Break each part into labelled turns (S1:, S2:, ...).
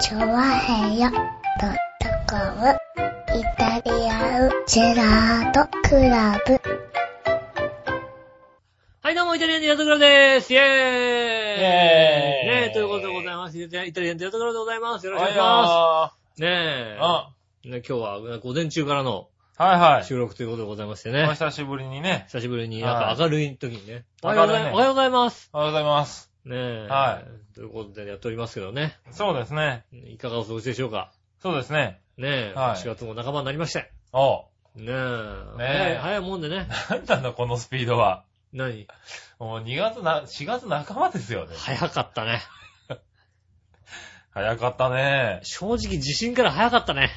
S1: チョワヘヨドットコムイタリアンジェラートクラブ。
S2: はい、どうも、イタリアンジェラートクラブでーす。イェーイイェーイ
S3: イ
S2: ねえ、ということでございます。イタリアンジェラートクラブでございます。よろしくお
S3: は
S2: 願い
S3: い
S2: しま
S3: は
S2: す。ねえ。ね、今日は午前中からの
S3: はいはい。
S2: 収録ということでございましてね。
S3: お久しぶりにね。
S2: 久しぶりに、
S3: はい
S2: やっぱ明るい時にね。おはようござい
S3: 明るい
S2: ます。
S3: ね
S2: おはようございます。
S3: おはようございます。
S2: ねえ。。
S3: はい
S2: ということでやっておりますけどね。
S3: そうですね。
S2: いかがお過ごしでしょうか。
S3: そうですね。
S2: ねえ。
S3: はい
S2: 4月も半ばになりましたよ。
S3: おう。
S2: ねえ。
S3: ねえ
S2: 早い早いもんでね。
S3: なんなんだこのスピードは。
S2: 何
S3: もう2月な、4月半ばですよね。
S2: 早かったね。
S3: 早かったね。
S2: 正直地震から早かったね。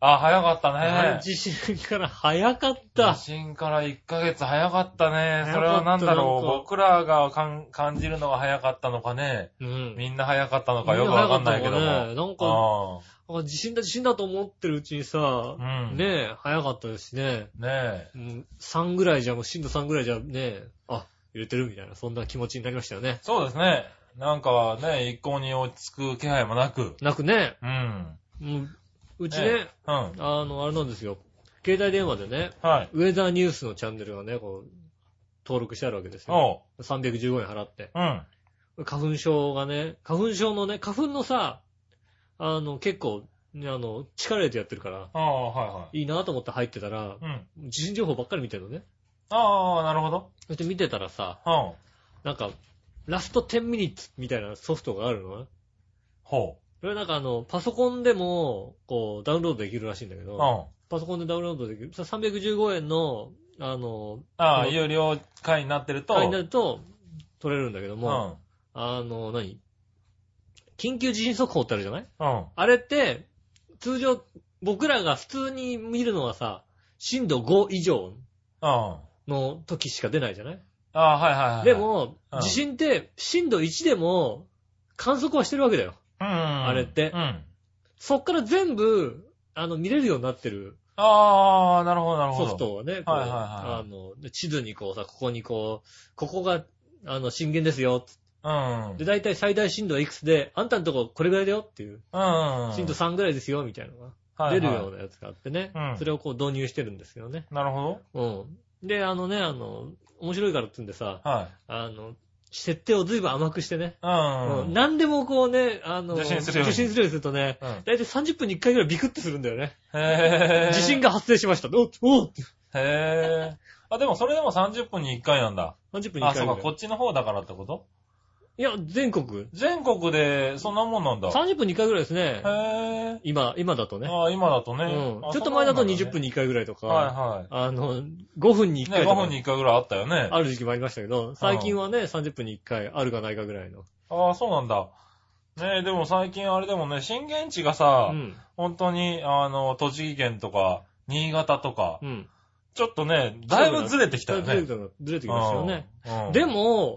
S3: あ、早かったね。
S2: 地震から早かった
S3: 地。震から1ヶ月早かったね。それ
S2: 早か
S3: は
S2: った
S3: なんだろう。
S2: なんか
S3: 僕らがかん感じるのが早かったのかね。
S2: うん。
S3: みんな早かったのかよくわかんないけど
S2: みんな
S3: も。
S2: 早かったのかねあ地震だ地震だと思ってるうちにさ、
S3: うん
S2: ねえ、早かったですしね。
S3: うん。ねえ。
S2: うん、3ぐらいじゃ、もう震度3ぐらいじゃねえ、あ、揺れてるみたいな、そんな気持ちになりましたよね。
S3: そうですね。なんかね、一向に落ち着く気配もなく。
S2: なくね、
S3: うん。
S2: うん、うちね、
S3: ねうん。
S2: あの、あれなんですよ。携帯電話でね、
S3: はい。
S2: ウェザーニュースのチャンネルがね、こう、登録してあるわけですよ。
S3: おう。
S2: 315円払って。
S3: うん。
S2: 花粉症がね、花粉症のね、花粉のさ、あの、結構、ね、あの、力入れてやってるから、
S3: ああ、はい
S2: いなと思って入ってたら、
S3: はい。うん。
S2: 地震情報ばっかり見てるのね。
S3: ああ、なるほど。
S2: そして見てたらさ、
S3: うん。
S2: なんか、ラスト10ミニッツみたいなソフトがあるのね。
S3: ほ
S2: それなんかあの、パソコンでも、こう、ダウンロードできるらしいんだけ
S3: う。う
S2: ど
S3: ん。、あ
S2: パソコンでダウンロードできる。さ315円の、あの、
S3: あ、
S2: うん
S3: 有料会になってると。
S2: 会になると、取れるんだけど
S3: うん。
S2: も、あの、何緊急地震速報ってあるじゃない
S3: うん。
S2: あれって、通常、僕らが普通に見るのはさ、震度5以上
S3: うん。あ
S2: の時しか出ないじゃない
S3: あ、はいはいはい。
S2: で、も
S3: う、ん
S2: 地震って震度1でも観測はしてるわけだよ。
S3: うん。あ
S2: れって
S3: うん。
S2: そっから全部、あの、見れるようになってる
S3: ああ、なるほど、なるほ
S2: ソ
S3: ど。
S2: フトはね、こう
S3: はいはいはい
S2: あの、で地図にこうさ、ここにこう、ここが、あの、震源ですよ。
S3: うん。
S2: で、大体最大震度はいくつで、あんたのとここれぐらいだよっていう、
S3: うん。
S2: 震度3ぐらいですよ、みたいなのが。
S3: はいは
S2: 出
S3: い
S2: るようなやつがあってね
S3: う。ん
S2: それをこう導入してるんですよね。
S3: なるほど。
S2: うん。で、あのね、あの、面白いからってんでさ、
S3: はい。
S2: あの、設定を随分甘くしてね。
S3: うん。
S2: うん何でもこうね、あの、
S3: 受信するように
S2: 受信するようにするとね、
S3: うん
S2: だいたい30分に1回ぐらいビクッてするんだよね。
S3: へえ。
S2: 地震。が発生しました。おっおっ
S3: へえ。あ、でもそれでも30分に1回なんだ。
S2: 30分に1回ぐらい。
S3: あ、そうか、こっちの方だからってこと
S2: いや、全国。
S3: 全国でそんなもんなんだ。
S2: 30分に1回ぐらいですね。
S3: へえ。
S2: 今、今だとね。
S3: ああ、今だとね。
S2: うん
S3: あ
S2: ちょっと前だと20。分
S3: そんなもんなんね
S2: に1回ぐらいとか、
S3: はいはい。
S2: あの、5分に1
S3: ね、
S2: 回
S3: 5
S2: とか
S3: 分に1回ぐらいあったよね。
S2: ある時期もありましたけど、最近はね、30分に1回あるかないかぐらいの。
S3: ああ、そうなんだ。ねえ、でも最近あれでもね、震源地がさ、
S2: うん。
S3: 本当に、あの、栃木県とか、新潟とか、
S2: うん。
S3: ちょっとね、だいぶずれてきたよ
S2: ずれ
S3: ね。
S2: てずれてきましたよね。
S3: うん。
S2: で
S3: も、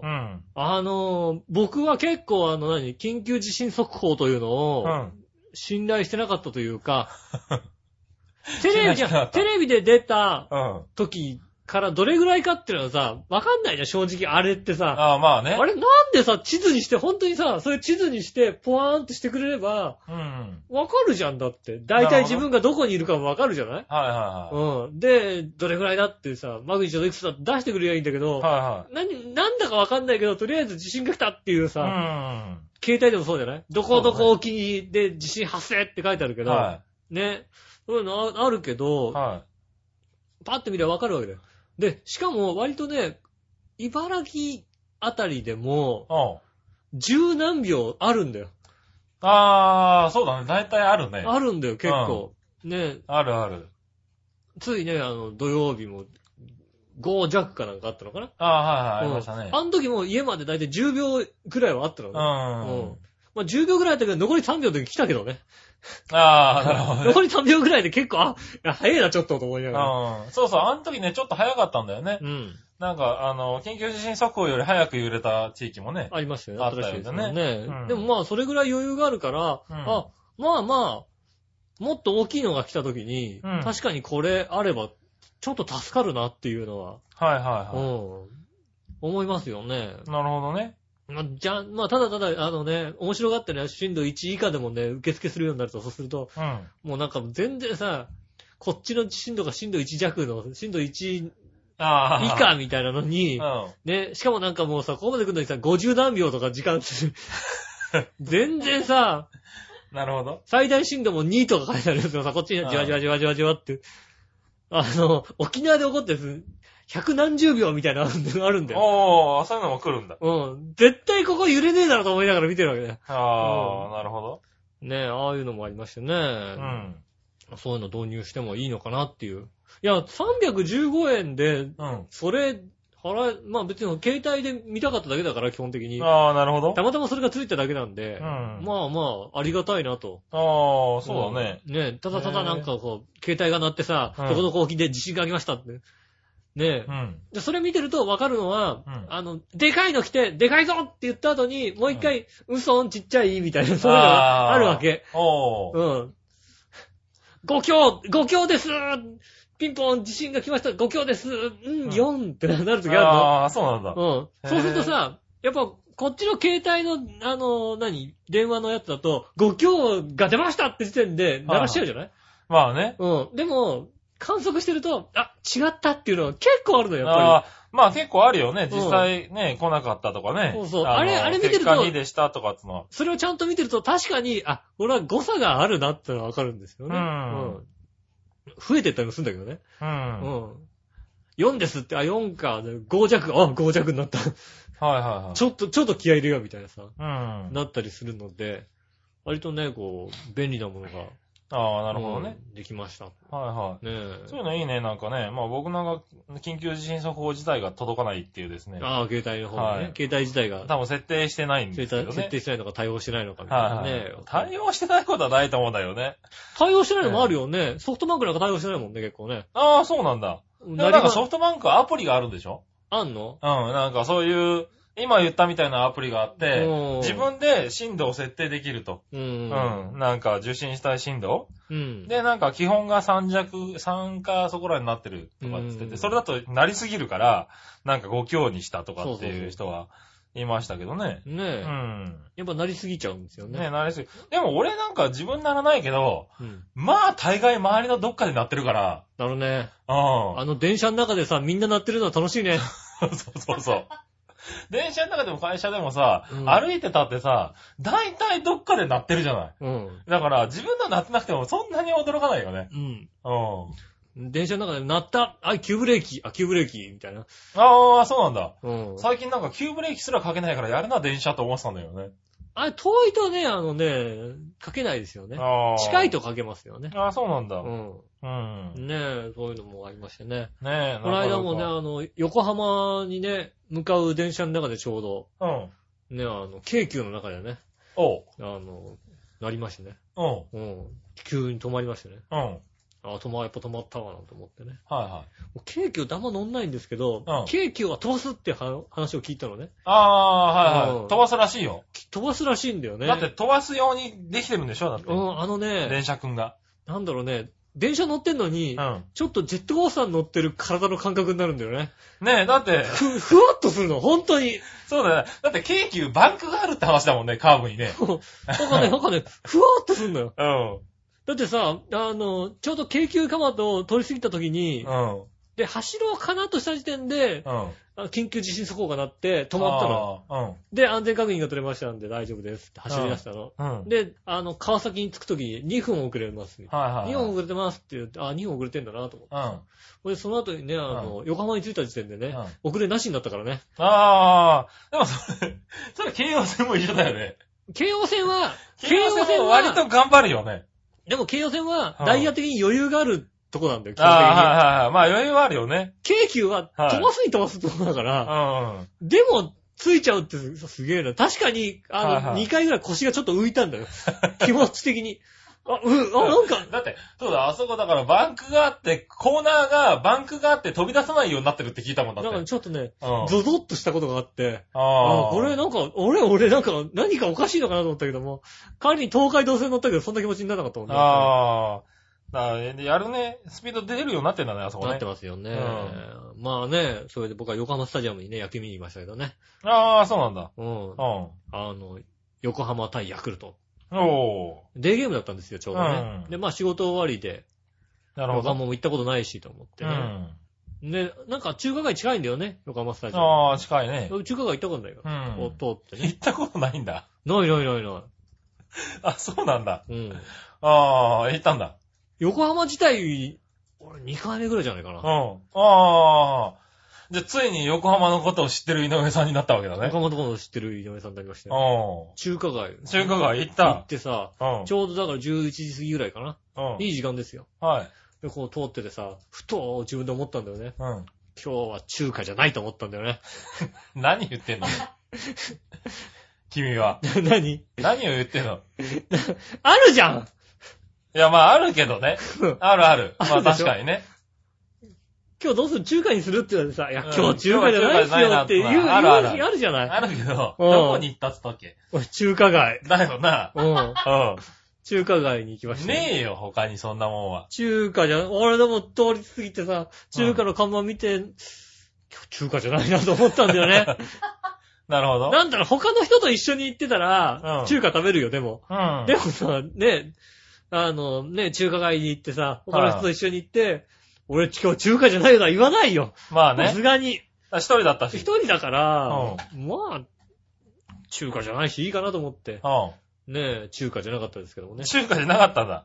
S2: も
S3: う、ん。
S2: あの、僕は結構あの何、緊急地震速報というのを、
S3: うん。
S2: 信頼してなかったというか、テレビじ
S3: 信頼してなか
S2: ゃ、
S3: った
S2: テレビで出た
S3: うん。
S2: 時からどれぐらいかっていうのはさ、わかんないじゃん、正直あれってさ。
S3: ああ、まあね。
S2: あれなんでさ、地図にして、本当にさ、それ地図にして、ポワーンってしてくれれば、
S3: うん。
S2: わかるじゃんだって。大
S3: な
S2: 体
S3: るほど
S2: 自分がどこにいるかもわかるじゃない
S3: はいはいは
S2: うん。で、どれぐらいだってさ、マグニチュードいくつだって出してくれりゃいいんだけ
S3: い。
S2: ど、
S3: は
S2: 何、なんだかわかんないけど、とりあえず地震が来たっていう
S3: い
S2: さ、
S3: はい。
S2: 携帯でもそうじゃないどこどこ沖で地震発生って書いてあるけ
S3: うん。
S2: ど、
S3: は
S2: ね。そういうのああるけ
S3: い。
S2: ど、
S3: は
S2: パッと見ればわかるわけだよ。で、しかも割とね、茨城あたりでも
S3: い。、うん。
S2: 十何秒あるんだよ。
S3: ああ、そうだね。だいたいあるね。
S2: あるんだよ、結構。ね、
S3: あるある。
S2: ついね、あの、土曜日も、5弱かなんかあったのかな
S3: ああ、はいはい。ありました
S2: う
S3: ね
S2: ん。あの時も家まで大体10秒くらいはあったの
S3: う
S2: ね。うん
S3: ん。
S2: まあ、10秒くらいだったけど、残り3秒の時来たけどね。
S3: ああ、なるほどね。
S2: 残り3秒くらいで結構、あ、いや早いな、ちょっとと思いながら。
S3: うん。そうそう。あの時ね、ちょっと早かったんだよね。
S2: うん。
S3: なんか、あの、緊急地震速報より早く揺れた地域もね。
S2: ありましたよね。
S3: あったよね
S2: 新しいですもんね。
S3: うん
S2: でもまあ、それぐらい余裕があるから、
S3: うん
S2: あ、まあまあ、もっと大きいのが来た時に、
S3: うん
S2: 確かにこれあれば、ちょっと助かるなっていうのは、
S3: はいはいは
S2: うん思いますよね。
S3: い。なるほどね。
S2: まあ、じゃん、まあ、ただただ、あのね、面白がってね、震度1以下でもね、受付するようになると、そうすると、
S3: うん。
S2: もうなんか全然さ、こっちの震度が震度1弱の、震度1以
S3: ああ。
S2: 下みたいなのに、
S3: うん。
S2: ね、しかもなんかもうさ、ここまで来るのにさ、50何秒とか時 間する。全然さ、
S3: なるほど。
S2: 最大震度も2とか書いてあるんですよ。さ、こっちにじわじわじわじわじわって。あの、沖縄で起こってる、百何十秒みたいなのがあるんだよ。
S3: おー、そういうのも来るんだ。
S2: うん。絶対ここ揺れねえだろうと思いながら見てるわけだよ。
S3: あ
S2: う
S3: あ、なるほど。
S2: ねえ、ああいうのもありましてね。
S3: うん。
S2: そういうの導入してもいいのかなっていう。いや、315円で、
S3: うん。
S2: それ、払え、まあ別に携帯で見たかっただけだから、基本的に。
S3: ああ、なるほど。
S2: たまたまそれがついただけなんで、
S3: うん
S2: まあまあ、ありがたいなと。
S3: ああ、そうだね。
S2: うん。ねえただただなんかこう、携帯が鳴ってさ、
S3: うん
S2: どこどこ沖で地震がありましたって。ねえ
S3: う。ん。
S2: で、それ見てるとわかるのは、
S3: うん
S2: あの、でかいの来て、でかいぞって言った後に、もう一回、嘘んちっちゃいみたいな、そういうのがあるわけ。
S3: おー。
S2: うん。5強、5強ですピンポン、地震が来ました、5強ですうん、
S3: ん
S2: 4ってなるときあ
S3: ああ、そうなんだ
S2: る。の。うん。
S3: へー
S2: そうするとさ、やっぱ、こっちの携帯の、あの、何電話のやつだと、5強が出ましたって時点で鳴らしちゃうじゃない
S3: まあね。
S2: うん。でも、観測してると、あ、違ったっていうのは結構あるのよ、やっ
S3: あ
S2: ぱ
S3: あまあ結構あるよね。実際ね、来なかったとかね。
S2: そうそう
S3: の
S2: あれあれ見てると
S3: 結果2でしたとかってのは。
S2: り。それをちゃんと見てると、確かに、あ、これは誤差があるなってのはわかるんですよね。
S3: うん
S2: うん増えてったりもするんだけどね。
S3: うん。はい
S2: うん。4ですって、あ、4か、で5弱、あ、5弱になった。
S3: はいはい。
S2: ちょっと、ちょっと気合い入れようみたいなさ、
S3: うん。あ
S2: なったりするので、割とね、こう、便利なものが、
S3: あ、なるほどね。
S2: うんできました。ね
S3: はいはい。
S2: え。
S3: そういうのいいね、なんかね。まあ僕なんか、緊急地震速報自体が届かないっていうですね。
S2: ああ、携帯の方ね、
S3: はい
S2: 携帯自体が、
S3: 多分設定してないんです
S2: 設
S3: けど
S2: 定
S3: ね。
S2: 設定してないのか対応してないのかみたいな
S3: はい、
S2: ね。
S3: 対応してないことはないと思うんだよね。
S2: 対応してないのもあるよね。ソフトバンクなんか対応してないもんね、結構ね。
S3: ああ、そうなんだ。でも
S2: な
S3: なんかソフトバンクはアプリがあるんでしょ
S2: あんの
S3: うん、なんかそういう、今言ったみたいなアプリがあって、
S2: うん
S3: 自分で震度を設定できると。
S2: う。
S3: うんん、なんか受信したい震度
S2: うん。
S3: で、なんか基本が3弱、3かそこらになってるとかっつって
S2: う
S3: て、
S2: ん
S3: それだとなりすぎるから、なんか5強にしたとかって
S2: そうそうそ
S3: いうう人はいましたけどね。
S2: ね
S3: う
S2: え、
S3: ん。
S2: やっぱなりすぎちゃうんですよね。
S3: ねなりすぎ。でも俺なんか自分ならないけど、
S2: うん。
S3: まあ、大概周りのどっかで鳴ってるから。
S2: なるね。
S3: う
S2: あの電車の中でさ、みんな鳴ってるのは楽しい ね。
S3: ん。 そうそうそう。電車の中でも会社でもさ、
S2: うん
S3: 歩いてたってさ、大体どっかで鳴ってるじゃない。
S2: うん。
S3: だから、自分の鳴ってなくてもそんなに驚かないよね。
S2: うん。
S3: うん。
S2: 電車の中で鳴った、あ、急ブレーキ、あ、急ブレーキ、みたいな。
S3: ああ、そうなんだ。
S2: うん。
S3: 最近なんか急ブレーキすらかけないからやるな、電車と思ってたんだよね。
S2: あれ、遠いとね、あのね、かけないですよね。
S3: ああ。
S2: 近い。とかけますよね。
S3: ああ、そうなんだ。
S2: うん。
S3: うん。ね
S2: ねえ、そういうのもありましてね。
S3: え、な
S2: この間もね、あ
S3: ね。
S2: の、横浜にね、向かう電車の中でちょうど、
S3: うん。
S2: ね、あの、京急の中でね、
S3: おう。
S2: あの、なりましてね。
S3: うん。
S2: うん。急に止まりましてね。
S3: うん。はい
S2: あ、止ま、やっぱ止まったわなと思ってね。
S3: はい。
S2: もう京急ってあんま乗んないんですけど、
S3: うん
S2: 京急は飛ばすっては話を聞いたのね。
S3: ああ、はい
S2: うん
S3: はい。飛ばすらしいよ。
S2: き飛ばすらしいんだよね。
S3: だって飛ばすようにできてるんでしょだって
S2: う。ん、あのね、
S3: 電車くんが。
S2: なんだろうね、電車乗ってんのに、
S3: うん。
S2: ちょっとジェットコースターに乗ってる体の感覚になるんだよね。
S3: ねえ、だって、
S2: ふ、ふわっとするの、本当に。
S3: そうだよね。だって京急バンクがあるって話だもんね、カーブにね。
S2: なん かね、なんかね、ふわっとするのよ。
S3: うん。
S2: だってさ、あの、ちょうど京急蒲田を通り過ぎた時に、
S3: うん。
S2: で、走ろうかなとした時点で、
S3: うん。
S2: あ緊急地震速報が鳴って、止まったの。
S3: の
S2: で、安全確認が取れましたんで大丈夫ですって走り出したの。
S3: うん。うん。
S2: で、あの、川崎に着くときに2分遅れます。
S3: はいはいはい。
S2: 2分遅れてますって言って、あ、2分遅れてんだなと思って。
S3: うん。
S2: ほいで、その後にね、あの、横浜に着いた時点でね、遅れなしになったからね。
S3: ああ、でもそれ、それ京王線も一緒だよね。
S2: 京王線は、
S3: 京王線も割と頑張るよね。
S2: でも京王線は、
S3: うん
S2: ダイヤ的に余裕があるとこなんだよ、基本的に。
S3: ああ、はいはいはい。まあ余裕はあるよね。
S2: 京急は、
S3: はい
S2: 飛ばすに飛ばすとこだか
S3: うん。
S2: ら、
S3: あ
S2: でも、着いちゃうってすすげえな。確かに、
S3: はい
S2: あの、
S3: はい
S2: 2回ぐらい腰がちょっと浮いた んだよ。気持ち的に。あ、うん、あ、なんか、
S3: だって、そうだ、あそこだからバンクがあって、コーナーが、バンクがあって飛び出さないようになってるって聞いたもんだっ
S2: なん
S3: て。う
S2: か
S3: ん。
S2: ちょっとね、
S3: あ
S2: ゾゾッとしたことがあって、あ
S3: あー。
S2: これなんか、俺、俺なんか、何かおかしいのかなと思ったけども、仮に東海道線乗ったけど、そんな気持ちにならなかったもんね。
S3: ああ。だからでやるね、スピード出てるようになってんだね、あそこ
S2: なっ
S3: ね
S2: て。ますよね。
S3: う
S2: まあね、それで僕は横浜スタジアムにね、野球見に行きましたけどね。
S3: ああ、そうなんだ。
S2: うん
S3: う。ん。
S2: あの、横浜対ヤクルト。
S3: お
S2: デーゲームだったんですよ、ちょうどね。
S3: うん
S2: で、まあ仕事終わりで、
S3: ー。なるほ
S2: 横
S3: ど。
S2: 浜も行ったことないしと思って
S3: う
S2: ね。
S3: ん。
S2: で、なんか中華街近いんだよね、横浜スタジア
S3: ああ、近いね。
S2: ム。中華街行ったことないよ
S3: う。
S2: こ
S3: ん。
S2: う通ってね。
S3: 行ったことないんだ。
S2: ないないないな
S3: あ、そうなんだ。
S2: い。うん。
S3: ああ、行ったんだ。
S2: 横浜自体、俺2回目ぐらいじゃないか
S3: う
S2: な。
S3: ん。ああ。じゃあ、ついに横浜のことを知ってる井上さんになったわけだね。
S2: 横浜とかの知ってる井上さんになりまして。
S3: う
S2: 中華街。
S3: ん。中華街行
S2: 行
S3: っ。
S2: ったてさ、
S3: うん
S2: ち。ょうどだから11時過ぎぐらいかな。
S3: うん。
S2: いい時間ですよ。
S3: はい。
S2: で、こう通っててさ、ふと自分で思ったんだよね。
S3: うん。
S2: 今日は中華じゃないと思ったんだよね。
S3: 何言ってんの君は。
S2: 何
S3: 何を言ってんの
S2: あるじゃん
S3: いや、まあ、あるけどね。あるある。ま
S2: あ
S3: あ、
S2: るでし
S3: 確
S2: ょ
S3: かにね。
S2: 今日どうする中華にするって言われてさ、いや
S3: うん、
S2: 今日中華じゃないっすよっていう、言う
S3: 今日中
S2: 日
S3: 華じゃないなあるある
S2: あるじゃない
S3: あるけど、ど
S2: うん
S3: こに行ったっつったっけ
S2: 俺中華 街。
S3: だよな。
S2: うん。
S3: う
S2: 中華街に行きまし
S3: ん。
S2: たよ。
S3: ねえよ、他にそんなもんは。
S2: 中華じゃ、俺でも通り過ぎてさ、中華の看板見て、今日中華じゃないなと思ったんだよね。
S3: なるほど。
S2: なんだろう、他の人と一緒に行ってたら、
S3: うん
S2: 中華食べるよ、でも。
S3: うん。
S2: でもさ、ね、あの、ね、中華街に行ってさ、他の人と一緒に行って、俺今日中華じゃないよな、言わないよ。
S3: まあ
S2: さ
S3: ね
S2: す。がに。
S3: 一人だった
S2: 一
S3: し。
S2: 人だから、まあ、中華じゃないし、いいかなと思って。
S3: う
S2: ねえ、中華じゃなかったですけどもね
S3: ん。。中華じゃなかったんだ。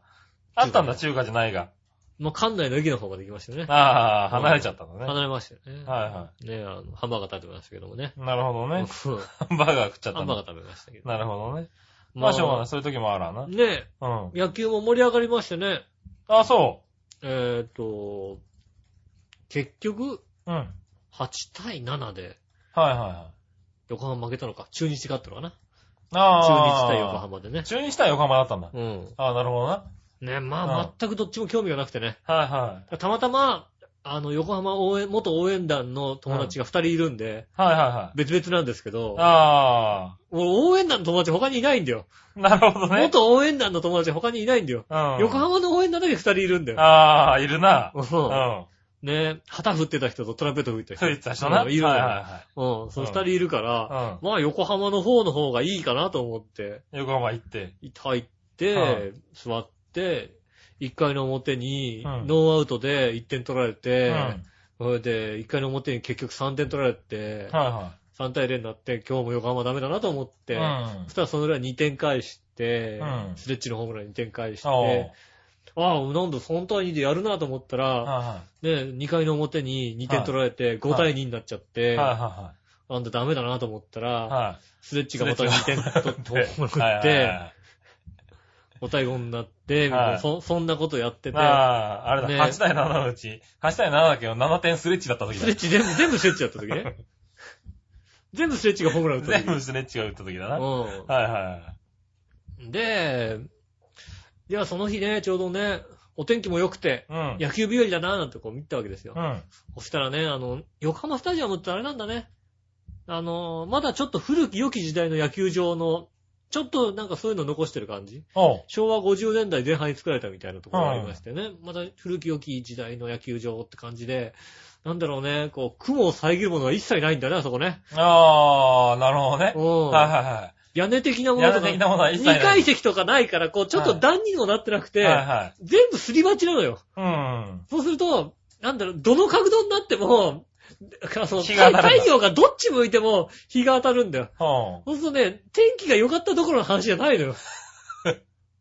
S3: あったんだ、中華じゃないが。
S2: まあ、館内の駅の方まで行きましたよね。
S3: ああ、離れちゃったのね。はい
S2: 離れましたよね。
S3: は
S2: ねえ、あの、ハンバーガー食べましたけどもね。
S3: い。なるほどね。
S2: うん
S3: ハンバーガー食っちゃっ
S2: ハ
S3: た
S2: ン
S3: ん
S2: バー
S3: だ。
S2: ガー食べましたけど。
S3: なるほどね。まあ、しょうがない。そういう時もあるわな。
S2: ねえ、
S3: うん。
S2: 野球も盛り上がりましてね。
S3: あ、そ
S2: えっ、と、結局、
S3: う。うん。はい
S2: 8対7で、
S3: はいはい。
S2: 横浜負けたのか。中日勝ったのかな。
S3: あ
S2: 中日
S3: あ。
S2: 対横。浜でね。
S3: 中日対横浜だったんだ。
S2: うん。
S3: ああ、なるほどな。
S2: ね、ま
S3: う
S2: あ
S3: ん、
S2: 全くどっちも興味がなくてね。
S3: はいはい。
S2: たまたま、あの、横浜応援、元応援団の友達が2人いるんで、
S3: はいはいはい。
S2: 別々なんですけど、
S3: あ
S2: 俺応援団の友達他にいないんだよ。
S3: あ、なるほどね。
S2: 元応援団の友達他にいないんだよ。
S3: うん
S2: 横浜の応援団だけ2人いるんだよ。
S3: ああ、いるな。
S2: う
S3: うんん。
S2: ね旗振ってた人とトランペット吹いた人。
S3: そう言ってた人な。
S2: うんいるの
S3: は
S2: よ
S3: いは
S2: うん、その2人いるから
S3: い、は
S2: まあ横浜の方の方がいいかなと思って、
S3: い。うん。横浜行って。
S2: 入っ
S3: はい
S2: て、座って、1回の表に、
S3: う
S2: ノ
S3: ん
S2: ーアウトで1点取られ
S3: う
S2: て、
S3: ん。はい
S2: それで1回の表に結局3点取られて、
S3: は
S2: 3対0になって、今日も横浜ダメだなと思っ
S3: い。
S2: て、
S3: うん
S2: そし。たらその裏2点返して、
S3: うん
S2: スレッチのホームラン2点返して、
S3: おう
S2: ああ、なんだ、3対2でやるなと思ったら、
S3: は
S2: ね、2回の表に2点取られて、5対2になっちゃっ
S3: いはい。
S2: て、
S3: はいは
S2: あんたダメだなと思った
S3: い
S2: ら、
S3: は
S2: スレッチがまた2点
S3: い。はい。
S2: 取
S3: はい
S2: っ
S3: はいはい
S2: て、お対語になって、みたい
S3: はい
S2: なそそんなことやってて
S3: な、あ、あれだ、
S2: ね
S3: 8対7のうち、8対7だけど7点スレッチだった時
S2: スレ
S3: だ
S2: ッ。チ全部、全部スレッチやった時 ね。全部スレッチがホームラン打った
S3: 全
S2: 時。
S3: 部スレッチが打った時だな。はい
S2: 部
S3: はいはい。
S2: うん。で、いや、その日ね、ちょうどね、お天気も良くて、
S3: うん。
S2: 野球日和だなーなんてこう見たわけですよ
S3: う。ん。
S2: そしたらね、あの、横浜スタジアムってあれなんだね。あの、まだちょっと古き良き時代の野球場の、ちょっとなんかそういうの残してる感じ
S3: おう。
S2: 昭和50年代前半に作られたみたいなところがありましてね、また古き良き時代の野球場って感じで、なんだろうね、こう、雲を遮るものは一切ないんだね、あそこね。
S3: ああ、なるほどね。
S2: うん。
S3: はいは
S2: 屋根的ない
S3: は
S2: も
S3: い。
S2: の
S3: や
S2: と
S3: る
S2: か、
S3: 的なものは一切ない。
S2: 二階席とかないから、こう、ちょっと段にもなってなくて、
S3: はいはい。
S2: 全部すり鉢なのよ。
S3: うん。
S2: そうすると、なんだろう、どの角度になっても、あの
S3: 日が当たるんだ
S2: 太陽がどっち向いても日が当たるんだよ。
S3: ほう。
S2: そうするとね、天気が良かったどころの話じゃない のよ。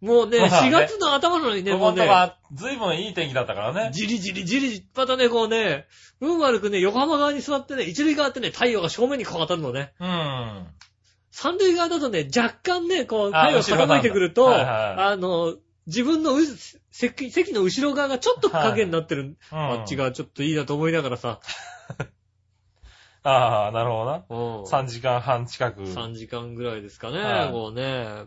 S2: もうね、
S3: まあね
S2: 4月の頭なのにね、
S3: こ
S2: も
S3: こ
S2: うん
S3: と
S2: ね、
S3: は、ずいぶんいい天気だったからね。
S2: じりじりじりじり、またね、こうね、運悪くね、横浜側に座ってね、一塁側ってね、太陽が正面にこう当たるのね。
S3: うん。あ
S2: 三塁側だとね、若干ね、こう、
S3: あ
S2: 太陽が傾いてくると、
S3: 後
S2: あ,、
S3: ろ側なんだ
S2: の、自分のう席席の後ろ側がちょっと影になってる、あっち。側ちょっといいなと思いながらさ、
S3: ああ、なるほどな。
S2: うん
S3: 3時間半近く。
S2: 3時間ぐらいですかね、
S3: はい
S2: もうね。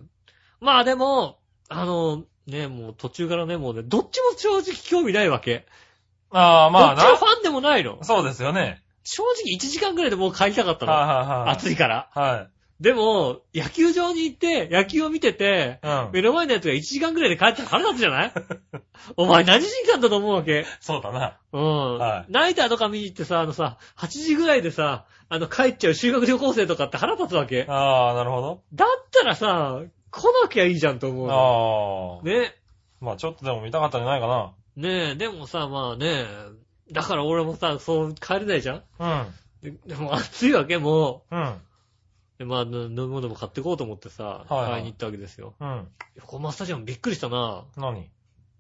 S2: まあでも、あの、ね、もう途中からね、もうね、どっちも正直興味ないわけ。
S3: ああ、まあ
S2: どっちも
S3: な。
S2: ファンでもないの。
S3: そうですよね。
S2: 正直1時間ぐらいでもう帰りたかった
S3: はい
S2: の。
S3: はい
S2: 暑いから。
S3: はい。
S2: でも、野球場に行って、野球を見てて、
S3: はい。うん。
S2: 目の前のやつが1時間ぐらいで帰ったら腹立つじゃないお前何時間だと思うわけ
S3: そうだな。
S2: うん。
S3: はい
S2: ナイターとか見に行ってさ、あのさ、8時ぐらいでさ、あの帰っちゃう修学旅行生とかって腹立つわけ。
S3: ああ、なるほ
S2: だったらさ、来なきゃいいじゃんと思う
S3: ど。
S2: の。
S3: ああ。
S2: ね。
S3: まあちょっとでも見たかったんじゃないか
S2: ねえ、でもさ、まあねえ、だから俺もさ、そう帰れないじゃん
S3: な。
S2: ででも暑いわけ、も
S3: うん。うん。
S2: う。でまあ、ぬ飲み物でも買ってこうと思ってさ、
S3: はいはい
S2: 買いに行ったわけですよ。
S3: うん。
S2: 横浜スタジアムびっくりしたな。
S3: 何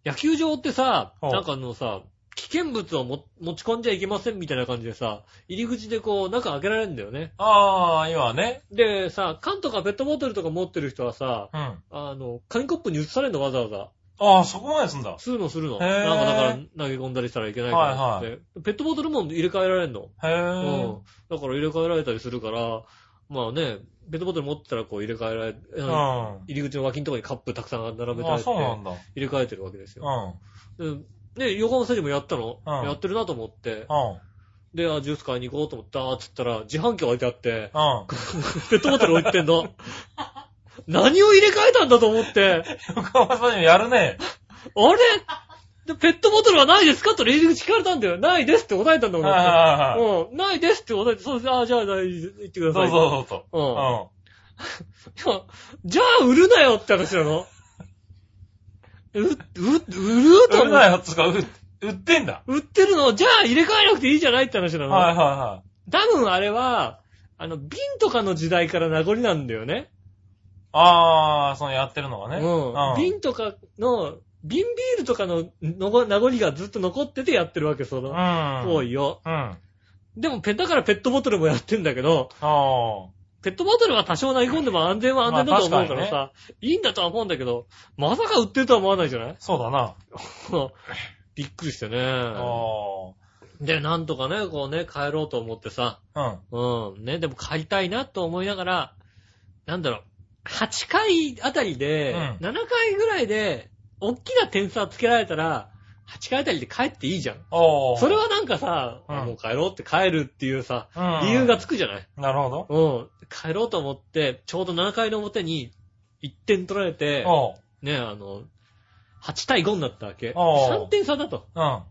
S2: 野球場ってさ、
S3: おう
S2: なんかあのさ、危険物をも持ち込んじゃいけませんみたいな感じでさ、入り口でこう、中開けられるんだよね。
S3: ああ、今はね。
S2: でさ、缶とかペットボトルとか持ってる人はさ、
S3: うん。あ
S2: あの、紙コップに移されるのわざわざ。
S3: あ、そこまですんだ。
S2: するのするの。
S3: へー
S2: なんかだから投げ込んだりしたらいけないからって。ペットボトルも入れ替えられるの。
S3: へ
S2: う
S3: え
S2: ん。。だから入れ替えられたりするから、まあね、ペットボトル持ってたらこう入れ替えられ、
S3: うん。
S2: 入
S3: あ
S2: り口の脇のところにカップたくさん並べてあ
S3: あ、
S2: って、
S3: そうなんだ。
S2: 入れ替えてるわけです
S3: う
S2: よ。
S3: ん。
S2: うんで、横浜スタジアムやったの、
S3: うん
S2: やってるなと思って、
S3: うん。
S2: で、あ、ジュース買いに行こうと思った、つったら、自販機置いてあって、
S3: うん。
S2: ペットボトル置いてん の。何を入れ替えたんだと思って、
S3: 横浜さんやるね。
S2: あれ でペットボトルはないですかと入り口聞かれたんだよ。ないですって答えたんだ
S3: はい
S2: もん
S3: は
S2: だって。
S3: いはい。
S2: うん、ないですって答えて、そうです。あ、じゃあ、ない言ってくだ
S3: そ
S2: さ
S3: う
S2: い。
S3: そうそうそう。
S2: うん
S3: う。ん。
S2: いやじゃあ売るなよって話なのう、う、売ると
S3: 売れ
S2: 思う
S3: ないやつが売売ってんだ。
S2: 売ってるのじゃあ入れ替えなくていいじゃないって話なの。
S3: はいは
S2: 多分あれは、あの、瓶とかの時代から名残なんだよね。
S3: いはい。ああ、そのやってるのがね。
S2: うん。瓶とかの、瓶ビールとかののご名残がずっと残っててやってるわけ、その
S3: うん。
S2: 行為を。
S3: うん。あ
S2: でも、ペだからペットボトルもやってんだけど、
S3: あ。
S2: ペットボトルは多少投げ込んでも安全は安全だと思うからさ、いいんだとは思うんだけど、まさか売ってるとは思わないじゃない
S3: そうだな。
S2: そうびっくりして
S3: あ
S2: ね。で、なんとかね、こうね、帰ろうと思ってさ、
S3: あ。うん。
S2: うん、ね、でも帰りたいなと思いながら、なんだろう、8回あたりで、
S3: うん
S2: 7回ぐらいで、大きな点差つけられたら、8回あたりで帰っていいじゃん。
S3: おー。
S2: それはなんかさ、
S3: うん
S2: もう帰ろうって帰るっていうさ、
S3: うん
S2: 理由がつくじゃない、
S3: なるほど。
S2: うん、帰ろうと思って、ちょうど7回の表に1点取られて、
S3: おう。
S2: ね、あの、8対5になったわけ。
S3: おう
S2: 3点差だと。
S3: うん。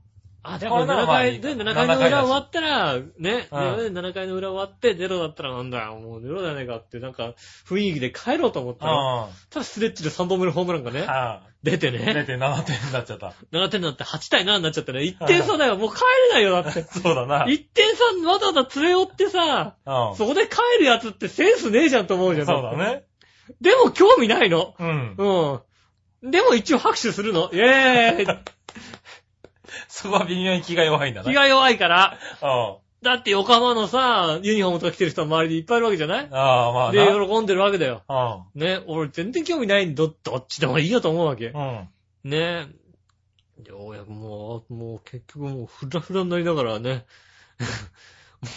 S2: あ、じゃあこれ
S3: これ
S2: 7
S3: ならまあい
S2: 回、
S3: いか
S2: で7回の裏終わったら、ね、
S3: うん
S2: 7回の裏終わってゼロだったらなんだよ、もうゼロじゃないかって、なんか、雰囲気で帰ろうと思ったの。
S3: あ
S2: ただスレッチで3本目のホームランがね、
S3: あ。
S2: 出て
S3: 出
S2: ね、
S3: て7点になっちゃった。
S2: 7点になって8対7になっちゃってね、1点差だよ、もう帰れないよ、だ って。
S3: そうだな。
S2: 1点差わざわざ連れ寄ってさ、
S3: うん。
S2: そこで帰るやつってセンスねえじゃんと思うじゃん。
S3: そうだ。ね。
S2: でも興味ないの。
S3: うん。
S2: うん。でも一応拍手するの。イェーイ
S3: そこは微妙に気が弱い んだな。
S2: 気が弱いから。
S3: うん。
S2: だって横浜のさ、ユニフォームとか着てる人は周りでいっぱいいるわけじゃない
S3: ああ、まあ
S2: で、
S3: な。
S2: 喜んでるわけだよ。
S3: うん。
S2: ね、俺全然興味ないんだ、どっちでもいいよと思うわけ。
S3: うん。
S2: ね。ようやくもう、もう結局もうフラフラになりながらね。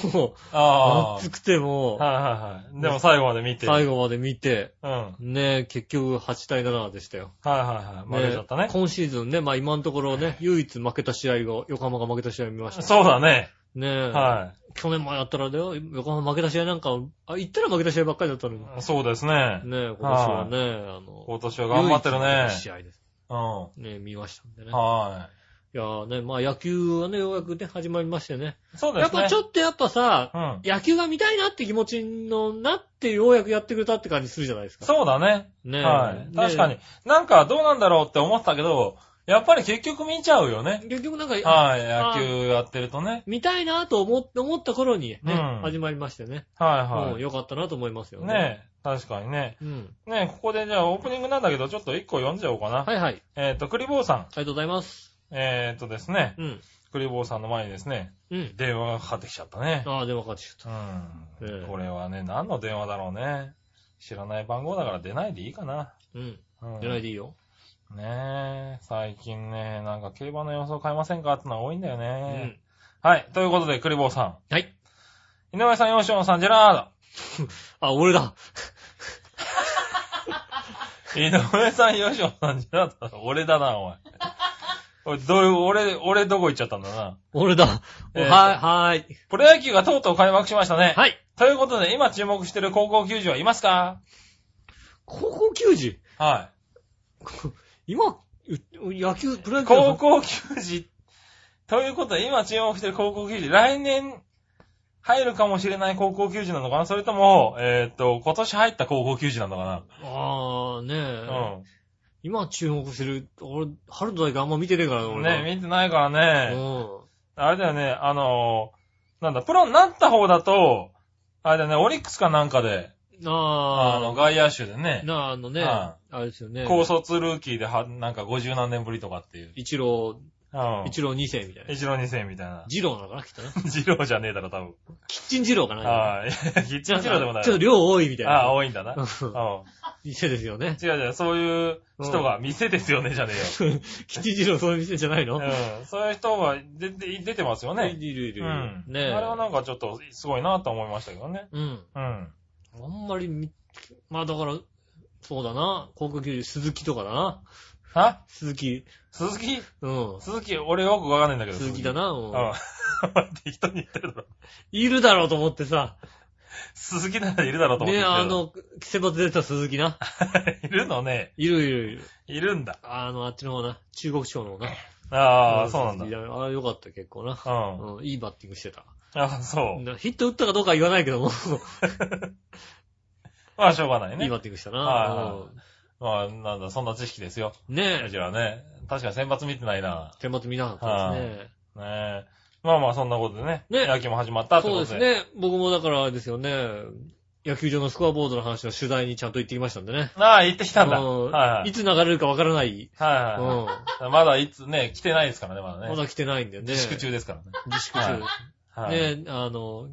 S2: もう、
S3: あ
S2: 暑くても
S3: あ。はいはいはい。でも最後まで見
S2: う、
S3: て。
S2: 最後まで見て、
S3: うん。はい
S2: ね、結局8対7でしたよ。
S3: はいはい。負けちゃったね。
S2: 今シーズンね、まあ今のところね、唯一負けた試合が、横浜が負けた試合見ました。
S3: そうだね。
S2: ねえ、
S3: は
S2: 去年もやったらだよ、横浜負けた試合なんか、あ、言ったら負けた試合ばっかりだったのに。ね
S3: い。そうですね
S2: え、。今年はね、あの、
S3: 今年は頑張ってる
S2: 唯一
S3: ね
S2: の。試合です。
S3: う
S2: ねえ見ましたんでね。
S3: ん。はい
S2: やーね、まあ野球はね、ようやくね、始まりましてね。
S3: い。そうで
S2: やっ
S3: すね。
S2: ぱちょっとやっぱさ、
S3: うん。
S2: 野球が見たいなって気持ちのなって、ようやくやってくれたって感じするじゃないですか。
S3: そうだね。
S2: ねえ
S3: はい。確か。に
S2: ね。
S3: なんかどうなんだろうって思ってたけど、やっぱり結局見ちゃうよね。
S2: え結局なんか、
S3: はい。野球やってるとね。
S2: 見たいなと思って思った頃にね、
S3: うん
S2: 始まりましてね。も
S3: は
S2: う
S3: い
S2: 良かったなと思いますよ
S3: は
S2: ね。
S3: い。ねえ。確かにね。
S2: うん。
S3: ねえ、ここでじゃあオープニングなんだけど、ちょっと一個読んじゃおうかな。
S2: はいはい。あり
S3: えっ、と、クリボーさん。
S2: がとうございます。
S3: えっ、とですね。
S2: うん。
S3: クリボーさんの前にですね、
S2: うん。
S3: 電話がかかってきちゃったね。
S2: ああ、電話かかってきちゃっ
S3: うん
S2: ええ。
S3: これはね、何の電話だろうね。知らない番号だから出ないでいいかな。
S2: た。うん。
S3: うん
S2: 出ないでいいよ。
S3: ねえ、最近ね、なんか競馬の予想買えませんかってのは多いんだよ
S2: う
S3: ね。
S2: ん。
S3: はい、ということで、クリボーさ
S2: はい。
S3: ん。井上さん、吉野さん、ジェラ
S2: あ、俺だ。
S3: ード。井上さん、吉野さん、ジェラード。俺だな、お前。 おいどういう、俺、俺どこ行っちゃったんだな。
S2: 俺だ。
S3: えーと
S2: はい、はい。
S3: プロ野球がとうとう開幕しましたね。
S2: はい。
S3: ということで、今注目してる高校球児はいますか
S2: 高校球児
S3: は
S2: こ今、う野球、プロ野球
S3: 高
S2: の
S3: 校球児。ということは、今注目してる高校球児、来年入るかもしれない高校球児なのかなそれとも、えーっと、今年入った高校球児なのか
S2: ああ、ねえ。
S3: なうん。
S2: 今注目してる、俺、春と大輝あんま見てねえからな俺は。
S3: ね、見てないからね。
S2: うん。
S3: あれだよね、あのーなんだ、プロになった方だと、あれだよね、オリックスかなんかで、あ
S2: あ
S3: の、外野手でね
S2: あ、、なあ、あのね、あ
S3: は
S2: れですよね。
S3: 高卒ルーキーでは、なんか50何年ぶりとかっていう。
S2: 一郎、
S3: うん。
S2: 一郎二世みたいな。。
S3: 一郎二世みたいな
S2: 二郎なのかなきっとな。
S3: 二郎じゃねえだろ、多分。
S2: キッチン二郎かな。
S3: はい。キ ッチン二郎でもない。
S2: ちょっと量多いみたい
S3: ああ、
S2: な。
S3: 多いんだな。うん。
S2: 店ですよ ね。
S3: 違う違う、そういう人が、店ですよね、じゃね
S2: キッチン二郎そういう店じゃない
S3: え
S2: の、
S3: よ。うん。そういう人が出て、出てますよ
S2: い
S3: ね。
S2: るいるいうる。
S3: ん。
S2: ねえ。
S3: あれはなんかちょっと、すごいなと思いましたけどね。
S2: うん。
S3: うん。
S2: あんまりみ、まあだから、そうだな。航空球児、鈴木とかだな。
S3: は
S2: 鈴木。
S3: 鈴木
S2: うん。
S3: 鈴木、俺よくわかんないんだけど。
S2: 鈴木だ。な。うん
S3: うん。 適当に言ってるだろ。
S2: いるだろうと思ってさ。
S3: 鈴木ならいるだろうと思って
S2: ね、
S3: 言
S2: あ
S3: って
S2: の、先発出てた鈴木な。
S3: るいるのね。
S2: いるいるいる。
S3: いるんだ。
S2: あの、あっちの方な。中国地方の方な。
S3: ああ、そうなんだ。
S2: 鈴
S3: う
S2: 木あれよかった、結構な。
S3: ん。
S2: うん、いいバッティングしてた。
S3: あそう。
S2: なヒット打ったかどうかは言わないけども、
S3: まあ、しょうがない
S2: いい
S3: ね。
S2: バッティングした
S3: はい
S2: な
S3: は。まあ、なんだ、そんな知識ですよ。
S2: うんね
S3: こ
S2: え
S3: ち。らね。確かに選抜見てないな。
S2: 手元見なかったですね。
S3: ねえ。まあまあ、そんなことでね。
S2: ね
S3: 野球も始まったってこ
S2: そう
S3: と
S2: で
S3: で。
S2: すね。僕もだからあれですよね。野球場のスコアボードの話の取材にちゃんと行ってきましたんでね。
S3: ああ、行ってきたんだ。
S2: うん
S3: はいはいい。
S2: つ流れるかわからない。
S3: はいは
S2: う
S3: い。まだいつね、来てないですからね、まだ
S2: ん。ま
S3: ね。
S2: だ来てないんでね。
S3: 自粛。中ですからね。
S2: 自粛
S3: はい
S2: 中。
S3: はい。
S2: ね、あの、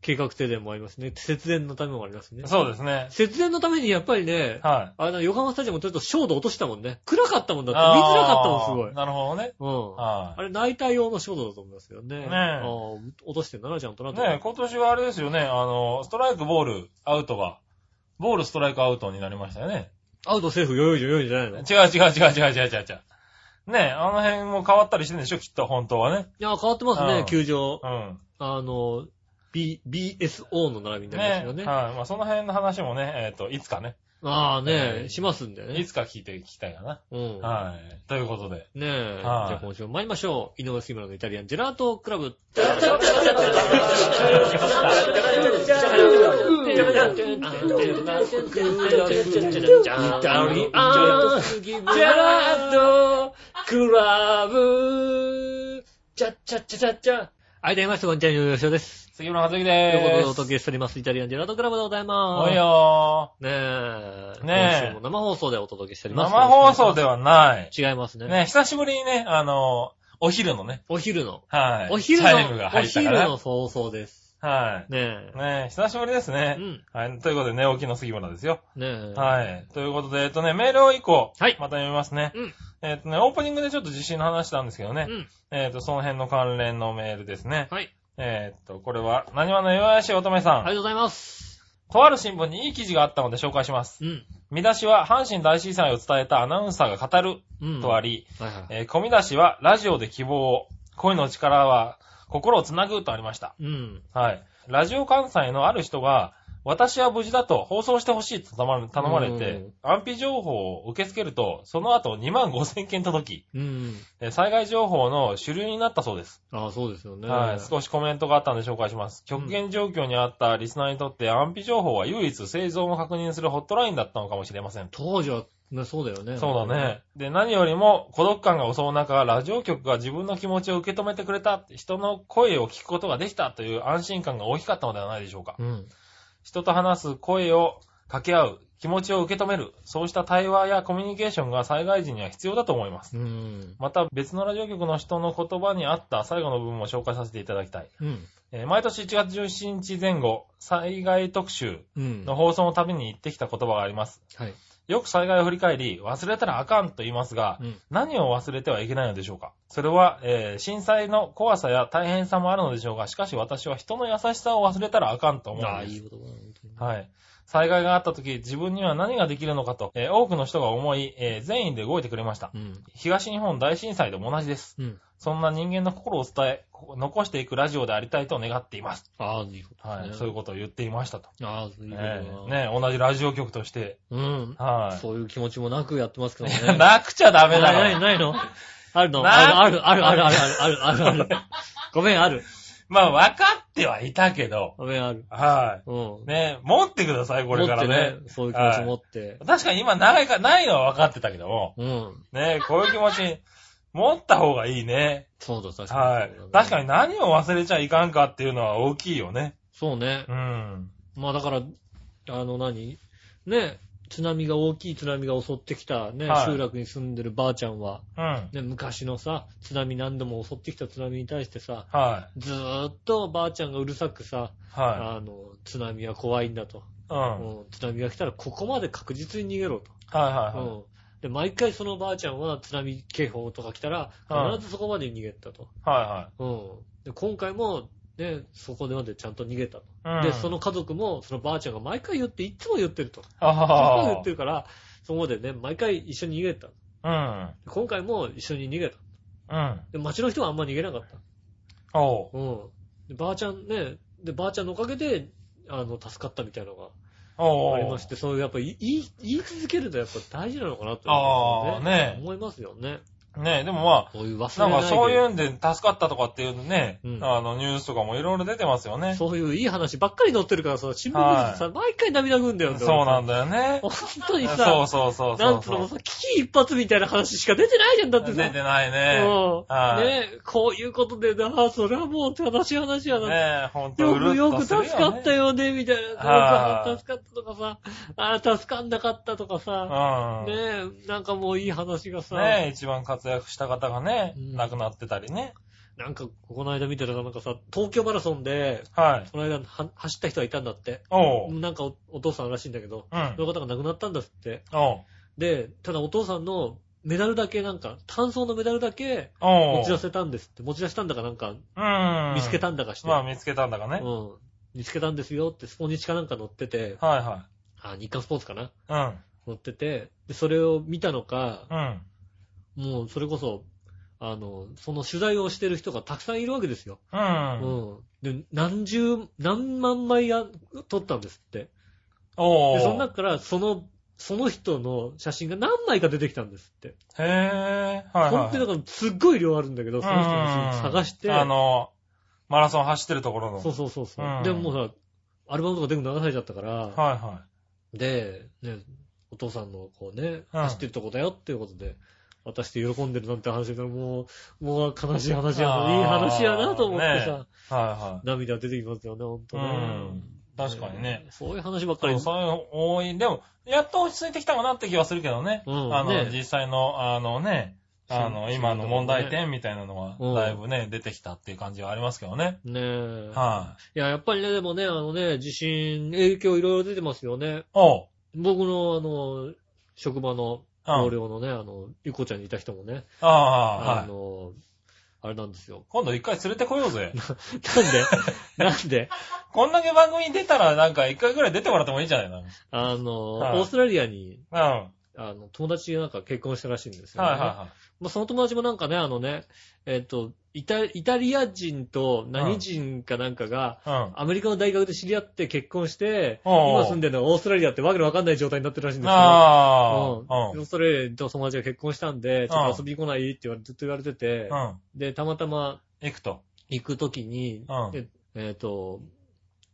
S2: 計画停電もありますね。節電のためもありますね。
S3: そうですね。
S2: 節電のためにやっぱりね、
S3: はい。
S2: あの、横浜スタジアムちょっと照度落としたもんね。暗かったもんだって。見づらかったもん、すごい
S3: あー。なるほどね。
S2: うん。
S3: は
S2: あれ、ナイター用のショートだと思いますよね。
S3: ねえ。
S2: ああ落としてんだな、ちゃんとないと。
S3: ねえ今年はあれですよね、あの、ストライク、ボール、アウトが、ボール、ストライク、アウトになりましたよね。
S2: アウトセーフ、よいじゃよいじゃないの
S3: 違
S2: いう
S3: 違う違う違う違う違う違う。ねえ、あの辺も変わったりしてるんでしょ、きっと、本当はね。
S2: や、変わってます
S3: う
S2: ね
S3: ん、
S2: 球場
S3: う。ん。
S2: あの、B、BSO の並びになります
S3: ね
S2: よ
S3: え。
S2: ね。
S3: はい。まあ、その辺の話もね、えっと、いつかね。
S2: ああ
S3: え
S2: ね、
S3: ー
S2: しますんで
S3: い
S2: ね。
S3: つか聞いて聞きたいかな。
S2: うん。
S3: はい。ということで。
S2: ねえ。じ
S3: はい
S2: ゃあ今週も参りましょう。井上杉村のイタリアンジェラートクラブ。クラブ。チャッチャッチャチャッチャ。はい、どうもみなさん、こんにちは、井上芳雄です。
S3: 杉村和之
S2: ということ
S3: で
S2: でお
S3: す。
S2: 届けしております、イタリアンジェラートクラブでございま
S3: お
S2: す。
S3: いよ
S2: ねえ。
S3: ねえ
S2: 今週も生放送でお届けしてお
S3: ー。
S2: ります。
S3: 生放送ではない。
S2: 違いますね。
S3: ね、久しぶりにね、あの、お昼のね。
S2: お昼の。
S3: はい。
S2: お昼の、
S3: タイムが
S2: お
S3: 入ったか
S2: 昼
S3: ら
S2: の。放送です。
S3: は
S2: ね
S3: い。ね久しぶりです
S2: え。う
S3: ね。
S2: ん。
S3: はい。ということで、ね、起きの杉村ですよ。
S2: ねえ。
S3: はい。ということで、えっとね、メールを以降。
S2: はい
S3: また読みますね。
S2: うん
S3: えっとね、オープニングでちょっと地震の話したんですけどね。
S2: うん。
S3: えっと、その辺の関連のメールですね。
S2: はい。
S3: えっと、これは、何話の弱々しい乙女さん。
S2: ありがとうございます。
S3: とある新聞にいい記事があったので紹介します。
S2: うん。
S3: 見出しは、阪神大震災を伝えたアナウンサーが語る
S2: うん。
S3: とあ
S2: り。
S3: り、
S2: はいはい。
S3: えー込み出しは、ラジオで希望を、声の力は、心をつなぐとありました。
S2: うん。
S3: はい。ラジオ関西のある人が、私は無事だと放送してほしいと頼まれ頼まれて
S2: うん、
S3: 安否情報を受け付けると、その後2万5千件届き、
S2: うん。
S3: えー災害情報の主流になったそうです。
S2: ああ、そうですよね。
S3: はい、少しコメントがあったんで紹介します。極限状況にあったリスナーにとって安否情報は唯一生存を確認するホットラインだったのかもしれません。
S2: 当時は、ね、そうだよね。
S3: そうだね。。で、何よりも孤独感が襲う中、ラジオ局が自分の気持ちを受け止めてくれた、人の声を聞くことができたという安心感が大きかったのではないでしょうか。
S2: うん。
S3: 人と話す声を掛け合う、気持ちを受け止める、そうした対話やコミュニケーションが災害時には必要だと思います。
S2: うん。
S3: また別のラジオ局の人の言葉に合った最後の部分も紹介させていただきたい。
S2: うん。
S3: えー毎年1月17日前後、災害特集
S2: うん。
S3: の放送のたびに言ってきた言葉があります。
S2: はい。
S3: よく災害を振り返り、忘れたらあかんと言いますが、
S2: うん。
S3: 何を忘れてはいけないのでしょうかそれは、えー震災の怖さや大変さもあるのでしょうが、しかし私は人の優しさを忘れたらあかんと思
S2: あ
S3: う
S2: あ、
S3: んで
S2: い
S3: す。
S2: いことだな、本当に。
S3: はい。災害があった時、自分には何ができるのかと、えー多くの人が思い、えー善意で動いてくれました。
S2: うん。
S3: 東日本大震災でも同じです。
S2: うん。
S3: そんな人間の心を伝え、こ残していくラジオでありたいと願っています。
S2: ああ、いいこと
S3: はい。
S2: です
S3: そうい
S2: ね。
S3: うことを言っていましたと。
S2: ああ、いいことだ
S3: ねね同じラジオ局として。
S2: うん。
S3: はい。
S2: そういう気持ちもなくやってますけどね。
S3: なくちゃダメだ
S2: ない
S3: ろ。
S2: ないのあるの
S3: な
S2: あるあるあるあるあるあるあるある。 ごめん、ある。
S3: まあ、分かってはいたけど、
S2: ごめん、ある。
S3: は
S2: うん
S3: い。。ね持ってください、これから
S2: 持
S3: ね
S2: って。そういう気持ち持って。
S3: 確かに今、ないか、ないのは分かってたけども、
S2: うん。
S3: ねこういう気持ち、持った方がいいね。
S2: そうだ、確かに。
S3: はい。確かに。何を忘れちゃいかんかっていうのは大きいよね。
S2: そうね。
S3: うん。
S2: まあだから、あの何、ね、津波が大きい津波が襲ってきたね、
S3: はい
S2: 集落に住んでるばあちゃんは、
S3: うん。
S2: ね、昔のさ、津波何度も襲ってきた津波に対してさ、
S3: はい。
S2: ずーっとばあちゃんがうるさくさ、
S3: は
S2: あの、津波は怖いんだと。
S3: い。うん。はい
S2: うん津波が来たらここまで確実に逃げろと。
S3: はいはい。
S2: うんで、毎回そのばあちゃんは津波警報とか来たら、
S3: はい
S2: 必ずそこまで逃げたと。
S3: は
S2: うん。で、今回も、ね、そこまでちゃんと逃げたと。
S3: いはい。
S2: で、そ、の家族も、そのばあちゃんが毎回言って、いつも言ってると。いつ
S3: あは
S2: も
S3: は
S2: 言ってるから、そこまでね、毎回一緒に逃げた。
S3: は。
S2: 今回も一緒に逃げた。
S3: うん。うん。
S2: で、街の人はあんま逃げなかっ
S3: おう。
S2: た。うん。で、ばあちゃんね、で、ばあちゃんのおかげで、あの、助かったみたいなのが
S3: おう。
S2: ありまして、そういう、やっぱり、言い、言い続けるとやっぱ大事なのかなと、
S3: あーね
S2: 思いますよね。
S3: ねえ、でもま
S2: そういう忘
S3: あ、
S2: れ
S3: な
S2: なんい
S3: か
S2: で。
S3: そういうんで助かったとかっていうね、
S2: うん
S3: あのニュースとかもいろいろ出てますよね。
S2: そういういい話ばっかり載ってるからさ、新聞記事さ、毎回涙ぐんだよ
S3: そうなん
S2: だ。
S3: だよね。
S2: 本当にさ、
S3: そうそうそうそう。
S2: なんつうのもうさ、危機一髪みたいな話しか出てないじゃん、だって
S3: 出
S2: さ。
S3: てないね。
S2: うん。
S3: はい
S2: ねこういうことでな、それはもう正しい話やな。
S3: ねえ、ほんと
S2: よ
S3: うる
S2: く
S3: っ
S2: よ
S3: と
S2: く
S3: するよ、
S2: 助
S3: ね。
S2: かった
S3: よ。
S2: よね、みたいな。
S3: はい
S2: 助かったとかさ、ああ、助かんなかったとかさ、
S3: う
S2: ね
S3: ん。
S2: なんかもういい話がさ、
S3: ねえ、一番活躍した方がね、
S2: うん
S3: 亡くなってたりね。
S2: なんかこの間見てたらなんかさ、東京マラソンで、
S3: はい。
S2: この間は走った人がいたんだって。
S3: おう。
S2: なんかおお父さんらしいんだけど、
S3: うん
S2: そ。の方が亡くなったんだって。
S3: おう。
S2: で、ただお父さんのメダルだけなんか、単走のメダルだけ
S3: おう。
S2: 持ち出せたんですって。持ち出したんだかなんか、
S3: うん。
S2: 見つけたんだかして。
S3: まあ見つけたんだかね。
S2: うん。見つけたんですよって、スポニチかなんか乗ってて、
S3: はいは。
S2: あ、日刊スポーツかない
S3: うん。
S2: 乗ってて、で、それを見たのか、
S3: うん。
S2: もうそれこそ、あの、その取材をしてる人がたくさんいるわけですよ。
S3: う。
S2: うんん。で、何十、何万枚や、撮ったんですって。
S3: お
S2: で、
S3: う。
S2: その中から、その、その人の写真が何枚か出てきたんですって。
S3: へえ。はいはい。
S2: 本当にだから、すっごい量あるんだけど、その人の写真探して、
S3: あの、マラソン走ってるところの。
S2: そうそうそうそう。
S3: うん
S2: でももうさ、アルバムとか全部流されちゃったから、
S3: はいは
S2: で、ね、お父さんのこうね、
S3: うん
S2: 走ってるとこだよっていうことで、渡して喜んでるなんて話したらもう、もう悲しい話や
S3: あー
S2: な、いい話やなと思ってさ、
S3: い。はい
S2: 涙出てきますよね、ほんとね。
S3: うん確かにね。
S2: そういう話ばっか
S3: は
S2: り。
S3: い。そういうの多い。でも、やっと落ち着いてきたかなって気はするけどね。
S2: うん
S3: あの、
S2: ね
S3: 実際の、あのね、あ
S2: そ
S3: の、
S2: う
S3: 今の問題点みたいなの
S2: うん
S3: が、だいぶね、出てきたっていう感じはありますけどね。
S2: ねえ。
S3: はい
S2: や、やっぱりね、でもね、あのね、地震、影響いろいろ出てますよね
S3: い。。おう。
S2: 僕の、あの、職場の
S3: うん
S2: 同僚のね、あの、ゆこちゃんにいた人もね、
S3: ああ、は
S2: あ
S3: い。
S2: の、あれなんですよ。
S3: 今度一回連れてこよう
S2: な
S3: ぜ。
S2: んで なんで
S3: こんだけ番組に出たら、なんか一回ぐらい出てもらってもいいんじゃないの
S2: あの、
S3: はい
S2: オーストラリアに、
S3: うん。は
S2: あの、友達がなんか結婚したらしいんです
S3: い
S2: よ、ね。
S3: はいは
S2: まあ、その友達もなんかね、あのね、えっ、と、イタ、イタリア人と何人かなんかが、
S3: い。うん。
S2: アメリカの大学で知り合って結婚して、
S3: おう
S2: 今住んでるのはオーストラリアってわけのわかんない状態になってるらしいんですよ。うん
S3: ああ。
S2: オーストラリアと友達が結婚したんで、ちょっと遊びに来ないって言われずっと言われてて、
S3: うん。
S2: で、たまたま
S3: 行くと。
S2: 行くときに、
S3: うん
S2: でえっ、と、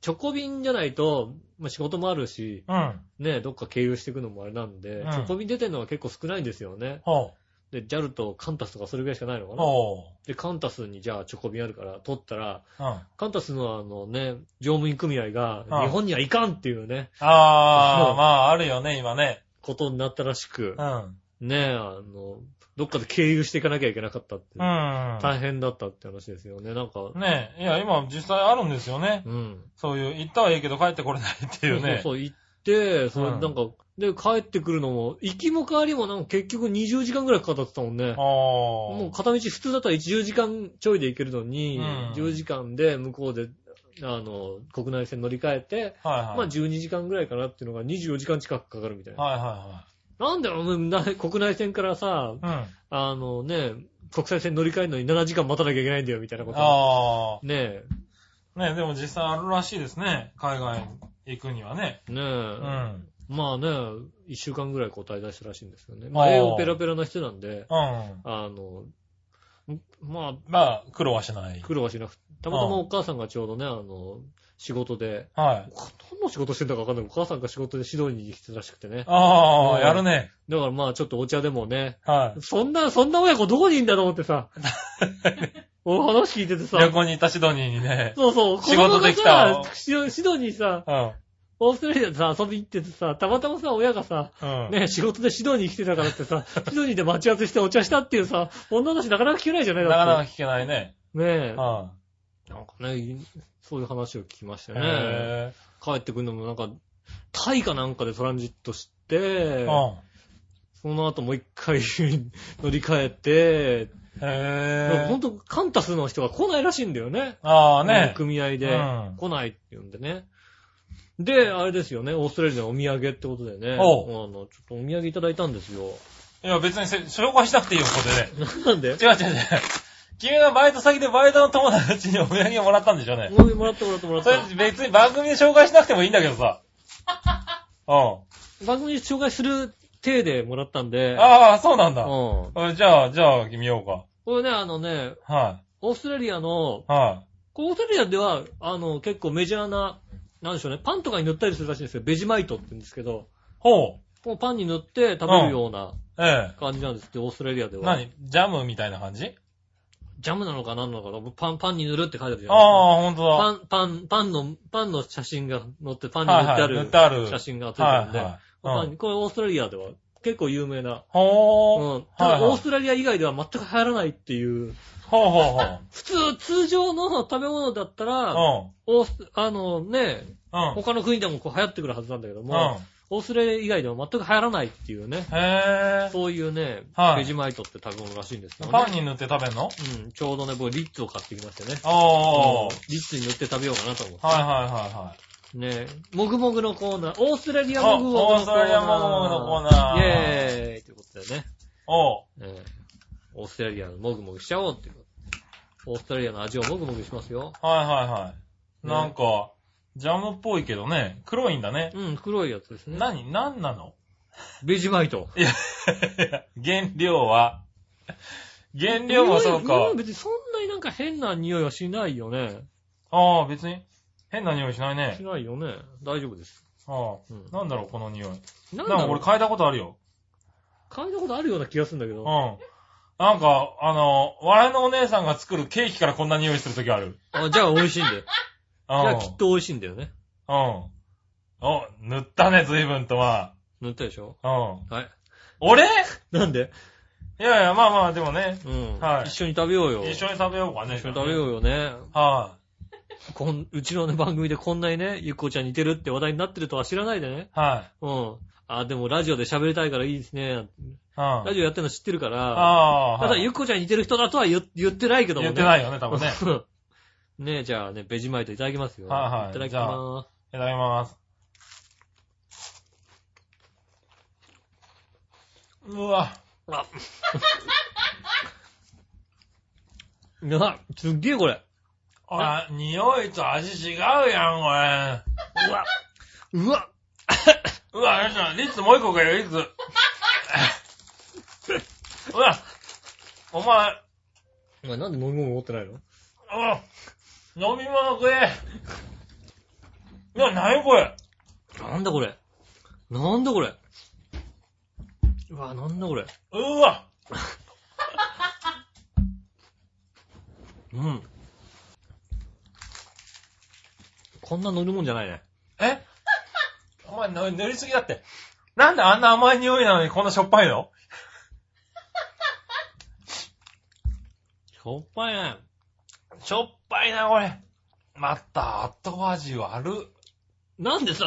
S2: チョコ便じゃないと、まあ、仕事もあるし、
S3: うん。
S2: ね、どっか経由していくのもあれなんで、
S3: うん
S2: チョコビ出てるのは結構少ないんですよね。
S3: ほ
S2: で、JAL とカンタスとかそれぐらいしかないのか
S3: う。
S2: な。
S3: ほ
S2: で、カンタスにじゃあチョコビあるから取ったら、
S3: う。うん。あ
S2: カンタスのあのね、乗務員組合が
S3: うん
S2: 日本にはいかんっていうね、
S3: あ
S2: そ
S3: ー、
S2: う
S3: まあ、あるよね、今ね。
S2: ことになったらしく
S3: う、ん。
S2: ね、あの、どっかで経由していかなきゃいけなかったっていうう。
S3: ん。
S2: 大変だったって話ですよね。なんか、
S3: ねえ、いや、今実際あるんですよね。
S2: うん。
S3: そういう、行ったはいいけど帰ってこれないっていうね。
S2: そううそう、行って、それ
S3: うん
S2: なんか、で、帰ってくるのも、行きも帰りもなんか結局20時間ぐらいかかってたもんね。もう片道普通だったら10時間ちょいで行けるのに、
S3: うん
S2: 10時間で向こうであの、国内線乗り換えて、
S3: はい
S2: ま
S3: は
S2: あ
S3: い。
S2: 12時間ぐらいかなっていうのが24時間近くかかるみたいな。
S3: はいは
S2: なんだろうね、な国内線からさ、
S3: いはい。うん。
S2: あのね、国際線乗り換えるのに7時間待たなきゃいけないんだよみたいなこと。
S3: あ
S2: ね
S3: あ。ね、でも実際あるらしいですね。海外行くにはね。
S2: え、ねえ、
S3: うん。
S2: まあね、1週間ぐらい答え出したらしいんですよね。まあ
S3: あー
S2: 英語ペラペラな人なんで、
S3: うん。
S2: あの、んまあ、
S3: まあ、苦労はしない。
S2: 苦労はしなくて、たまたまお母さんがちょうどね、あの、仕事で、
S3: はい。
S2: 何の仕事してんだかわかんない。お母さんが仕事で指導に来てたらしくてね。
S3: あ
S2: うん
S3: あ、やるね。
S2: だからまあちょっとお茶でもね、
S3: はい。
S2: そんな、そんな親子どこにいんだと思って さ、お話聞いててさ、
S3: 旅行に行ったシドニーにね。
S2: そうそう、
S3: 仕事できた
S2: 子供がさシドニーさ、
S3: うん。
S2: オーストラリアでさ、遊びに行っててさ、たまたまさ、親がさ、
S3: うん。
S2: ね、仕事でシドニー来てたからって さ、シドニーで待ち合わせしてお茶したっていうさ、女の人なかなか聞けないじゃない
S3: なかなか
S2: か。
S3: 聞けないね。
S2: ね
S3: う
S2: え
S3: ん。。へ
S2: なんかね、そういう話を聞きましたね。
S3: え。
S2: 帰ってくるのもなんか、タイかなんかでトランジットして
S3: う、ん。
S2: その後もう一回 乗り換えて、
S3: へ
S2: ほ
S3: え
S2: ん。とカンタスの人が来ないらしいんだよね。
S3: ああね。
S2: 組合で
S3: うん
S2: 来ないって言うんでね。で、あれですよね、オーストラリアのお土産ってことでね、あ
S3: おう
S2: の、ちょっとお土産いただいたんですよ。
S3: いや、別にせ紹介しなくていいよ、ここでね。
S2: なんで
S3: 違う違う違う。君のバイト先でバイトの友達にお土産もらったんでしょうね。
S2: もうもらったもらったもらっ
S3: それ
S2: た。
S3: 別に番組で紹介しなくてもいいんだけどさ。う
S2: 番組紹介する体でもらったんで、
S3: ん。ああ、そうなん
S2: う
S3: だ
S2: ん。。こ
S3: あじゃあ、じゃあ、見よう
S2: れね、あのね、
S3: か。は
S2: オーストラリアの
S3: い。、は
S2: オーストラリアでは、あの、結構メジャーな、なんでしょうね、パンとかに塗ったりするらしいんですよ。ベジマイトって言うんですけど、
S3: い。ほ
S2: このパンに塗って食べるような
S3: う。ええ。
S2: 感じなんですって、オーストラリアでは。
S3: 何ジャムみたいな感じ
S2: ジャムなのか何なのかなパン、パンに塗るって書いてあるじゃ
S3: あ
S2: ない
S3: あ、ほんとだ。
S2: ですか。パン、パン、パンの、パンの写真が載って、パンに塗
S3: はいはい塗
S2: っ
S3: ってて
S2: あ
S3: あ
S2: る
S3: る
S2: 写真がついてるん
S3: はい
S2: で、
S3: は
S2: パ
S3: い。う
S2: ン
S3: ん
S2: にこれオーストラリアでは結構有名な
S3: ほう。
S2: うん。た
S3: はい
S2: だ
S3: はい
S2: オーストラリア以外では全く流行らないっていう。
S3: ほうほう ほう。
S2: 普通、通常の食べ物だったら、オース、あのね、
S3: うん。うん。
S2: 他の国でもこう流行ってくるはずなんだけど
S3: う
S2: も、オーストラリア以外では全く流行らないっていうね。
S3: ん。へえ。
S2: そういうね、
S3: はい
S2: ベジマイトって食べ物らしいんですよね。
S3: パンに塗って食べんの
S2: うん、ちょうどね、僕リッツを買ってきましてね。
S3: あ
S2: うんリッツに塗って食べようかなと思って。
S3: あ。はいはいはいはい。
S2: ねもぐもぐのコーナー、オーストラリアも
S3: あ
S2: ぐもぐのコーナー。
S3: オーストラリアもぐもぐのコーナー
S2: イェーイということでね。
S3: おう。
S2: ええオーストラリアのもぐもぐしちゃおうっていう。オーストラリアの味をもぐもぐしますよ。
S3: はいはいはい。
S2: ね
S3: なんか、ジャムっぽいけどね、黒いんだね。
S2: うん、黒いやつですね。
S3: 何何なの
S2: ベジマイト。
S3: いや、原料は。原料もそう
S2: 匂い
S3: か
S2: うん。別にそんなになんか変な匂いはしないよね。
S3: ああ、別に。変な匂いしない
S2: し
S3: ね。
S2: ないよね。大丈夫です。
S3: あ
S2: う
S3: あ。なんだろう、この匂い。
S2: ん。な
S3: なんん
S2: だ
S3: か
S2: ろ
S3: 俺
S2: う
S3: 嗅いだことあるよ。
S2: 嗅いだことあるような気がするんだけ
S3: うん
S2: ど。。
S3: なんか、あの、笑いのお姉さんが作るケーキからこんな匂いするときある。
S2: あ、じゃあ美味しいんだよ。
S3: う
S2: じ
S3: ん。
S2: ゃあきっと美味しいんだよね。
S3: うん。お、塗ったね、随分とは。
S2: 塗ったでしょ
S3: うん。
S2: はい。
S3: 俺い
S2: なんで
S3: やいや、まあまあ、でもね。
S2: うん。
S3: はい
S2: 一緒に食べようよ。
S3: 一緒に食べようかね。
S2: 一緒に食べようよね。
S3: はい。
S2: こん、うちのね、番組でこんなにね、ゆっこちゃん似てるって話題になってるとは知らないでね。
S3: は
S2: うん。あ、でもラジオで喋りたいからいいですね。
S3: い。うん。
S2: ラジオやってるの知ってるから、
S3: ああ。
S2: ただ
S3: はい
S2: ゆっこちゃんに似てる人だとは言言ってないけどもね。
S3: 言ってないよね、多分ね。
S2: ね。え、じゃあね、ベジマイトいただきますよ。
S3: はいはい
S2: いただきま
S3: いただきます。うわ。
S2: す。いや、すっげえこれ。
S3: あ、匂いと味違うやん、これ。
S2: うわ、うわ、
S3: うわ、よしな、リッツもう一個かよ、リッツ。うわ。お前、
S2: お前なんで飲み物持ってないの
S3: うん。飲み物食え。うわ、なにこれ。
S2: なんだこれ。なんだこれ。うわ、なんだこれ。
S3: うわ。
S2: うん。こんな乗るもんじゃないね。
S3: えお前、塗塗りすぎだって。なんであんな甘い匂いなのにこんなしょっぱいの
S2: しょっぱいね。
S3: しょっぱいな、これ。また、後味悪 っ。
S2: なんでさ、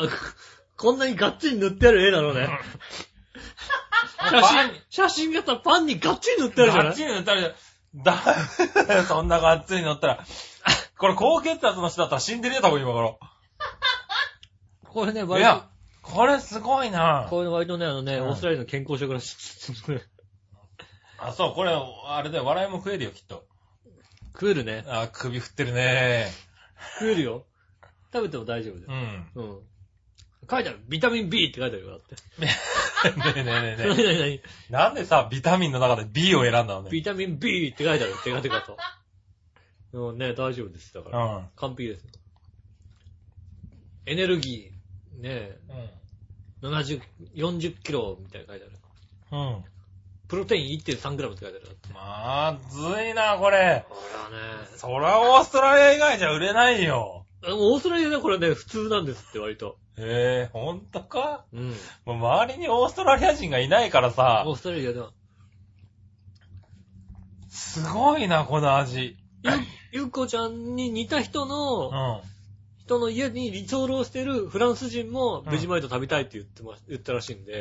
S2: こんなにガッツリ塗ってある絵なのね。写真、写真がさ、パンにガッチリ塗ってあるじゃ
S3: ガ
S2: な
S3: ッ
S2: い
S3: チリ塗ったら、だ、そんなガッツリ塗ったら、これ高血圧の人だったら死んでるやったもん、今頃。
S2: これね、
S3: い
S2: 割と
S3: や、、これすごいな
S2: これ割とね、あのね、
S3: うん
S2: オーストラリアの健康食らしい。
S3: あ、そう、これ、あれだよ、笑いも食えるよ、きっと。
S2: 食えるね。
S3: あ、首振ってるね
S2: 食えるよ。食べても大丈夫だ
S3: う
S2: よ。
S3: ん。
S2: うん。書いてある。ビタミン B って書いてあるよ、だって。
S3: ねえねえねえ ね
S2: 何何何
S3: え。なんでさ、ビタミンの中で B を選んだのね。
S2: ビタミン B って書いてある。テカテカ と。うん、ね、大丈夫です。だか
S3: う
S2: ら。
S3: ん。
S2: 完璧です。エネルギー、ね、70、40キロみたいな書いてある。
S3: うん。
S2: プロテイン1.3グラムって書いてある。
S3: まずいな、これ。
S2: これはね、
S3: そらオーストラリア以外じゃ売れないよ。
S2: でもオーストラリアではこれね、普通なんですって、割と。
S3: ええほんとか
S2: うん。
S3: もう周りにオーストラリア人がいないからさ
S2: オ、ーストラリアでは。
S3: すごいな、この味。
S2: ゆ、ゆっこちゃんに似た人
S3: う
S2: の、
S3: ん。
S2: 人の家に居候してるフランス人もベジマイト食べたいって言ってま、言ったらしいんで、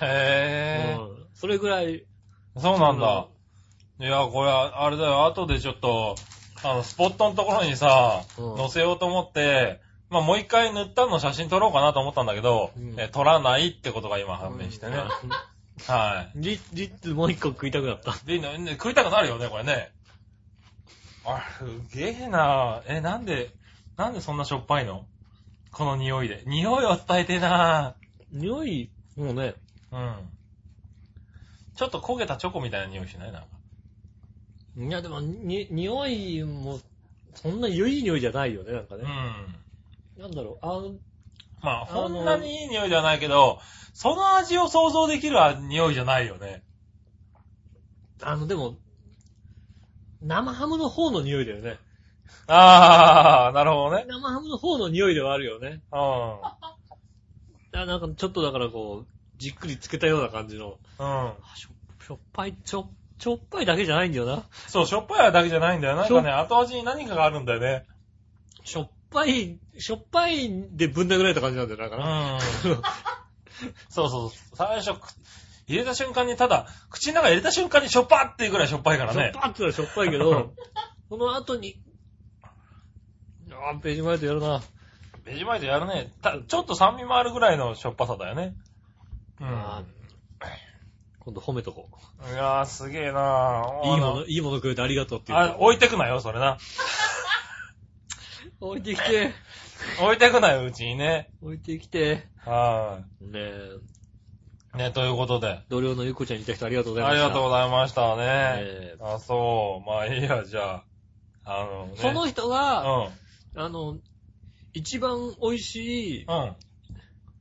S2: う
S3: へえ、
S2: ん。それぐらい、
S3: そうなんだ。いや、これ、あれだよ、後でちょっと、あの、スポットのところにさ、
S2: うん
S3: 載せようと思って、まあ、もう一回塗ったの写真撮ろうかなと思ったんだけど、
S2: うん
S3: え撮らないってことが今判明してね。はい。
S2: うん。リリッツもう一個食いたくなった。
S3: で、なね食いたくなるよね、これね。あ、すげえなえ、なんで、なんでそんなしょっぱいのこの匂いで。匂いを伝えてえな
S2: 匂い、もうね、
S3: うん。ちょっと焦げたチョコみたいな匂いしないなんか。
S2: いやでも、に、匂いも、そんな良い匂いじゃないよね、なんか
S3: うん
S2: ね。。なんだろう、あの、
S3: まあ、そんなにいい匂いではないけど、その味を想像できる匂いじゃないよね。
S2: あの、でも、生ハムの方の匂いだよね。
S3: あー、なるほどね。
S2: 生ハムの方の匂いではあるよね。
S3: う
S2: あなんかちょっとだからこう、じっくりつけたような感じの。
S3: ん。うん。
S2: あしょしょっぱい、ちょ、ちょっぱいだけじゃないんだよな。
S3: そう、しょっぱいだけじゃないんだよ。なんかね、後味に何かがあるんだよね。
S2: しょっぱい、しょっぱいでぶん殴られた感じなんだよな、なんかな。
S3: うん。そうそうそう。最初、く入れた瞬間に、ただ、口の中入れた瞬間にしょっぱっていうぐらいしょっぱいから
S2: しょっ
S3: ね。
S2: ぱってのはしょっぱいけ ど、その後に、あーページ前でやるな。
S3: ベジマイトやるね。たちょっと酸味もあるぐらいのしょっぱさだよね。うん。い
S2: あ今度褒めとこう。
S3: やー、すげえなー
S2: いいもの、いいもの食えてありがとうっていう。
S3: あ、置いてくなよ、そ れな。
S2: 置いてきて。
S3: 置いてくなよ、うちにね。
S2: 置いてきて。
S3: は
S2: ねえ、
S3: い。ね、ということで。あ
S2: 同僚のゆっこちゃんにいた人ありがとうご
S3: り
S2: ざいました。
S3: がとうございましたね。
S2: え
S3: あ、そう。まあいいや、じゃあ。あの、ね、
S2: えその人が、
S3: うん。
S2: あの、一番美味しい、
S3: うん。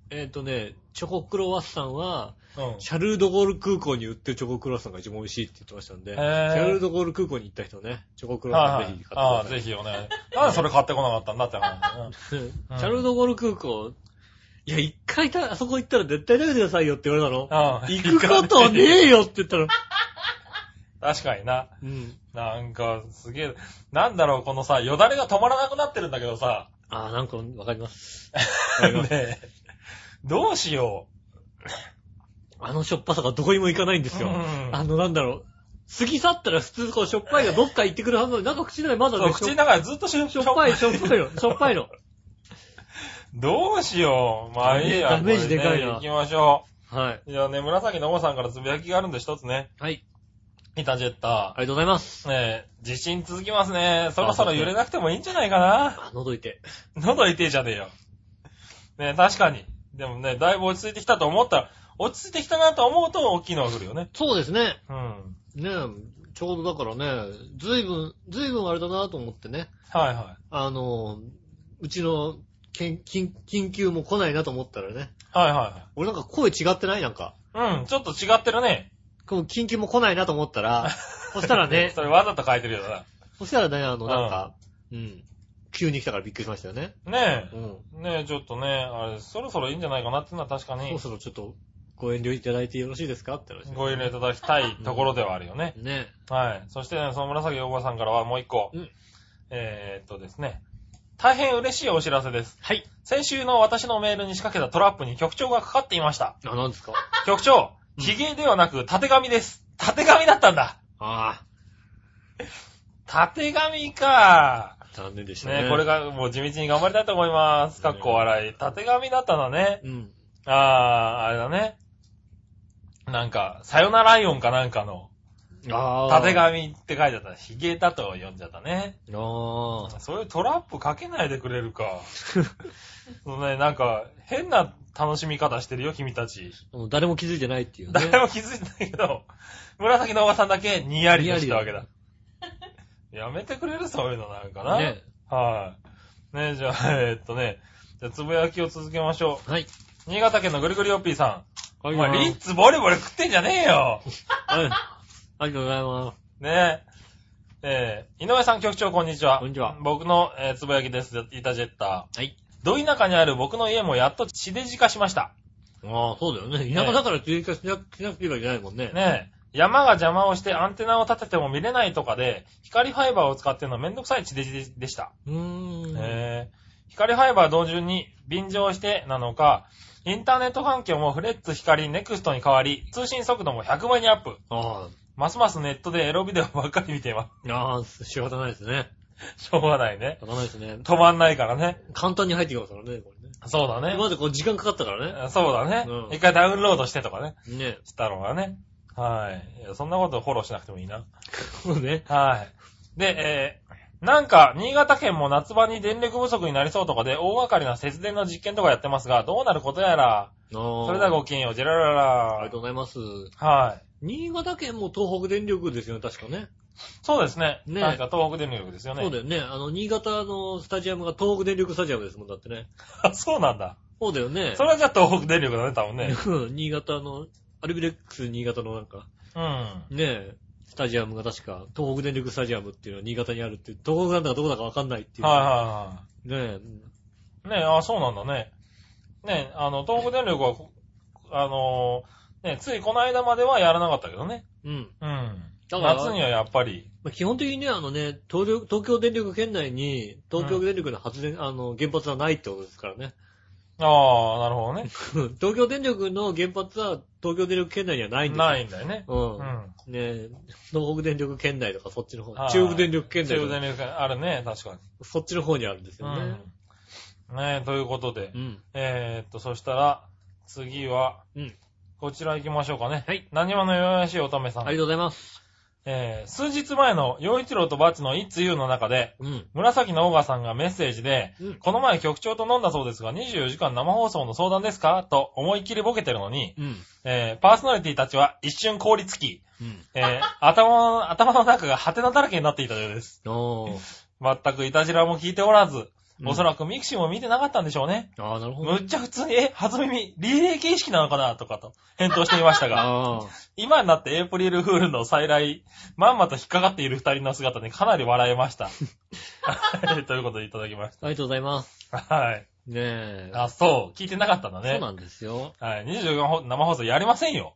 S2: えっ、とね、チョコクロワッサンは、
S3: うん。
S2: シャルドゴール空港に売ってるチョコクロワッサンが一番美味しいって言ってましたんで、
S3: へ
S2: シ
S3: ー
S2: ャルドゴール空港に行った人ね、チョコクロワッサ
S3: は
S2: ンぜ
S3: い
S2: ひ買ってく
S3: あ
S2: だ
S3: あ、
S2: さい。
S3: ぜひお願い。なんでそれ買ってこなかったんだって話だよね。 うん
S2: シャルドゴール空港、いや、一回た、あそこ行ったら絶対食べてくださいよって言われた の。
S3: うん。
S2: 行くことねえよって言ったら、
S3: 確かにな。
S2: うん。
S3: なんか、すげえ、なんだろう、このさ、よだれが止まらなくなってるんだけどさ。
S2: ああ、なんかわかります。わかりま
S3: ね
S2: す
S3: え。どうしよ
S2: あのしょっぱさがどこにも行かないんですよ。
S3: うん
S2: あの、なんだろう。過ぎ去ったら普通こうしょっぱいがどっか行ってくるはずなのに、なんか口の中にま
S3: う。
S2: だ
S3: そ
S2: ね
S3: う口の中でずっとしょ
S2: しょしょっぱい、しょっ ぱいの、しょっぱいの。
S3: どうしよう。まあいいや。
S2: ダメージでかいな
S3: これね行きましょ
S2: はい。
S3: う。じゃあね、紫の王さんからつぶやきがあるんで一つね。
S2: はい。
S3: ヒタジェッタ
S2: ありがとうございます。
S3: ー。ねえ、地震続きますね。そろそろ揺れなくてもいいんじゃないかな。
S2: あ、喉痛い。
S3: 喉痛いじゃねえよ。ね確かに。でもね、だいぶ落ち着いてきたと思ったら、落ち着いてきたなと思うと大きいのが来るよね。
S2: そうですね。
S3: うん。
S2: ねえ、ちょうどだからね、ずいぶん、ずいぶんあれだなと思ってね。
S3: はいは
S2: あの、うちの、けん緊緊急も来ないなと思ったらね。
S3: い。はいは
S2: 俺なんか声違ってないなんか。
S3: いはい。うん、ちょっと違ってるね。
S2: こう緊急も来ないなと思った ら、そしたらね、
S3: それわざと書いてるよな。
S2: そしたらね、あの、なんか、うん。急に来たからびっくりしましたよね。
S3: ね
S2: うん。
S3: え。ねえ、ちょっとね、あれ、そろそろいいんじゃないかなってのは確か
S2: そろ
S3: に、
S2: そろちょっとご遠慮いただいてよろしいですかって話。
S3: ご入れいただきたいところではあるよね。
S2: ね
S3: はい。そしてね、その紫おばさんからはもう一個。
S2: うん
S3: えー、っとですね。大変嬉しいお知らせです。
S2: はい。
S3: 先週の私のメールに仕掛けたトラップに局長がかかっていました。
S2: あ、なんですか
S3: 局長、
S2: うん
S3: ヒゲではなく、縦髪です。縦髪だったんだ。
S2: ああ。
S3: 縦髪か。
S2: 残念でしたね。
S3: ね、これ。がもう地道に頑張りたいと思います。かっこ笑い。縦紙だったのね。
S2: うん。
S3: ああ、あれだね。なんか、さよなライオンかなんかの、
S2: ああ。
S3: 縦。紙って書いてあった。ヒゲだと読んじゃったね。
S2: ああ。
S3: そういうトラップかけないでくれ るか。もうね、なんか、変な楽しみ方してるよ、君たち。
S2: もう誰も気づいてないっていうね。
S3: 誰も気づいてないけど、紫のおばさんだけニヤリとしたわけだ。やめてくれるそういうのなんかな。
S2: ね。
S3: はい。ねじゃあ、 えーっとね、じゃあ、つぶやきを続けましょ
S2: はい。
S3: う。新潟県のぐりぐりおっぴーさん。
S2: は
S3: お前、リッツボリボリ食ってんじゃねえよ
S2: はい。ありがとうございます。
S3: ねえ。えー、井上さん局長、こんにちは。
S2: こんにちは
S3: 僕の、えーつぶやきです。イタジェッター。
S2: はい。
S3: ど田舎にある僕の家もやっと地デジ化しました。
S2: ああ、そうだよね。田舎だから追加しなくしなくていいわけじゃないもんね。
S3: ねえ。山が邪魔をしてアンテナを立てても見れないとかで、光ファイバーを使ってるのめんどくさい地デジでした。
S2: うーん。
S3: えー光ファイバー同時に便乗してなのか、インターネット環境もフレッツ光ネクストに変わり、通信速度も100倍にアップ。
S2: あ
S3: ますますネットでエロビデオばっかり見ていま
S2: あ。ああ、仕方ないですね。
S3: す。 しょうがないね。
S2: 仕方ないですね。
S3: 止まんないからね。
S2: 簡単に入ってきますからね、これね。
S3: そうだね
S2: 今。までこう時間かかったから
S3: そうだね。
S2: うん
S3: 一回ダウンロードしてとかね。
S2: ね。ね。
S3: したのがね。はいいや。そんなことフォローしなくてもいいな。
S2: そうね。
S3: はい。で、えー、なんか、新潟県も夏場に電力不足になりそうとかで、大掛かりな節電の実験とかやってますが、どうなることやら。
S2: ああ。
S3: それではごきげんよう、ジェララ
S2: あり
S3: ラ
S2: がとうございます。
S3: はい。
S2: 新潟県も東北電力ですよね、確かね。
S3: そうですね。
S2: ね
S3: なんか東北電力ですよね。
S2: そうだよね。あの、新潟のスタジアムが東北電力スタジアムですもん、だってね。
S3: あ そうなんだ。
S2: そうだよね。
S3: それはじゃあ東北電力だね、多分ね。
S2: うん 新潟の、アルビレックス新潟のなんか、
S3: うん。
S2: ねえ、スタジアムが確か、東北電力スタジアムっていうのは新潟にあるっていう、東北なんだかどこだかわかんないっていう。
S3: は
S2: ね
S3: いはいはい。ねあ、そうなんだね。ねあの、東北電力は、あのーねついこの間まではやらなかったけどね。
S2: え。うん。
S3: うん。
S2: だから
S3: 夏にはやっぱり、
S2: まあ基本的にね、あのね、東京東京電力圏内に、東京電力の発電、あの、原発はないってことですからね。
S3: ああ、なるほどね。
S2: 東京電力の原発は東京電力圏内にはないんですよ。
S3: ないんだよね。
S2: うん。
S3: うん。
S2: ねえ、東北電力圏内とかそっちの方
S3: は、い
S2: 中部電力圏内
S3: 中
S2: と
S3: 部
S2: か
S3: 電力あるね、確かに。
S2: そっちの方にあるんです
S3: う
S2: よね。
S3: ん。ねえ、ということで
S2: う。ん。
S3: えー、っと、そしたら、次は、
S2: うん
S3: こちら行きましょうかね。
S2: はい。
S3: 何話のよやしい乙女さ
S2: あ
S3: ん。
S2: りがとうございます。
S3: えー、数日前の洋一郎とバチの一通 U の中で、
S2: うん。
S3: 紫のオーガさんがメッセージで、
S2: うん
S3: この前局長と飲んだそうですが、24時間生放送の相談ですかと思いっきりボケてるのに、
S2: うん。
S3: えー、パーソナリティたちは一瞬凍りつき、
S2: うん。
S3: えー、頭の、頭の中がハテナだらけになっていたようです。
S2: おー。
S3: 全くいたじらも聞いておらず、
S2: うん
S3: おそらくミクシーも見てなかったんでしょうね。
S2: ああ、なるほど。
S3: むっちゃ普通に、え、初耳、リレー形式なのかなとかと、返答していましたが、
S2: ああ。
S3: 今になってエイプリルフールの再来、まんまと引っかかっている二人の姿にかなり笑えま した。はいということでいただきまし
S2: ありがとうございます。
S3: た。はい。
S2: ねえ。
S3: あ、そう、聞いてなかったんだ
S2: そう
S3: ね。
S2: なんですよ。
S3: はい、24本生放送やりませんよ。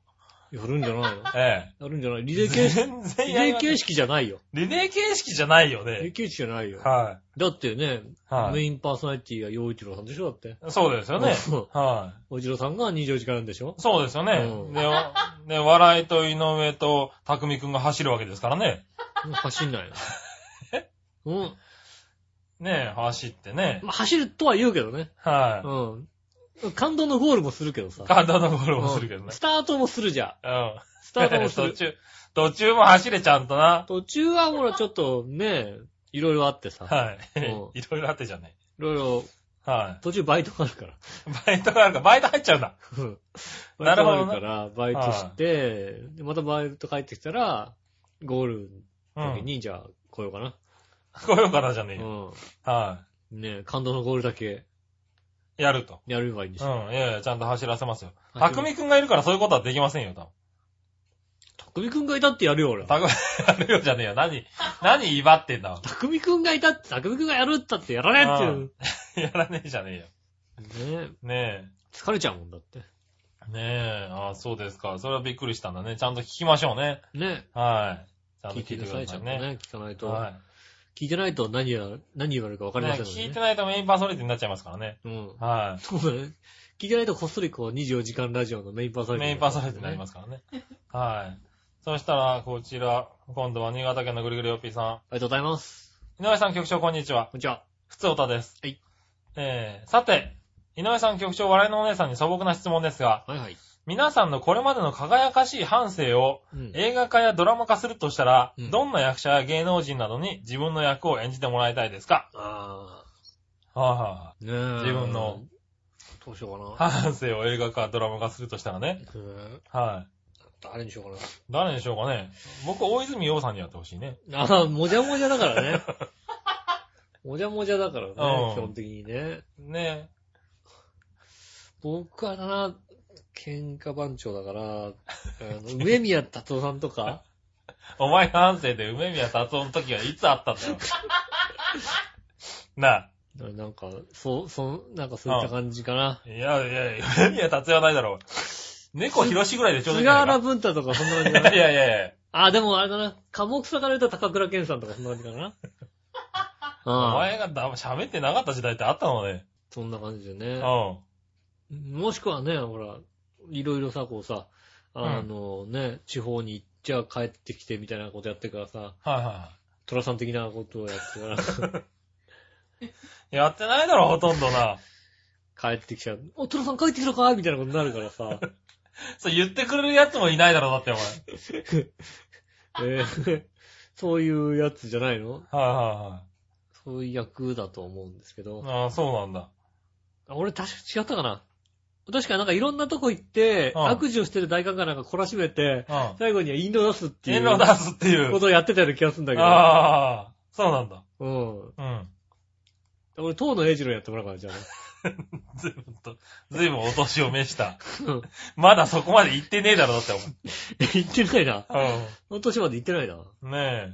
S2: やるんじゃないの
S3: え
S2: やるんじゃないリ
S3: え。
S2: レー形式、
S3: 全然
S2: リ
S3: や
S2: レ
S3: り
S2: ー
S3: ません
S2: 形式じゃないよ。
S3: リレー形式じゃないよ
S2: リレー
S3: ね。
S2: 形式じゃないよ。
S3: は
S2: だってね、
S3: い。は
S2: メ
S3: い。
S2: インパーソナリティが陽一郎さんでしょだって。
S3: そうですよね。
S2: うん
S3: はい。
S2: 陽一郎さんが24時間でし ょ
S3: そうですよね。
S2: うん
S3: で、わで笑いと井上と匠くんが走るわけですからね。
S2: うん走んないの。うん。
S3: ねえ、走ってね。
S2: まあ走るとは言うけどね。
S3: は
S2: うん。感動のゴールもするけどさ
S3: い。。体のゴールもするけど
S2: うん
S3: ね
S2: ス。タートもするじゃん。
S3: うん。
S2: スタートもす
S3: 途
S2: る。
S3: 中、途中も走れちゃんとな。
S2: 途中はほらちょっとね、いろいろあってさ。
S3: はい。
S2: う
S3: いろいろあってじゃね
S2: いろいろ、
S3: え。は
S2: 途中バイトがあるから。
S3: い。バイトがあるから、バイト入っちゃうんだ。
S2: うんバイ
S3: なる
S2: ト
S3: ほ
S2: があ
S3: ど
S2: る
S3: ね
S2: から、バイトして、でまたバイト帰ってきたら、ゴール
S3: う
S2: の時
S3: ん。
S2: に、じゃあ来ようかな。
S3: 来ようかなじゃねえよ。
S2: う
S3: は
S2: ん。ねえ感動のゴールだけ
S3: い。やると。
S2: やればいいんでし
S3: うん
S2: ょ。。
S3: いやいや、ちゃんと走らせますよ。
S2: はい
S3: 匠くんがいるからそういうことはできませんよ、多分。
S2: たくみくんがいたってやるよ、俺。た
S3: 匠、やるよじゃねえよ。何、何威張ってんだ。
S2: くみくんがいたって、たくみくんがやるったってやらねえっていう。
S3: やらねえじゃねえよ。
S2: ねえ、
S3: ねえ。
S2: 疲れちゃうもんだって。
S3: ねえ、ああ、そうですか。それはびっくりしたんだね。ちゃんと聞きましょうね。
S2: ね
S3: はい。
S2: え、
S3: ちゃんと
S2: 聞い
S3: 聞
S2: て
S3: い
S2: くだ
S3: てく
S2: さ
S3: だ
S2: い、ち
S3: さ
S2: ゃんと
S3: いね。
S2: ね。聞かないと。
S3: は
S2: 聞いてないと何や、何言われるか分
S3: い。
S2: かり
S3: ね
S2: ませんので、ね。
S3: 聞いてないとメインパーソナリティになっちゃいますからね。
S2: うん。
S3: は
S2: そうだね。聞いてないとこっそりこう24時間ラジオのメインパーソ
S3: い。
S2: ナリティ、。
S3: メインパーソナリティになりますすからね。はい。そしたら、こちら、今度は新潟県のぐりぐりおっぴーさん。
S2: ありがとうございます。
S3: 井上さん局長、こんにちは。
S2: こんにちは。
S3: ふつおたです。
S2: はい。
S3: えー、さて、井上さん局長、笑いのお姉さんに素朴な質問ですが、
S2: はいはい。
S3: 皆さんのこれまでの輝かしい半生を
S2: うん。
S3: 映画化やドラマ化するとしたら、
S2: うん
S3: どんな役者や芸能人などに自分の役を演じてもらいたいですか
S2: あ
S3: は
S2: あ。ねえ。
S3: 自分の。
S2: どうしよう
S3: ぁ、
S2: かな。
S3: 半生を映画化、ドラマ化するとしたらね。
S2: えー
S3: はい。
S2: 誰にしようか
S3: 誰でしょうかね。僕、大泉洋さんにやってほしいね。
S2: な。ああ、もじゃもじゃだから ね。もじゃもじゃだからね、
S3: う
S2: 基
S3: ん
S2: 本的にね。
S3: ね
S2: 僕はな、喧嘩番長だから、あの、梅宮達夫さんとか、
S3: お前の半生で梅宮達夫の時はいつあったん だよ。な
S2: なんか、そう、そ、なんかそういった感じかな。
S3: あ。いやいやいや、梅宮達夫はないだろう。猫ひろしぐらいでちょうどいいん
S2: 菅
S3: じゃな
S2: 原
S3: い
S2: 文太とかそんな感じ
S3: か
S2: か
S3: い
S2: な。
S3: やいやいや。
S2: あ、でもあれだな。寡黙さから言うと高倉健さんとかそんな感じか な。
S3: お
S2: ああ、
S3: 前がだ喋ってなかった時代ってあったのね。
S2: そんな感じで
S3: う
S2: ね
S3: ん。。
S2: もしくはね、ほら、いろいろさ、こうさ、あのね、地方に行っちゃ帰ってきてみたいなことやってからさ、
S3: はいは
S2: トラさん的なことをやってから、
S3: い。やってないだろ、ほとんどな。
S2: 帰ってきちゃう。お、トラさん帰ってきたかいみたいなことになるからさ。
S3: そう言ってくれるやつもいないだろ、だってお前。
S2: えーそういうやつじゃないの
S3: は
S2: そういう役だと思うんですけ
S3: い
S2: ど
S3: はい。はい。ああ、そうなんだ。
S2: あ俺確か違ったかな確かなんかいろんなとこ行って、
S3: うん
S2: 悪事をしてる大官がなんか懲らしめて、
S3: うん。
S2: 最後にはインド出すってい
S3: 遠
S2: う
S3: 慮出すってい
S2: こ
S3: う。
S2: とをやってたような気がするんだけど。
S3: ああ、そうなんだ。
S2: うん。
S3: うん。
S2: 俺、東野英二郎やってもらうから、じゃあね。
S3: ずいぶんと、ずいぶんお年を召した。
S2: うん
S3: まだそこまで行ってねえだろ、だって
S2: 言ってないな。
S3: お前。
S2: その年まで言ってないな。
S3: うん。ねえ。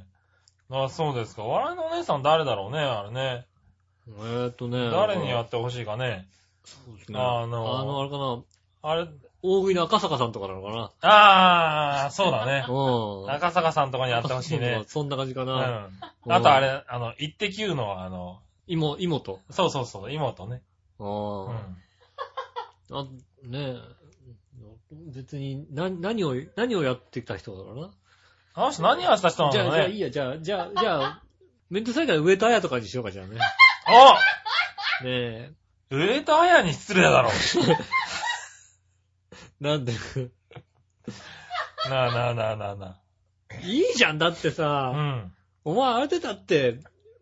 S3: あそうですか。笑いのお姉さん誰だろうね、あれね。
S2: えーっとね。
S3: 誰にやってほしいかね。
S2: そうですね
S3: あ
S2: あ
S3: の
S2: の、あれかな。
S3: あれ、
S2: 大食いの赤坂さんとかなのかな。
S3: ああ、そうだね。
S2: うん。
S3: 中坂さんとかにやってほしいね。。
S2: そんな感じか
S3: う
S2: な。
S3: ん。
S2: うん
S3: あとあれ、あの、イッテ Q のあの、
S2: 妹、妹。
S3: そうそうそう、妹ね。
S2: あ
S3: う
S2: あ。
S3: ん。
S2: あ、ねえ。別に、な、何を、何をやってきた人だから
S3: あの人何やってた人
S2: な。
S3: な
S2: じゃあ、
S3: の
S2: じゃあいい
S3: ね。
S2: や、じゃあ、じゃあ、じゃあ、面倒さいから上田彩とかにしようか、じゃあ ね。ね
S3: お
S2: え。
S3: 上田彩に失礼だろ。
S2: なんで、
S3: なあなあなあなあない
S2: いじゃん、だって
S3: あ。う
S2: さ、
S3: ん。
S2: お前あれでだって、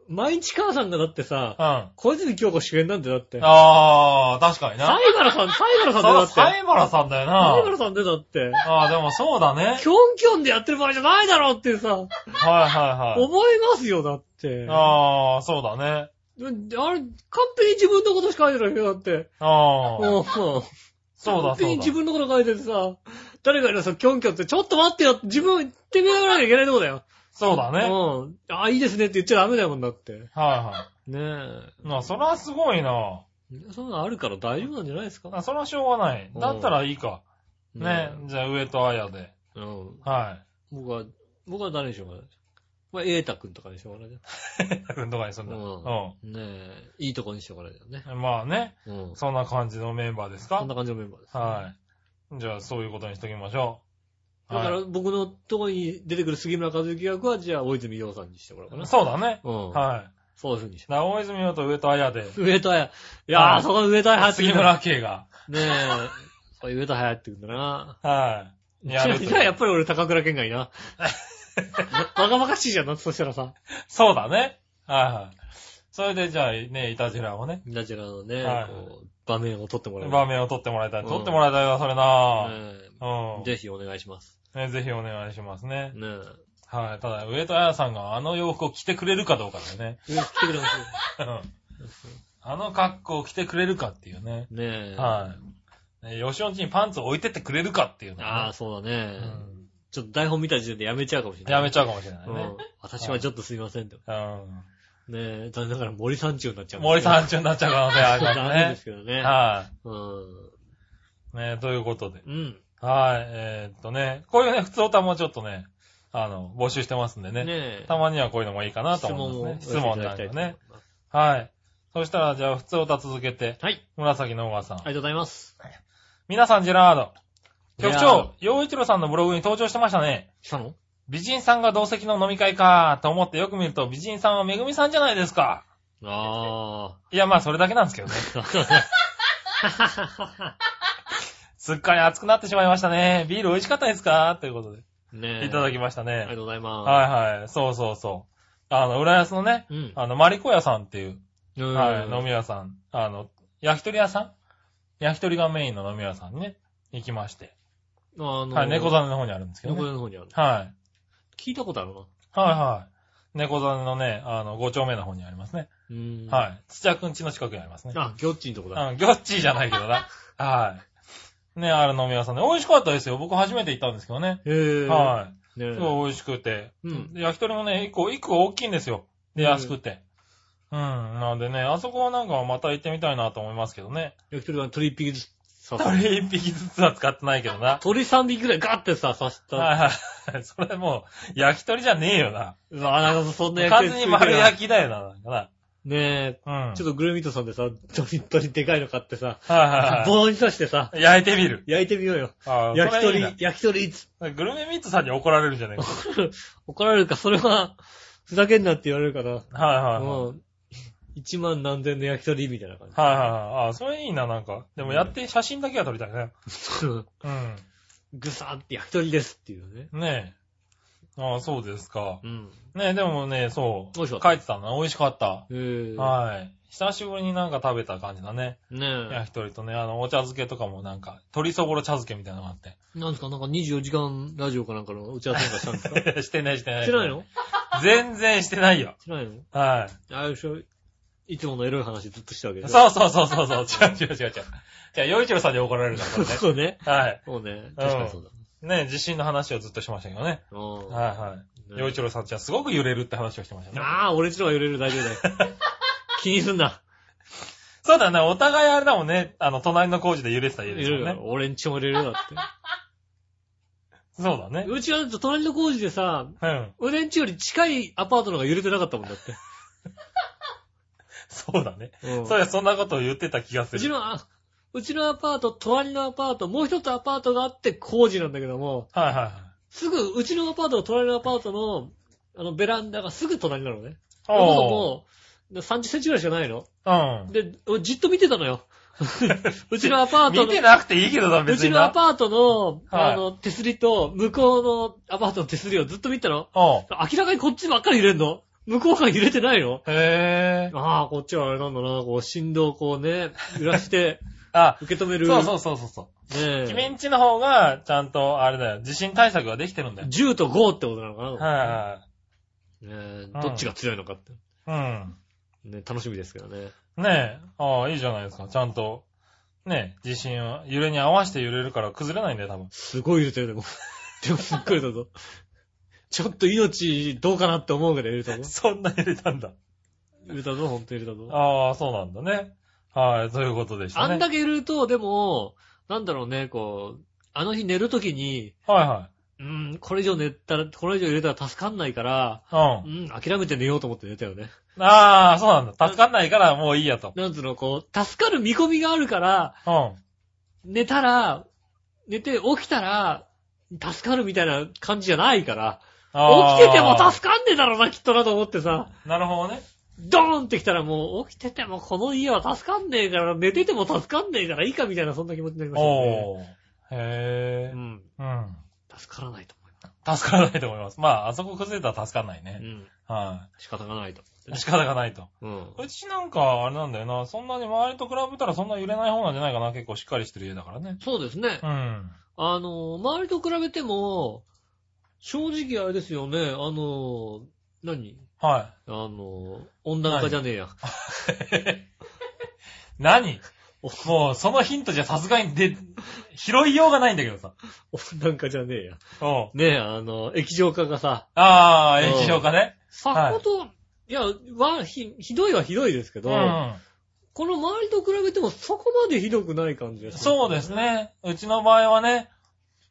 S2: 毎日母さんがだってさ、
S3: うん。
S2: 小泉京子主演なんだよ、だって。
S3: ああ、確かにな。
S2: 西原さん、西原さんだよ、だ
S3: そう、
S2: って。西
S3: サイバラさんだよ
S2: 原
S3: な。
S2: さんでだって。
S3: ああ、でもそうだね。
S2: キョンキョンでやってる場合じゃないだろうってさ、
S3: はいはい
S2: 思
S3: はい
S2: ますよ、だって
S3: い。。ああ、そうだね。
S2: あれ、完璧に自分のことしか書いてないよ、だって。
S3: ああ、
S2: うんうん
S3: そうだ
S2: 勝手
S3: そ
S2: に
S3: う
S2: 自
S3: だ。
S2: 分のこと書いててさ、誰かにさ、キョンキョンって、ちょっと待ってよ、自分言ってみなきゃいけないとこだよ。
S3: そうだね。
S2: うん。あ、いいですねって言っちゃダメだもんだって。
S3: は
S2: ね
S3: いはい。なあ、それはすごいな。
S2: え。そんなのあるから大丈夫なんじゃないですか
S3: あそれはしょうがない。だったらいいか。ね。じゃあ、上と彩で。
S2: うん。
S3: は
S2: 僕は、僕は誰にしようかな。まあ、瑛太くんとかにしようかな。ね
S3: い。くんとかにすんだ。
S2: う
S3: うんん。
S2: え、いいとこにしようかなだよね。
S3: まあね、
S2: うん。
S3: そんな感じのメンバーです
S2: そ
S3: か
S2: んな感じのメンバーです。
S3: はい。じゃあ、そういうことにしときましょう。
S2: だから
S3: は
S2: 僕のとこに出てくる杉村和之役は、じゃあ、大泉洋さんにしてもらおうか
S3: い。
S2: な。
S3: そうだね。
S2: うん。
S3: は
S2: そういうふうにし
S3: い。な、大泉洋と上と彩で、
S2: 上田や。いや
S3: は
S2: ー、
S3: い
S2: そこ上田や入って
S3: 杉
S2: きた。
S3: 村家が、
S2: ねえ。そう上田流行ってくんだな。
S3: はい。
S2: じ
S3: や
S2: ゃあ、
S3: ると。
S2: じゃあやっぱり俺高倉健がい いな。バカバカしいじゃんな、そしたらさ。
S3: そうだね。はいはい。それでじゃあね、いたじらをね、
S2: ナジェラのね、
S3: はい
S2: こう、場面を撮ってもらう。
S3: 場面を撮ってもらいたい。
S2: うん
S3: 撮ってもらいたいわ、それな
S2: ね
S3: う
S2: え
S3: ん。
S2: ぜひお願いします。
S3: ねぜひお願いしますね。
S2: ね
S3: はい。ただ、上戸彩さんがあの洋服を着てくれるかどうかだよね。
S2: え。来てくれますよ
S3: うんあの格好を着てくれるかっていうね。
S2: ねえ。
S3: はい。ね吉尾んちにパンツを置いてってくれるかっていうの
S2: あ
S3: は
S2: あ、
S3: ね
S2: そうだね。
S3: うん
S2: ちょっと台本見た時点でやめちゃうかもしれない。
S3: やめちゃうかもしれない
S2: うん
S3: ね。
S2: 私はちょっとすいませんと。ねえ、残念ながら森三中になっち
S3: う。
S2: ゃうんから。
S3: 森
S2: ん
S3: さん中になっちゃう可能性あるか
S2: 残
S3: ら
S2: 念で
S3: ね
S2: す。けどね。
S3: は
S2: うん。
S3: い。ねということで。
S2: うん。
S3: はい。えーっとね、こういうね、普通歌もちょっとね、あの、募集してますんでね。
S2: ねえ。
S3: たまにはこういうのもいいかなと
S2: 質問
S3: 思い
S2: を
S3: ますね。質問なん
S2: だ
S3: か
S2: きたいと思い
S3: ね。
S2: ます。
S3: はい。そしたら、じゃあ、普通歌続けて、
S2: はい。
S3: 紫のおばさん
S2: あ。りがとうございます。
S3: 皆さん、ジェラード。
S2: ジェ
S3: 局
S2: ラード
S3: 長、洋一郎さんのブログに登場してましたね。
S2: したの
S3: 美人さんが同席の飲み会か、と思ってよく見ると、美人さんはめぐみさんじゃないですか。
S2: あ
S3: いや、まあ、それだけなんですけどね。
S2: あ。
S3: すっかり熱くなってしまいましたね。ビール美味しかったですかということで、
S2: ねえ。
S3: いただ
S2: き
S3: きました
S2: ありがと
S3: ね。
S2: うございま
S3: はいはい。そうそうそう。あの、浦安のね、
S2: す。うん。
S3: あの、マリコ屋さんっていう、
S2: うん
S3: はい、飲み屋さん。あの、焼き鳥屋さん焼き鳥がメインの飲み屋さんにね、行きまして。
S2: あの、
S3: はい、猫座の方にあるんですけど、
S2: 猫
S3: ね。
S2: 座の方にある。
S3: はい。
S2: 聞いたことあるな。
S3: はいはい。猫座のね、あの、5丁目の方にありますね。
S2: うん。い。
S3: はい。土屋くん家の近くにありますね。
S2: あ、ギョッチンとこだ。
S3: うん、ギョッチーじゃないけどな。はい。ね、ある飲み屋さんで、美味しかったですよ。僕初めて行ったんですけどね。
S2: へえ。。
S3: はい
S2: ね
S3: い。
S2: え
S3: す。ごい美味しくて。
S2: うん
S3: で焼き鳥もね、一個、一個大きいんですよ。で、
S2: うん
S3: 安くて。うん、なんでね、あそこはなんかまた行ってみたいなと思いますけどね。
S2: 焼き鳥は鳥一匹ずつ刺す。
S3: 鳥一匹ずつは使ってないけどな。
S2: 鳥三匹ぐらいガッてさ、刺した。
S3: はいはい。それもう、焼き鳥じゃねえよな。
S2: うわなんかそんな
S3: 完
S2: 焼き
S3: 全
S2: 鳥
S3: に
S2: 作り
S3: 丸
S2: たいな
S3: 焼きだよな、なんか
S2: ね
S3: な。う
S2: え、
S3: ん。
S2: ちょ
S3: っ
S2: っとグルミットさんでさ、鳥、鳥でかいの買ってさ、
S3: と、はいはいは
S2: 棒に刺してさ、
S3: い。焼いてみる。
S2: 焼いてみようよ。
S3: あー
S2: 焼き
S3: それい
S2: 鳥
S3: いな、
S2: 焼き鳥いつ、
S3: グルメミットさんに怒られるんじゃないか。
S2: 怒られるか、それは、ふざけんなって言われるかな。
S3: はいはいはい。
S2: うん。一万何千の焼き鳥みたいな感じ。
S3: はいはいはい。あ、それいいな、なんか。でもやって、写真だけは撮りたいね。うん。
S2: ぐさーって焼き鳥ですっていうね。
S3: ねえ。あそうですか。
S2: うん。
S3: ねえ、でもね、そう。
S2: 美味しかった
S3: 書いてたな。美味しかった。
S2: へぇ
S3: はい。久しぶりになんか食べた感じだね。
S2: い。ね
S3: 焼き鳥とね、あの、お茶漬けとかもなんか、鶏そぼろ茶漬けみたいなのがあって。
S2: え。なんですか、なんか24時間ラジオかなんかの打ち合わせなんかしたんですかし
S3: してないしてない。
S2: てないの
S3: 全然してないよ。
S2: しないの
S3: は
S2: あれでしょいつものエロい話ずっとしたわけ
S3: い。
S2: で
S3: そうそうそうそうそう。 違う違う違う違う。じゃあ、洋一郎さんに怒られるから
S2: う。
S3: ね。
S2: そうね。
S3: はい。
S2: そうね。確かにそうだ。
S3: ね、地震の話をずっとしましたけどね。
S2: うん。
S3: はいはい。洋一郎さんじゃすごく揺れるって話をしてましたね。
S2: ああ、俺んちの方が揺れる大丈夫だ よ。気にすんな。
S3: そうだね、お互いあれだもんね。あの、隣の工事で揺れてた家
S2: 揺
S3: ですも
S2: れ
S3: ん
S2: る
S3: ね
S2: よ。。俺んちも揺れるよだっ
S3: そうだね
S2: て。。うちはだって隣の工事でさ、
S3: うん。
S2: 俺んちより近いアパートの方が揺れてなかったもんだって。
S3: そうだね。
S2: うん
S3: そうや、そんなことを言ってた気がす
S2: うち
S3: る。
S2: の、あうちのアパート、隣のアパート、もう一つアパートがあって工事なんだけども、
S3: はいはいはい。
S2: すぐ、うちのアパートと隣のアパートの、あの、ベランダがすぐ隣なのね。
S3: おー。
S2: もう、30センチぐらいしかないの。
S3: うん。
S2: で、じっと見てたの よ。うちのアパートの
S3: 見て、なくていいけどな、
S2: う
S3: 別
S2: ち
S3: に
S2: の
S3: な。
S2: アパートの、
S3: はい
S2: あの、手すりと、向こうのアパートの手すりをずっと見てたの。
S3: おう
S2: 明らかにこっちばっかり揺れんの向こうが揺れてないの
S3: へぇー。
S2: ああ、こっちはあれなんだな、こう、振動をこうね、揺らして、
S3: あ、
S2: 受け止める。
S3: そうそうそうそうそう。
S2: ねえ
S3: 君んちの方が、ちゃんと、あれだよ、地震対策ができてるんだよ。
S2: 10と5ってことなのかな、
S3: は
S2: ねえどっちが強いのかって。
S3: いはいはい。
S2: ね、楽しみですけどね。
S3: うん。ねえ、ああ、いいじゃないですか、ちゃんと。ねえ、地震は、揺れに合わせて揺れるから崩れないんだよ、多分。
S2: すごい揺れてるでも。 でもすっごい揺れたぞ。ちょっと命どうかなって思うぐらい揺れたぞ。
S3: そんな揺れたんだ。
S2: 揺れたぞ、ほんと揺れたぞ。
S3: ああ、そうなんだね。はい、そういうことでした
S2: あ
S3: ね。
S2: んだけ揺れると、でも、なんだろうね、こう、あの日寝るときに、
S3: はいは
S2: うん、これ以上寝たら、これ以上揺れたら助かんないから、
S3: い。
S2: う
S3: うん。
S2: ん、諦めて寝ようと思って寝たよね。
S3: ああ、そうなんだ。助かんないからもういいやと。
S2: なんつうの、こう、助かる見込みがあるから、
S3: うん。
S2: 寝たら、寝て起きたら、助かるみたいな感じじゃないから、
S3: ああ
S2: 起きてても助かんねえだろうな、きっとなと思ってさ、
S3: なるほどね。
S2: ドーンってきたらもう、起きててもこの家は助かんねえから、寝てても助かんねえからいいかみたいな、そんな気持ちになりましたね。
S3: おー。へ
S2: う
S3: え。
S2: ん。
S3: うん。
S2: 助からないと思います。
S3: 助からないと思います。まあ、あそこ崩れたら助かんないうね。
S2: ん。
S3: は
S2: 仕方がないと
S3: い。仕方がないと。
S2: 思って。
S3: うちなんか、あれなんだよな。そんなに周りと比べたらそんな揺れない方なんじゃないかな。結構しっかりしてる家だからね。
S2: そうですね
S3: う。ん。
S2: あの、周りと比べても、正直あれですよね、あの、何
S3: は
S2: あの、温暖化じゃねえや。
S3: い。何もう、そのヒントじゃさすがにで、拾いようがないんだけどさ。
S2: 温暖化じゃねえや。
S3: おう
S2: ねえ、あの、液状化がさ、
S3: ああ、液晶化ね。
S2: さほど、い、や、わひ、ひどいはひどいですけ
S3: う
S2: ど、
S3: ん。
S2: この周りと比べてもそこまでひどくない感じがる
S3: そうです。ね。うちの場合はね、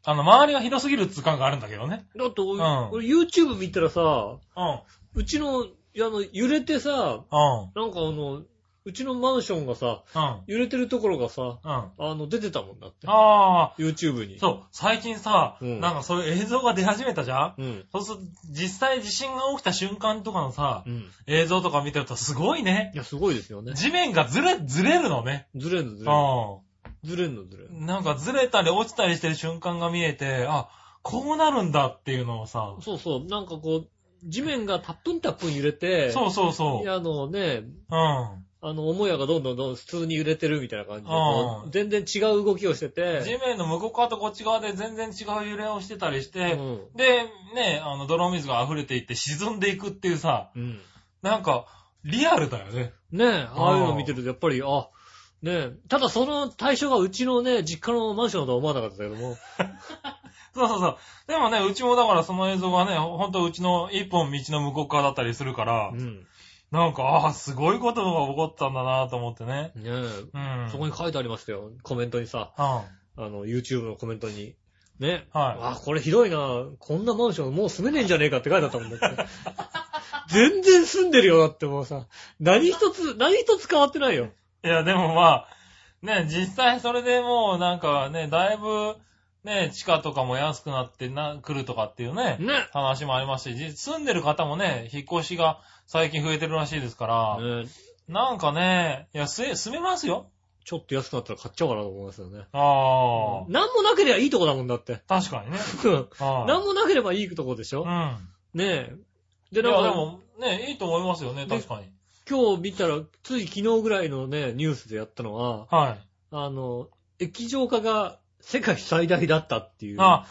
S3: あの、周りがひどすぎるっつう感があるんだけどね。
S2: だって俺、
S3: うん
S2: 俺 YouTube 見たらさ、
S3: うん。
S2: うちの、いやあの、揺れてさ、
S3: うん。
S2: なんかあの、うちのマンションがさ、
S3: うん。うん。
S2: 揺れてるところがさ、
S3: あ
S2: あの、出てたもんだって。
S3: あ
S2: YouTube に。
S3: ー、そう、最近さ、
S2: うん
S3: なんかそういう映像が出始めたじゃん
S2: う。うん。
S3: そうすると、実際地震が起きた瞬間とかのさ
S2: う、ん。
S3: 映像とか見てるとすごいね。
S2: いや、すごいですよね。
S3: 地面がずれ、ずれるのね。
S2: ずれんのずれんの。
S3: う
S2: ずれんのずれんの。
S3: ん。なんかずれたり落ちたりしてる瞬間が見えて、あ、こうなるんだっていうのをさ、
S2: そうそう。なんかこう、地面がたっぷんたっぷん揺れて、
S3: そうそうそ。
S2: いうや、あのね、
S3: うん。
S2: あの、母屋がどんどんどんどん普通に揺れてるみたいな感じで、こ
S3: う
S2: うん全然違う動きをして
S3: 地
S2: て、
S3: 面の向こう側とこっち側で全然違う揺れをしてたりし
S2: う
S3: て、
S2: ん。
S3: で、ね、あの、泥水が溢れていって沈んでいくっていうさ、
S2: うん。
S3: なんか、リアルだよね。
S2: ねえ、ああいうの見てるとやっぱり、あ、ねえ、ただその対象がうちのね、実家のマンションだとは思わなかったけども、
S3: そうそうそう。でもね、うちもだからその映像がね、ほんとうちの一本道の向こう側だったりするから
S2: う、ん。
S3: なんか、ああ、すごいことが起こったんだなと思ってね。
S2: ねえ、
S3: うん。
S2: そこに書いてありましたよ、コメントにさ、
S3: うん。はい。
S2: あの、YouTube のコメントに。ね。
S3: あ
S2: あ、これひどいな。こんなマンションもう住めねえんじゃねえかって書いてあったもんだって。 全然住んでるよ、だってもうさ。何一つ、何一つ変わってないよ。
S3: いや、でもまあ、ね、実際それでもうなんかね、だいぶ、ね、地価とかも安くなってな、来るとかっていうね、
S2: ね。
S3: 話もありますし、じ住んでる方もね、引っ越しが最近増えてるらしいですから、
S2: ね
S3: なんかね、いや、すえ、住めますよ。
S2: ちょっと安くなったら買っちゃおうかなと思いますよね。
S3: あ
S2: 何もなければいいとこだもんだって。
S3: あ、確かにね。あ
S2: 何もなければいいとこでしょ、
S3: あ
S2: ねえ。
S3: う
S2: で、
S3: ん。い
S2: なん
S3: や、で
S2: か、
S3: も、ね、いいと思いますよね、
S2: で
S3: 確かに。
S2: 今日見たら、つい昨日ぐらいのね、ニュースでやったのは、
S3: はい。
S2: あの、液状化が世界最大だったっていう。
S3: あ、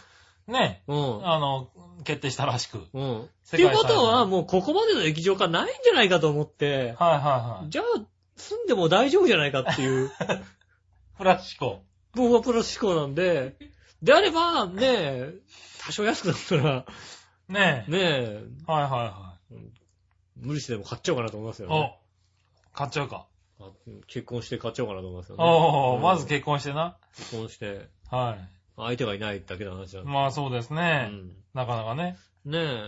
S3: ね、
S2: うん。
S3: あの、決定したらしく。はい
S2: うん。っ
S3: 世
S2: てい
S3: 界
S2: う
S3: 最大
S2: ことは、もうここまでの液状化ないんじゃないかと思って、
S3: はいはい。
S2: じゃあ、住んでも大丈夫じゃないかって いう、
S3: プラス思考。
S2: 僕はプロ思考なんで、であれば、ねえ、多少安くなったら、
S3: ね
S2: ねえ、
S3: はいはいは
S2: 無理してでも買っちゃおうかなと思います
S3: い。
S2: よね。
S3: お、買っちゃうか。
S2: あ結婚して買っちゃおうかなと思いますよね。
S3: お
S2: う
S3: ー、
S2: ん
S3: まず結婚してな。
S2: 結婚して、
S3: は。
S2: 相手がいないだけの話ないんで。
S3: まあそうです
S2: う
S3: ね。
S2: ん。
S3: なかなかね。
S2: ねえ、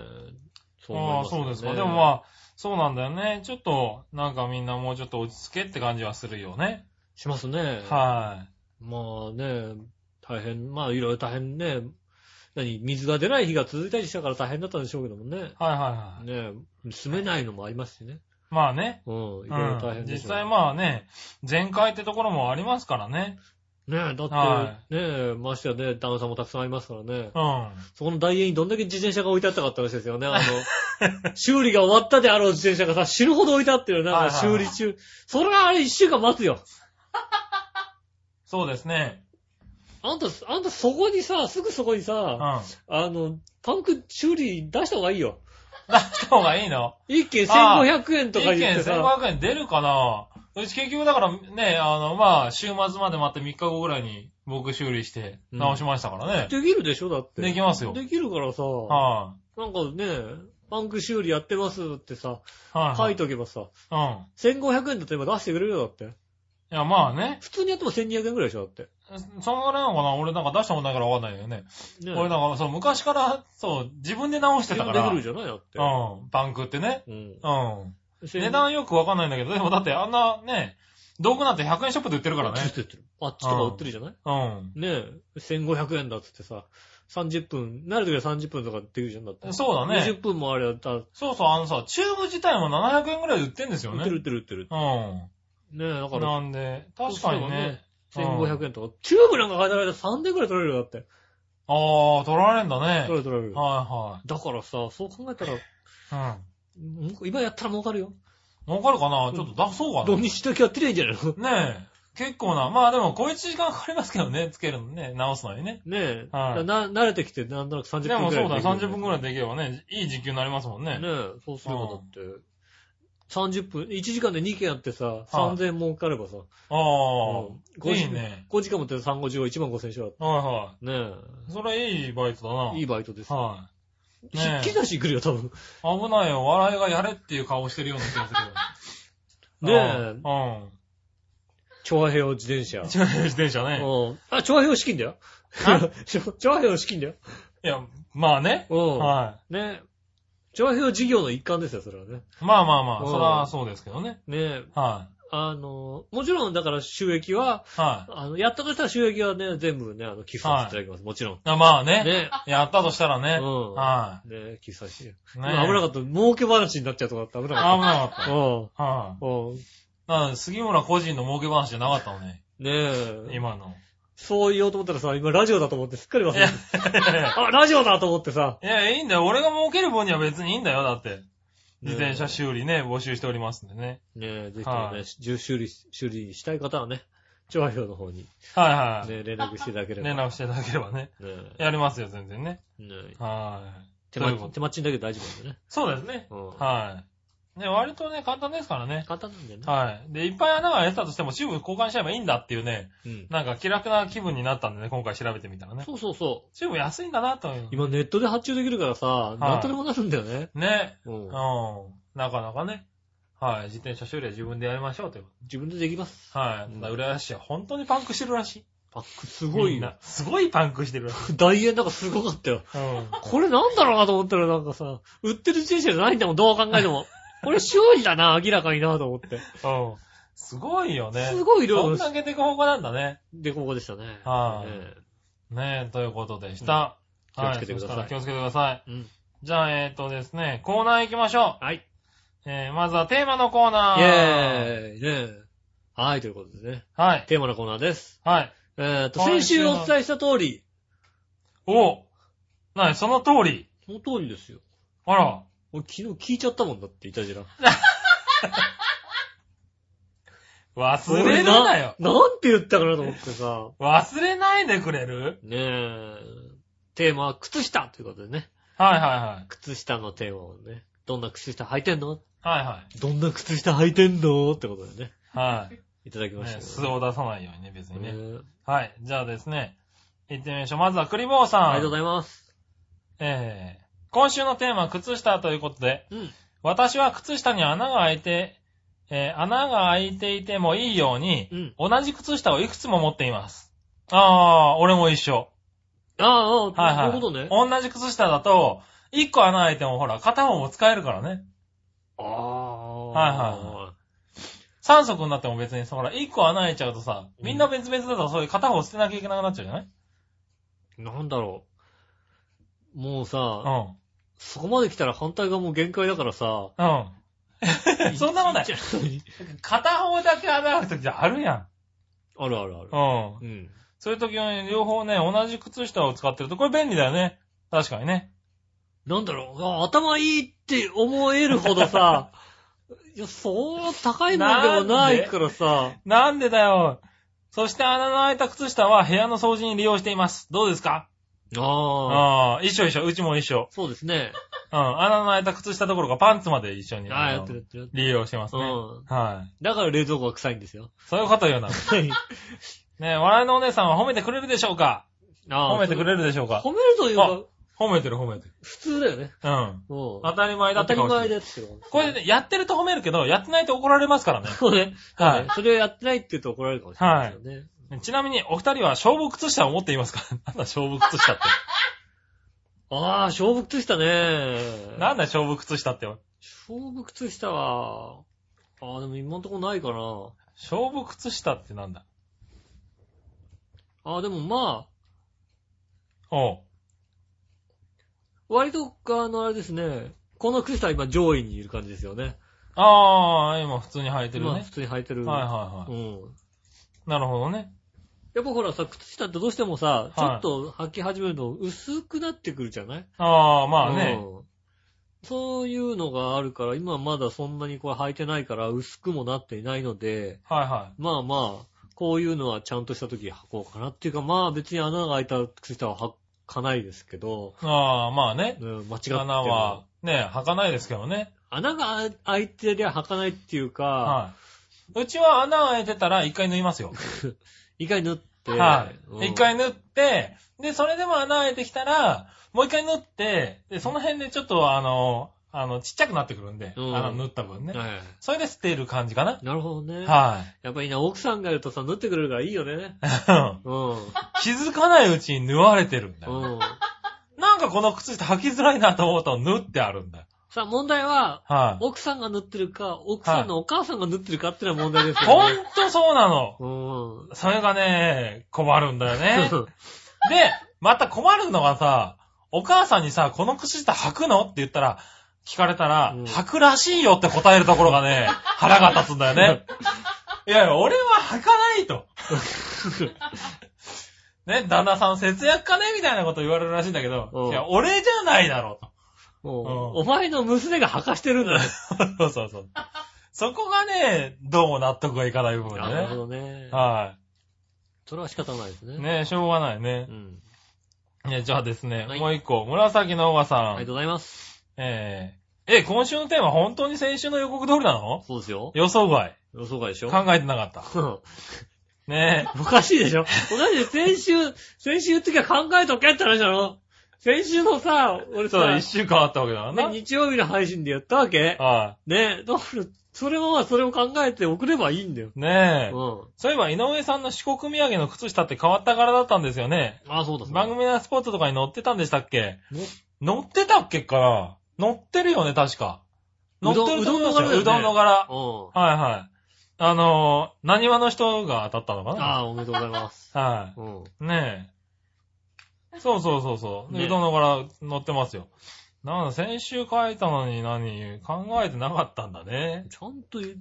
S2: そ思い
S3: ああ
S2: ま
S3: ー、そうですか。
S2: よね
S3: でもまあ、そうなんだよね。ちょっと、なんかみんなもうちょっと落ち着けって感じはするよね。
S2: しますね。
S3: は
S2: まあね、大変、まあいろいろ大変ね。何、水が出ない日が続いたりしたから大変だったんでしょうけどもね。
S3: い。はいはいはい。
S2: ね住めないのもありますしね。
S3: まあね。
S2: うん、いろいうろ
S3: ん
S2: 大変で
S3: 実
S2: しょう、
S3: 際まあね、全開ってところもありますからね。
S2: ねだって、
S3: は
S2: ねましてやね、旦那さんもたくさんいますからね。
S3: うん。
S2: そこの大家にどんだけ自転車が置いてあったかって話ですよね。 あの、修理が終わったであろう自転車がさ、死ぬほど置いてあってるよね。
S3: はいはい
S2: 修理中。それはあれ一週間待つよ。
S3: そうですね。
S2: あんた、あんたそこにさ、すぐそこに
S3: うん。
S2: さ、
S3: 出
S2: あの、パンク修理出した方がいいよ。
S3: した方がいいの
S2: 一件1500円
S3: 一
S2: とか言っ
S3: 件
S2: てさ、
S3: 1500円出るかなうち結局だからね、あの、まあ、週末まで待って3日後ぐらいに僕修理して直しましたからね。
S2: できるでしょだって。
S3: できますよ。はい、
S2: できるからさ、なんかね、パンク修理やってますってさ、
S3: はい。
S2: 書いとけばさ、
S3: うん。
S2: 1500円だって今出してくれるよだって。
S3: いや、まあね。
S2: 普通にやっても1200円くらいでしょだって。
S3: そんぐらいなのかな俺なんか出したことないからわかんないよね。
S2: ね
S3: 俺なんか、そう、昔から、そう、自分で直して
S2: 自分
S3: たか
S2: で
S3: ら。
S2: きるじゃないだって。
S3: うん。バンクってね。
S2: うん。
S3: うん。値
S2: 値
S3: 段よくわかんないんだけど、でもだってあんなね、道具なんて100円ショップで売ってるからね。
S2: あっちとか売ってるじゃない
S3: うん。
S2: ねえ、1500円だっつってさ、30分、慣れてくれば30分とかできるじゃんだって。
S3: そうだね
S2: 20分もあれだったら、
S3: そうそう、あのさ、チューブ自体も700円ぐらいで売ってんですよ
S2: 売
S3: ね。
S2: ってる売ってる売ってる。
S3: うん。
S2: ねえ、だから、
S3: なんで、確かにね。
S2: そうすればね。1500円とか、チューブなんか変えたら3000円くらい取れるよだって。
S3: ああ、取られんだね。
S2: 取れる取れる。
S3: は
S2: だからさ、そう考えたら、
S3: いはい。
S2: うん今やったら儲かるよ。
S3: うん。儲かるかなちょっと出そうか
S2: 土日だけやってりゃいいんじゃないの
S3: な。ねえ。結構な。まあでも、こいつ時間かかりますけどね、つけるのね、直すのにね。
S2: ねえ。
S3: はい
S2: な、慣れてきて、なんとなく30分く
S3: で
S2: らい
S3: もそうだ、
S2: きるよね
S3: 30分ぐらいできればね、いい時給になりますもんね。
S2: ねえ、そうすればだって、30分、1時間で2件やってさ、3000円儲かればさ、
S3: ああ、
S2: うん
S3: いいね。
S2: 5時間もって3、5、15、1万5000円しよ
S3: は
S2: う。ね
S3: いはい。それいいバイトだな。
S2: え、いいバイトです。
S3: は
S2: 引
S3: い。ね
S2: っ
S3: え
S2: き出し来るよ、多分。
S3: 危ないよ。笑いがやれっていう顔してるような気がす る
S2: ね
S3: よ。
S2: え、
S3: うん。うん
S2: 調和平和自転車。
S3: 一応自転車ね。
S2: うん。あ、調和平和資金だよ。 調和平和資金だよ。
S3: いや、まあね。
S2: う
S3: は
S2: ん。ねえ。調和平和事業の一環ですよ、それはね。
S3: い。まあまあまあ、
S2: うん
S3: それはそうですけどね。
S2: ねえ、
S3: は
S2: あの、もちろんだから収益は、
S3: はい。
S2: あの、やったとしたら収益はね、全部ね、あの、寄付させていただきます。もちろん。
S3: あまあね。
S2: ね。
S3: やったとしたらね。
S2: うん
S3: は
S2: ね、寄付させて。
S3: い。
S2: 危
S3: ね
S2: なかった。儲け話になっちゃうとかだった危な
S3: 危
S2: かっ
S3: なか
S2: た。
S3: っ
S2: うん。
S3: た。は
S2: うん。
S3: い。なんで杉村個人の儲け話じゃなかったのね。
S2: ねえ。
S3: 今の。
S2: そう言おうと思ったらさ、今ラジオだと思ってすっかり忘
S3: い
S2: れ
S3: や
S2: て。あ、ラジオだと思ってさ。
S3: いや、いいんだよ。俺が儲ける分には別にいいんだよ。だって。自転車
S2: ね
S3: 修理ね、募集しておりますんでね。
S2: え、ねえぜひとも
S3: は
S2: ね、
S3: い
S2: 修修理、修理したい方はね、調和票の方に、
S3: はいはい。
S2: ね、連絡していただければ。
S3: 連絡していただければね。
S2: ね
S3: やりますよ、全然ね。
S2: え。ねえ。
S3: はい。
S2: 手
S3: どういうこ
S2: 間、
S3: と
S2: 手間ちんだけど大丈夫なんでね。
S3: そうですね。
S2: うん。
S3: はい。ね、割とね、簡単ですからね。
S2: 簡単なんだよね。
S3: はい。で、いっぱい穴が開いてたとしても、チューブ交換しちゃえばいいんだっていうね、
S2: うん。
S3: なんか気楽な気分になったんでね、今回調べてみたらね。
S2: そうそうそ
S3: チューブ安いんだなという
S2: う。。今ネットで発注できるからさ、なんとでもなるんだよね。
S3: ね。
S2: う
S3: うんん。。なかなかね。はい。自転車修理は自分でやりましょうという。
S2: 自分でできます。
S3: は
S2: う
S3: い。
S2: ん
S3: だから浦安市は本当にパンクしてるらしい。
S2: パックす
S3: す
S2: ごい
S3: な
S2: な。。
S3: すごいパンクしてるらしい。
S2: 大円なんかすごかったよ。
S3: うん。
S2: これなんだろうなと思ったらなんかさ、売ってる自転車じゃないんだもん、どう考えて も。これ修理だな、明らかになと思って。
S3: うん。すごいよね。
S2: すごい量
S3: どん
S2: の
S3: だけデコボコなんだね。
S2: でここでしたね。
S3: はい
S2: ね
S3: ねえ、ということでした。
S2: うん
S3: はい
S2: 気をつけてください
S3: そしたら気をつけてください。
S2: うん。
S3: じゃあ、えっ、とですね、コーナー行きましょ
S2: はい。
S3: う。えー、まずはテーマのコーナ
S2: イ
S3: ー。
S2: ェーイ。ねえはい、ということでね。
S3: はい。
S2: テーマのコーナーです。
S3: はい。
S2: えっと、
S3: 今
S2: 先
S3: 週
S2: 週
S3: の
S2: お伝えした通り。
S3: おなに、その通り。
S2: その通りですよ。
S3: あら。
S2: 俺昨日聞いちゃったもんだって、いたじら。
S3: 忘れるなよ。
S2: 俺ななんて言ったかなと思ってさ。
S3: 忘れないでくれる
S2: ねえ。テーマは靴下ということでね。
S3: はいはいはい。
S2: 靴下のテーマをね。どんな靴下履いてんの
S3: はいは
S2: どんな靴下履いてんのってことでね。
S3: い。はい。
S2: いただきました
S3: ね、
S2: け
S3: 素を出さないようにね、別
S2: ど
S3: に
S2: ね
S3: ね。
S2: ね
S3: はい。じゃあですね、行ってみましょう。まずはクリボーさ
S2: あ
S3: ん。
S2: りがとうございます。
S3: えー、今週のテーマは靴下ということで、
S2: うん。
S3: 私は靴下に穴が開いて、えー穴が開いていてもいいように、
S2: うん。
S3: 同じ靴下をいくつも持っています。あー、俺も一緒。
S2: ああ、あ
S3: はい
S2: あ、
S3: はい。
S2: そういうことね。
S3: 同じ靴下だと、一個穴開いてもほら、片方も使えるからね。
S2: ああ。
S3: はい三足になっても別にさ、ほら、一個穴開いちゃうとさ、みんな別々だとそういう片方捨てなきゃいけなくなっちゃうじゃない
S2: い。なんだろう。もう
S3: う
S2: さ、
S3: ん。
S2: そこまで来たら反対がもう限界だからさ。
S3: うん。 そんなことない
S2: ち。ょ
S3: 片方だけ穴開くときあるや
S2: あるあるある
S3: ん。。うん。
S2: うん。
S3: そういう時はね、両方ね、同じ靴下を使ってると、これ便利だよね。確かにね。
S2: なんだろう、あ頭いいって思えるほどさ、 いや、そう高いもんでもないからさ、
S3: なんでだよ。そして穴の開いた靴下は部屋の掃除に利用しています。どうですか
S2: ああ、
S3: ああ、一緒一緒。うちも一緒。
S2: そうですね。
S3: うん。穴の開いた靴下どころかパンツまで一緒に。
S2: ああ、
S3: あの
S2: やってるやってる。
S3: 利用してます
S2: う
S3: ね。
S2: ん。
S3: はい。
S2: だから冷蔵庫が臭いんですよ。
S3: そういうこと言うな。ねえ、笑いのお姉さんは褒めてくれるでしょうか
S2: ああ
S3: 褒めてくれるでしょうか
S2: 褒めるというか、
S3: 褒めてる褒めてる。
S2: 普通だよね。
S3: うん。
S2: うん。
S3: 当たり前
S2: 当
S3: だって
S2: たり
S3: 顔して
S2: 前
S3: る
S2: だってこと。
S3: これね、やってると褒めるけど、やってないと怒られますからね。
S2: そうね。
S3: は
S2: はいい。。それをやってないって言うと怒られるかもしれないですよね。
S3: ちなみに、お二人は勝負靴下を持っていますか なんだ勝負靴 下って。
S2: ああ、勝負靴下ね。
S3: なんだ勝負靴下って。
S2: 勝負靴下は、ああ、でも今んとこないかな。
S3: 勝負靴下ってなんだ
S2: ああ、でもまあ、
S3: おう。
S2: 割と、あの、あれですね、この靴下は今上位にいる感じですよね。
S3: あー、今普通に履いてる
S2: 今
S3: ね
S2: 普。通に履いてる。
S3: はいはいは
S2: うん。
S3: い。なるほどね。
S2: やっぱほらさ、靴下ってどうしてもさ
S3: い、
S2: ちょっと履き始めると薄くなってくるじゃない
S3: あー、まあね。
S2: うんそういうのがあるから、今まだそんなにこれ履いてないから薄くもなっていないので、
S3: はいは
S2: まあまあ、こういうのはちゃんとした時履こうかなっていうか、まあ別に穴が開いた靴下は履かないですけど、
S3: い。あー、まあね。
S2: うん、間違っても
S3: 穴は、ね、履かないですけどね。
S2: 穴が開いてりゃ履かないっていうか、
S3: はい。うちは穴開いてたら一回縫いますよ。
S2: 一回縫って、
S3: はい。
S2: うん
S3: 一回縫って、で、それでも穴開いてきたら、もう一回縫って、で、その辺でちょっとあの、あの、ちっちゃくなってくるんで、
S2: うん
S3: 穴縫った分ね。
S2: は
S3: それで捨てる感じかな。
S2: い。なるほどね。
S3: は
S2: やっぱりね、奥さんがいるとさ、縫ってくれるからいいよね。
S3: い。
S2: うん。
S3: 気づかないうちに縫われてるんだよ。
S2: うん。
S3: なんかこの靴下履きづらいなと思うと縫ってあるんだよ。
S2: さあ問題は、
S3: はい。
S2: 奥さんが塗ってるか、奥さんのお母さんが塗ってるかっていうのは問題ですよ
S3: ほ
S2: ね。
S3: んとそうなの。
S2: うん。
S3: それがね、困るんだよね。
S2: そう
S3: で、また困るのがさ、お母さんにさ、この靴下履くのって言ったら、聞かれたら、
S2: うん
S3: 履くらしいよって答えるところが ね、腹が立つんだよね。いやいや、俺は履かな いと。ね、旦那さん節約かねみたいなこと言われるらしいんだけ
S2: うん
S3: ど、いや、俺じゃないだろうと。
S2: もう
S3: うん
S2: お前の娘が吐かしてるんだよ。
S3: そうそうそう。そこがね、どうも納得がいかない部分
S2: あなるほど
S3: だね。
S2: ね。
S3: は
S2: それは仕方ないですね。
S3: い。ねしょうがないね
S2: う。ん。
S3: ねじゃあですね、
S2: はい
S3: もう一個、紫のおばさ
S2: ありがとう
S3: ん。
S2: ございます。
S3: えー、え、今週のテーマ本当に先週の予告通りなの
S2: そうですよ。
S3: 予想外。
S2: 予想外でしょ
S3: 考えてなかった。ね
S2: おかしいでしょおかしいで先週、 先週言っときは考えとけって話だろ先週のさ、俺
S3: え。 そうだ、
S2: さ
S3: 一、週間あったわけだからな。
S2: ね
S3: はい、
S2: 日曜日の配信でやったわけね、だから、それはまあそれを考えて送ればいいんだよ。う
S3: ね
S2: ん。
S3: え。そういえば、井上さんの四国土産の靴下って変わった柄だったんですよね。
S2: あ、そうだ、そうだ
S3: 番組のスポットとかに載ってたんでしたっけ
S2: ね
S3: 乗ってたっけかな乗ってるよね、確か。乗
S2: うどん
S3: ってると思いますよ。
S2: う
S3: う
S2: ど
S3: ど
S2: ん
S3: ん
S2: の
S3: の柄。
S2: う
S3: はいはい。あのー、何話の人が当たったの
S2: ん。あ
S3: か
S2: あ、おめでとうございます。
S3: なは
S2: うん。
S3: い。ねえ。そうそうそうそう。
S2: ねえ
S3: うどんの柄乗ってますよ。なんだ、先週書いたのに何考えてなかったんだね。
S2: ちゃんと言、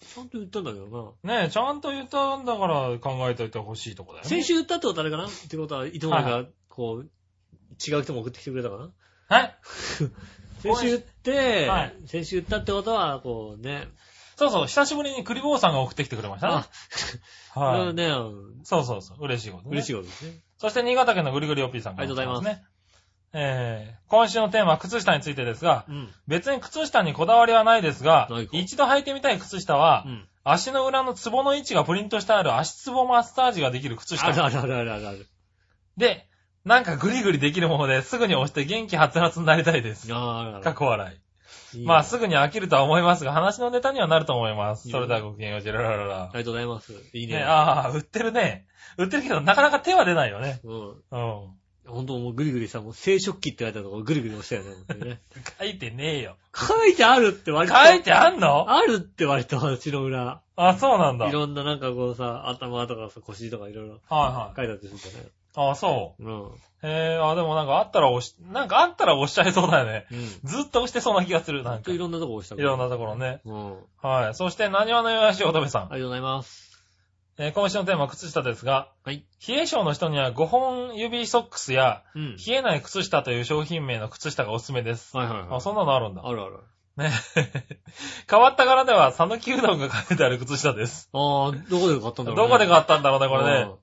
S2: ちゃんと言ったんだけど
S3: ねえ、ちゃんと言ったんだから考えといてほしいとこだ
S2: な。
S3: よね。
S2: 先週言ったってことあれかなってことは、いつも
S3: は
S2: が、こう、違う人も送ってきてくれたかな
S3: はい
S2: 先週言って、
S3: はい
S2: 先週言ったってことは、こうね、
S3: そうそう、久しぶりにクリボーさんが送ってきてくれましたね
S2: あ、。これ
S3: は。
S2: はいね、
S3: そうそうそう、嬉しいことね。
S2: 嬉しいことですね。
S3: そして新潟県のぐりぐりおっぴーさんから
S2: ありがとうございます
S3: ね。えー、今週のテーマは靴下についてですが、
S2: うん。
S3: 別に靴下にこだわりはないですが
S2: ない、か
S3: 一度履いてみたい靴下は
S2: う、ん。
S3: 足の裏のツボの位置がプリントしてある足ツボマッサージができる靴
S2: ある
S3: 下。
S2: あるあるあるあるある。
S3: で、なんかぐりぐりできるものですぐに押して元気発達になりたいです。
S2: あるあ
S3: 過去笑
S2: る。
S3: い。まあ
S2: いい
S3: すぐに飽きるとは思いますが、話のネタにはなると思います。
S2: いい
S3: そ
S2: よ
S3: れではごきげんよう、ジェラララ
S2: ねありが
S3: ラ。
S2: とうございます。いいね。
S3: ね、ああ、売ってるね。売ってるけど、なかなか手は出ないよね。
S2: うん。
S3: うん。
S2: ほんともうぐりぐりさ、もう生殖器って書いてあるとこぐりぐり押したよね本当にね。
S3: 書いてねえよ。
S2: 書いてあるって割と。
S3: 書いてあんの
S2: あるって割と足の裏。
S3: あ、そうなんだ。はいい
S2: ろんななんかこうさ、頭とかさ、腰とかいろいろ
S3: はい。
S2: 書いてあってするじゃない
S3: あ、そう。
S2: うん。
S3: へえ、あ、でもなんかあったら押し、なんかあったら押しちゃいそうだよね。
S2: うん。
S3: ずっと押してそうな気がする。な
S2: ほ
S3: ん
S2: ん
S3: か。
S2: と
S3: い
S2: いろんなとこ押したから
S3: ろんなところね。
S2: うん。
S3: はい。そして、何話のよやしおとめさん。
S2: ありがとうございます。
S3: えー今週のテーマは靴下ですが、
S2: はい。
S3: 冷え性の人には5本指ソックスや、
S2: うん。
S3: 冷えない靴下という商品名の靴下がおすすめです。
S2: はいはいはい。
S3: あ、そんなのあるんだ。
S2: あるある。
S3: ね。 変わった柄では、讃岐うどんが書いてある靴下です。
S2: ああ、どこで買ったんだろう、ね、
S3: どこで買ったんだろうね、これね。
S2: こ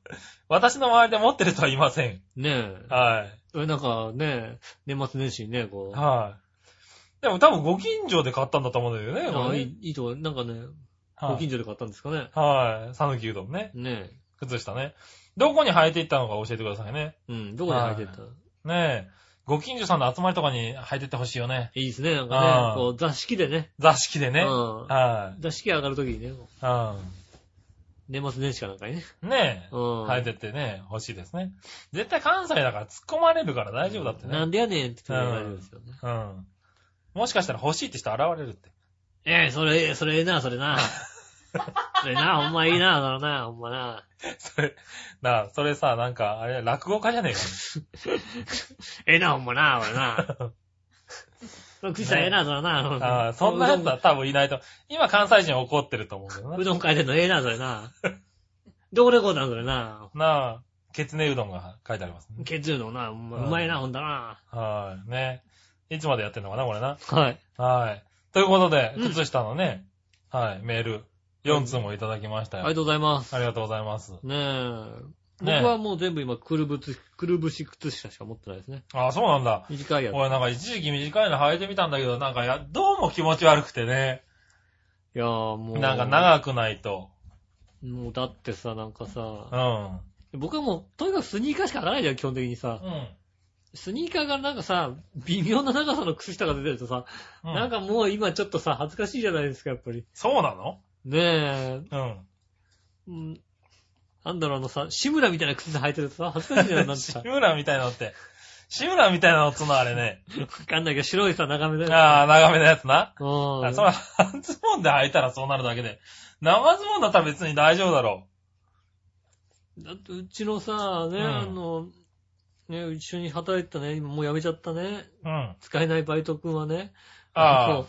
S3: 私の周りで持ってる人はいません。
S2: れね。ねえ。
S3: はい。
S2: え、なんかね、年末年始にね、こう。
S3: はい。でも多分ご近所で買ったんだと思うんだよね、
S2: あ
S3: こ
S2: あ
S3: れ
S2: い
S3: ね。
S2: いいいとこ、なんかね、
S3: は
S2: ご
S3: い
S2: 近所で買ったんですかね。
S3: はい。讃岐うどんね。
S2: ね
S3: 靴下ね。どこに履いていったのか教えてくださいね。
S2: え。うん、どこで履いてった
S3: ねえ。ご近所さんの集まりとかに履いてってほしいよね。
S2: いいですね、なんか
S3: あ
S2: ね、
S3: あ
S2: こう、座敷でね。
S3: 座敷でね。
S2: うん。
S3: は
S2: 座敷上がるときにね、
S3: い。
S2: 年末年始かなんかにね。
S3: うん。ねえ。
S2: うん。
S3: 履いてってね、欲しいですね。絶対関西だから突っ込まれるから大丈夫だって
S2: な
S3: ね。
S2: んでやねんって言っても大丈夫ですよね。
S3: うん。もしかしたら欲しいって人現れるって。
S2: ええ、それ、それええな、それ な。それな、ほんまいいな、だろな、ほんまな。
S3: それ、なあ、それさ、なんか、あれ、落語家じゃねえか。
S2: ええな、ほんまな、俺 な。その口さんええな、それな。
S3: ああ、そんなやつは多分いないと。今関西人怒ってると思うけど
S2: う
S3: な。
S2: どん書いてんのええな、それな。どこでこうたんそれな。
S3: なあ、ケツネうどんが書いてありますね。
S2: ケツのな、うま
S3: うん
S2: うまいな、ほんだな。
S3: はい。ね。いつまでやってんのかな、これな。
S2: はい。
S3: はい。ということで、
S2: うん
S3: 靴下のね、はい、メール、4通もいただきました
S2: あ
S3: よ。
S2: りがとうございます。
S3: ありがとうございます。
S2: ねえ。僕
S3: ねえ
S2: はもう全部今、くるぶつ、くるぶし靴下しか持ってないですね。
S3: ああ、そうなんだ。
S2: 短いやつ。い
S3: 俺なんか一時期短いの履いてみたんだけど、なんかや、どうも気持ち悪くてね。
S2: やーもう。
S3: なんか長くないと。
S2: もうだってさ、なんか
S3: う
S2: さ、
S3: ん。
S2: 僕はもう、とにかくスニーカーしか履かないじゃん、基本的にさ
S3: う。ん。
S2: スニーカーがなんかさ、微妙な長さの靴下が出てるとさ、
S3: うん、
S2: なんかもう今ちょっとさ、恥ずかしいじゃないですか、やっぱり。
S3: そうなの
S2: ねえ、
S3: うん。
S2: うん。 なんだろう、あのさ、志村みたいな靴下履いてるとさ、恥ずかしいじゃん、なんて
S3: 志
S2: さ。
S3: 村みたいなのって、志村みたいなのっつうのはあれね。
S2: わかんないけど、白いさ、長めだよ。
S3: ああ、長めのやつな。
S2: うん。
S3: あそら、半ズボンで履いたらそうなるだけで。生ズボンだったら別に大丈夫だろ
S2: だって、うちのさ、ね、
S3: うん
S2: あの、ね、一緒に働いてたね、今もう辞めちゃったね、
S3: う。うん。あ
S2: 使えないバイト君はね、
S3: あ
S2: の、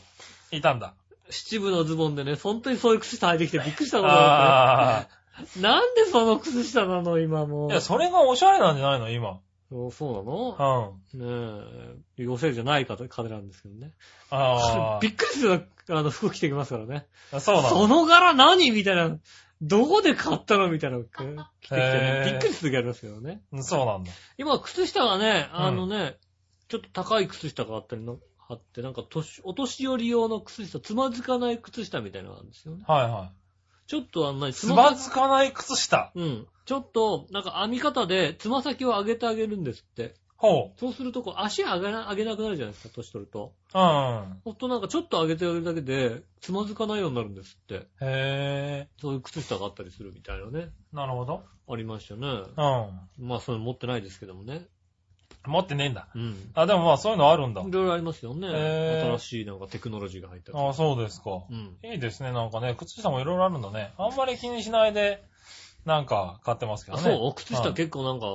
S3: いたんだ。
S2: 七部のズボンでね、本当にそういう靴下履いてきてびっくりしたことがあ
S3: あ
S2: っね。なんでその靴下なの、今も
S3: あ。
S2: う。
S3: いや、それがオシャレなんじゃないの今。
S2: そうそう
S3: うん。
S2: なのねえ、養成じゃない方、彼なんですけどね。
S3: あ
S2: びっくりするような、あの、服着てきますからね。
S3: あ。そうな
S2: そ
S3: の。
S2: の柄何みたいな。どこで買ったのみたいなの着てきてね
S3: へー
S2: びっくりする時ありますけどね。
S3: うんそうなんだ。
S2: 今、靴下がね、あのね、ちょっと高い靴下があったりの、あって、なんか、年、お年寄り用の靴下、つまずかない靴下みたいなのがあるんですよね。
S3: はいは。
S2: ちょっとあんない
S3: つまずかない靴下。
S2: うん。ちょっと、なんか編み方で、つま先を上げてあげるんですって。
S3: ほ
S2: そうすると、こう、足上げな、上げなくなるじゃないですか、年取ると。
S3: う。うん。
S2: ほんとなんか、ちょっと上げてあげるだけで、つまずかないようになるんですって。
S3: へ
S2: そういう靴下があったりするみたいなね。
S3: え。なるほど。
S2: ありましたね。
S3: う
S2: まあ、それ持ってないですけどもね。
S3: ん。持ってねえんだ。
S2: うん。
S3: あ、でもまあそういうのあるんだ
S2: い。ろいろありますよね。
S3: へ
S2: 新
S3: ー
S2: しいなんかテクノロジーが入ったりとか
S3: ああ、そうですか。
S2: うん。
S3: いいですね、なんかね。靴下もいろいろあるんだね。あんまり気にしないで、なんか買ってますけど
S2: あ、
S3: ね。
S2: そう靴
S3: は
S2: 下
S3: い
S2: 結構なんか、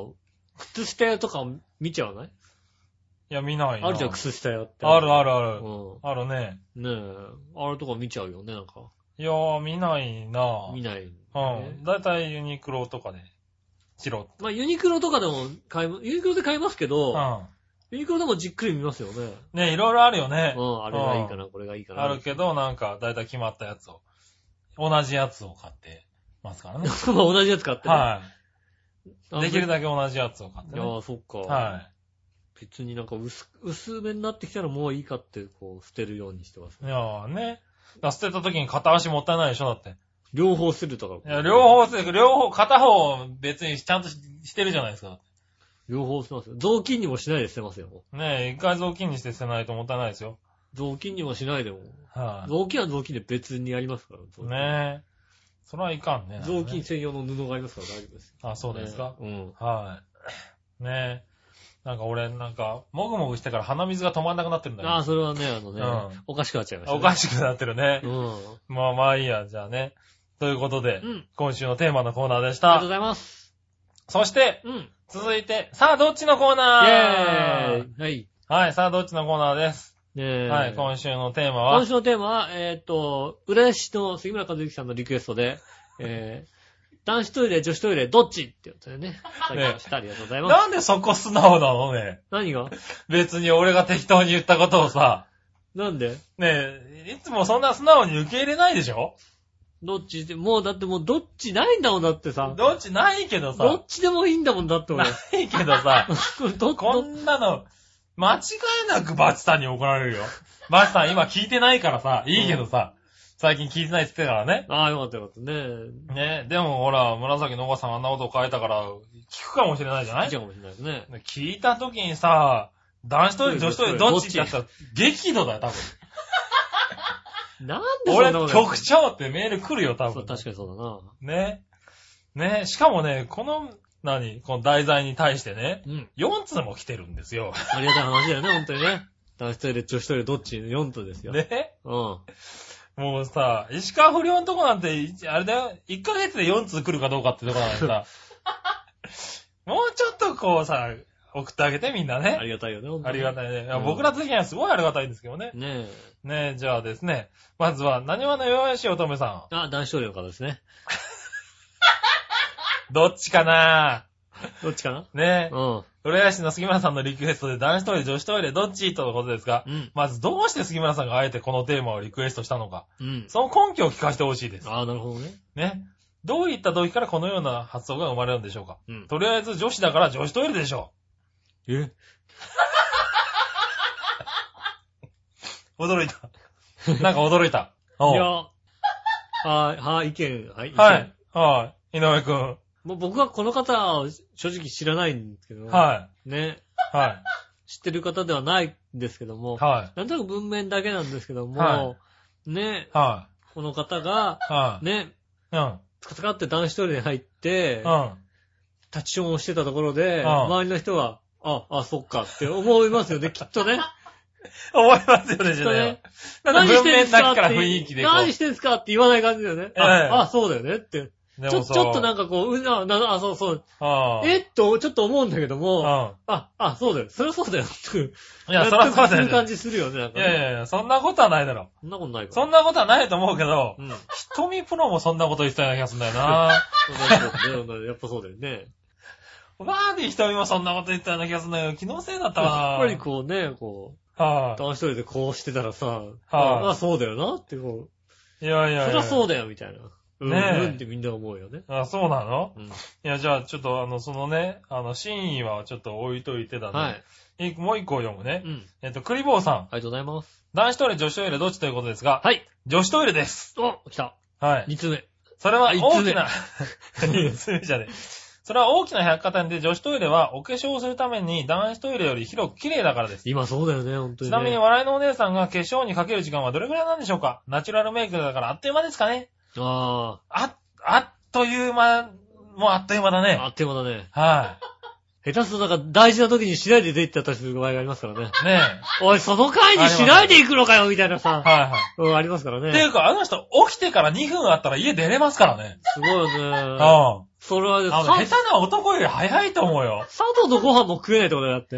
S2: 靴下屋とか見ちゃわない
S3: いや、見ないな。
S2: あるじゃん、靴下屋って。
S3: あるあるあ
S2: う
S3: る。
S2: ん。
S3: あるね。
S2: ねえ。あれとか見ちゃうよね、なんか。
S3: いやー、見ないな
S2: 見ない、ね。
S3: うん。だいたいユニクロとかで、チロ
S2: まあ、ユニクロとかでも買いま、ユニクロで買いますけ
S3: う
S2: ど、
S3: ん。
S2: ユニクロでもじっくり見ますよね。
S3: ね、いろいろあるよね
S2: う。ん、あれがいいかな、これがいいかな。
S3: あるけど、なんか、だいたい決まったやつを、同じやつを買ってますからね。
S2: まあ同じやつ買ってね。
S3: は
S2: あ
S3: い。できる
S2: だ
S3: だけ同じやつを買って
S2: いや
S3: ね。
S2: ーそっか。
S3: は
S2: 別になんか薄、薄めになってきたらもういいかって、こう、捨てるようにしてます。
S3: い。いやーね。だから捨てた時に片足もったいないでしょ、だって。
S2: 両方捨てるとか。
S3: いや、両。方捨て、両方、片方別にちゃんとししてるじゃないですか。
S2: 両方捨てますよ。雑巾にもしないで捨てますよ。
S3: ね一回雑巾にして捨てないともったいないですよ。
S2: 雑巾にもしないでも。
S3: はい。
S2: 雑巾は雑巾で別にありますから。雑巾
S3: ねえ。それはいかんね。
S2: 雑巾専用の布がありますから大丈夫です。
S3: あ、そうですか。
S2: うん。
S3: はい。ねえ。なんか俺、なんか、もぐもぐしてから鼻水が止まんなくなってるんだよ。
S2: ああ、それはね、あのね、
S3: うん
S2: おかしくなっちゃいました、
S3: お
S2: ね。
S3: かしくなってるね
S2: う。ん。うん。
S3: まあまあいいや、じゃあね。ということで、
S2: うん
S3: 今週のテーマのコーナーでし
S2: ありがとうご
S3: た。
S2: ざいます。
S3: そして、
S2: うん。イ
S3: 続いて、さあどっちのコーナー
S2: ェーイはい。
S3: はい、さあどっちのコーナーです。
S2: ねえ。
S3: はい、今週のテーマ
S2: 今
S3: は、
S2: 週のテーマは、えーっ、と、浦安市の杉村和之さんのリクエストで、えー、男子トイレ、女子トイレ、どっちってやつだよね。いてました。ありがとうございます。
S3: なんでそこ素直なのね。
S2: 何が
S3: 別に俺が適当に言ったことをさ、
S2: なんで
S3: ねえ、いつもそんな素直に受け入れないでしょ
S2: どっちって、もうだってもうどっちないんだもんだってさ。
S3: どっちないけどさ。
S2: どっちでもいいんだもんだって
S3: な
S2: 俺。
S3: いけどさ、
S2: どっ
S3: こ
S2: ど
S3: んなの、間違いなくバチさんに怒られるよ。バチさん今聞いてないからさ、いいけどさ、最近聞いてないって言ってたからね。
S2: ああ、よかったよかったね。
S3: ね、でもほら、紫のおばさんあんなこと書いたから、聞くかもしれないじゃな
S2: 聞いちゃ
S3: いう
S2: かもしれないですね。
S3: 聞いた時にさ、男子トイレ、女子トイレ、どっちってやったら、激怒だよ、多分。
S2: なんでそん
S3: 俺
S2: なこ、とや
S3: 局長ってメール来るよ、多
S2: そう
S3: 分。
S2: 確かにそうだな。
S3: ね。ね、しかもね、この、何、この題材に対してね、
S2: うん。
S3: 4通も来てるんですよ。
S2: ありがたい話だよね、本当にね。男子トイレ、女子トイレ、どっち ?4 とですよ。
S3: ね。
S2: うん。
S3: もうさ、石川不良のとこなんて、いあれだよ、1ヶ月で4通来るかどうかってとこなのに さ、もうちょっとこうさ、送ってあげてみんな
S2: あ
S3: ね。
S2: りがたいよね、本当
S3: あ
S2: に
S3: り
S2: ね
S3: がたいね。いや
S2: うん
S3: 僕ら的にはすごいありがたいんですけどね。
S2: ねえ。
S3: ねえ、じゃあですね、まずは、何話の弱々しい乙女さ
S2: あ、男子トイレの方ですね。
S3: ん。どっちかな
S2: どっちかな
S3: ねえ、
S2: うん。
S3: 浦安市の杉村さんのリクエストで男子トイレ、女子トイレ、どっちとのことですが
S2: う、ん。
S3: まずどうして杉村さんがあえてこのテーマをリクエストしたのか、
S2: うん。
S3: その根拠を聞かせてほしいです。
S2: ああ、なるほどね。
S3: ね。どういった動機からこのような発想が生まれるんでしょうか
S2: うん。
S3: とりあえず女子だから女子トイレでしょ
S2: え
S3: う。 驚いた。 なんか驚いた。
S2: い
S3: おう
S2: や。はい、はい、意見、はい、意見
S3: はい。。はい。井上くん。
S2: もう僕はこの方を正直知らないんですけど。。
S3: はい
S2: ね。
S3: い。は
S2: 知ってる方ではないんですけども
S3: い。。は
S2: なんとなく文面だけなんですけども、
S3: は
S2: ね、
S3: い。は
S2: この方が、
S3: い。はい。
S2: ね、
S3: うん。
S2: つかつかって男子トイレに入って
S3: う、ん。
S2: タッチションをしてたところで、
S3: うん
S2: 周りの人は、あ、あ、そっかって思います よね、きっとね。
S3: 思いますよね、
S2: きっ
S3: 時
S2: と
S3: 代は
S2: ね。。何してんすかっ
S3: 文面なきから
S2: て。
S3: 雰囲気でこう
S2: 何してんすかって言わない感じだよね。
S3: ええ
S2: あ、あ、そうだよねって。
S3: で
S2: ちょ、
S3: もさ
S2: ちょっとなんかこう、うな、な、あ、そうそう。
S3: ああ
S2: えっと、ちょっと思うんだけど
S3: う
S2: も、
S3: ん。
S2: あ、あ、そうだよ。そりゃそうだよって。い
S3: いや、そらそうだ
S2: す
S3: よ
S2: る感
S3: ね。
S2: じするよね、なん
S3: い
S2: かね。
S3: やいやいや、そんなことはないだろ。
S2: そんなことないから。
S3: そんなことはないと思うけど
S2: う、ん。
S3: 瞳プロもそんなこと言ってたような気がするんだよな。
S2: そうだよねやっぱそうだよね。
S3: バーディー瞳もそんなこと言ってたような気がするんだけど、気のせいだったな。
S2: やっぱりこうね、こう、
S3: は
S2: 男一人でこうしてたらさ、
S3: はい
S2: あ、そうだよなってこ、
S3: い。いやいうやい
S2: そり
S3: や。
S2: ゃそうだよみたいな。うん、
S3: ねえ
S2: うんってみんな思うよね。
S3: あ、そうなの
S2: うん。
S3: いや、じゃあ、ちょっと、あの、そのね、あの、真意はちょっと置いといてだね。
S2: はい。
S3: い。もう一個読むね
S2: う。ん。
S3: えっと、クリボーさん。
S2: ありがとうございます。
S3: 男子トイレ、女子トイレ、どっちということですが、
S2: はい。
S3: 女子トイレです。
S2: お、来た。
S3: はい。
S2: 二つ目。
S3: それは
S2: あ
S3: 大
S2: 一
S3: きな、
S2: つ目
S3: 一つ目じゃねえそれは大きな百貨店で女子トイレはお化粧をするために男子トイレより広く綺麗だからです。
S2: 今そうだよね、本当
S3: ち
S2: に、ね。
S3: なみに笑いのお姉さんが化粧にかける時間はどれくらいなんでしょうかナチュラルメイクだからあっという間ですかね
S2: あ
S3: あ、あっという間、もうあっという間だ
S2: あ、あ
S3: ね。
S2: っという間だね。
S3: は
S2: 下手するとなんか大事な時にしないで出てったりする場合がありますからね。
S3: い。ね
S2: おい、その回にしないで行くのかよ、みたいな
S3: え。
S2: さ。
S3: はいはい。
S2: うん、ありますからね
S3: って。いうか、あの人、起きてから2分あったら家出れますからね。
S2: すごいよ
S3: うん。
S2: ね。
S3: あ
S2: それはね、
S3: の、下手な男より早いと思うよ。
S2: 佐藤のご飯も食えないってことだよだって。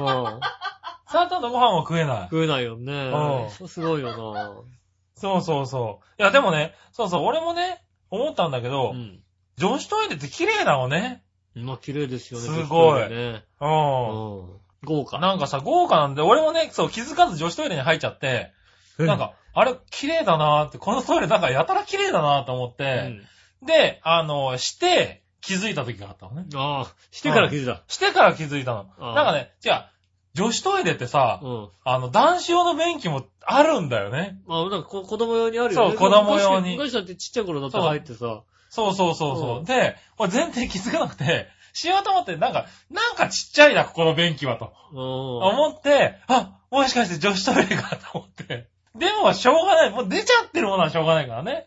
S3: うん。
S2: うん。
S3: サンタのご飯は食えない。
S2: 食えないよね。
S3: う
S2: すごいよ
S3: そうそうそう。いや、でもね、そうそう、俺もね、思ったんだけ
S2: な
S3: ど、
S2: うん。
S3: 女子トイレって綺麗なのね。
S2: まあ、綺麗ですよね。
S3: すごい
S2: 女子トイレね。
S3: うん。
S2: うん。豪華。
S3: なんかさ、豪華なんで、俺もね、そう、気づかず女子トイレに入っちゃって、なん、か、あれ、綺麗だなーって、このトイレなんかやたら綺麗だなーと思っ
S2: う
S3: て、
S2: ん。
S3: で、あの、して、気づいた時があったのね。
S2: ああ、してから気づいた。
S3: してから気づいたの。
S2: あー
S3: なんかね、違う、女子トイレってさ、
S2: うん。
S3: あの、男子用の便器もあるんだよね。
S2: まあ、なんかこ子供用にあるよね。
S3: そう子供用に
S2: 昔だってちっちゃい頃だって入ってさ。
S3: そうそうそうそう。
S2: うん
S3: で、俺全然気づかなくて、しようと思って、なんか、なんかちっちゃいな、ここの便器はと。
S2: うん。
S3: 思って、あ、もしかして女子トイレかと思って。でも、しょうがない。もう出ちゃってるものはしょうがないからね。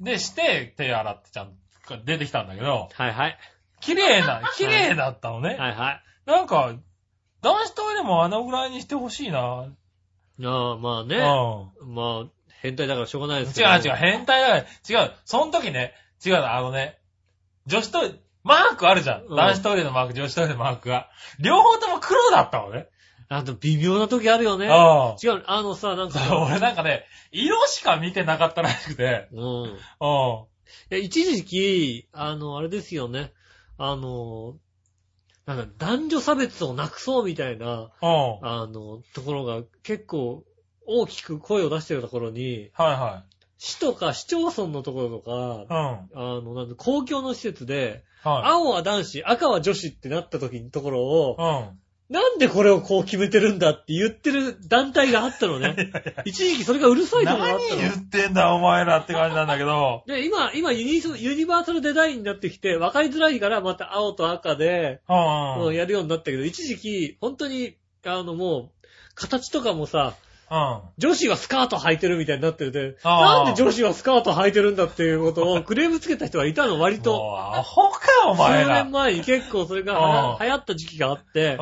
S3: で、して、手洗ってちゃんと出てきたんだけど、
S2: はいはい。
S3: 綺麗 な、綺麗だったのね。
S2: はいはい。
S3: なんか、男子トイレもあのぐらいにしてほしいな。
S2: ああ、まあ
S3: う
S2: ね。
S3: ん。
S2: まあ、変態だからしょうがないですけ
S3: 違
S2: ど。
S3: う違う、。変態だから、違う、その時ね、違うの、あのね、女子トイレ、マークあるじゃん。
S2: うん
S3: 男子トイレのマーク、女子トイレのマークが。両方とも黒だったのね。
S2: あと、微妙な時あるよね。
S3: あ
S2: 違う、あのさ、なんか
S3: あ。
S2: さ。
S3: 俺なんかね、色しか見てなかったらしくて。
S2: うん。
S3: うん。はい
S2: や、一時期、あの、あれですよね。あの、なんだ、男女差別をなくそうみたいな、
S3: いうん。
S2: あの、ところが結構大きく声を出してるところに、
S3: は
S2: 市とか市町村のところと
S3: い
S2: か、
S3: はい。うん。
S2: あの、なんだ、公共の施設で、
S3: はい。
S2: 青は男子、赤は女子ってなった時のところを、
S3: うん。
S2: なんでこれをこう決めてるんだって言ってる団体があったの ね。一時期それがうるさいところがあっ
S3: 何
S2: たの。
S3: 言ってんだお前らって感じなんだけど。
S2: で、今、今ユニソユニバーサルデザインになってきて、分かりづらいからまた青と赤で、
S3: うん。
S2: も
S3: う。
S2: うんやるようになったけど、一時期、本当に、あのもう、形とかもさ、
S3: う
S2: 女子はスカート履いてるみたいになってるで、
S3: あ
S2: な
S3: ー
S2: んで女子はスカート履いてるんだっていうこと をクレームつけた人がいたの、割
S3: ん。
S2: と。
S3: もうアホかお
S2: 数
S3: 前ら。う
S2: 年前に結構それが
S3: あー
S2: 流行った時期があって、
S3: ん。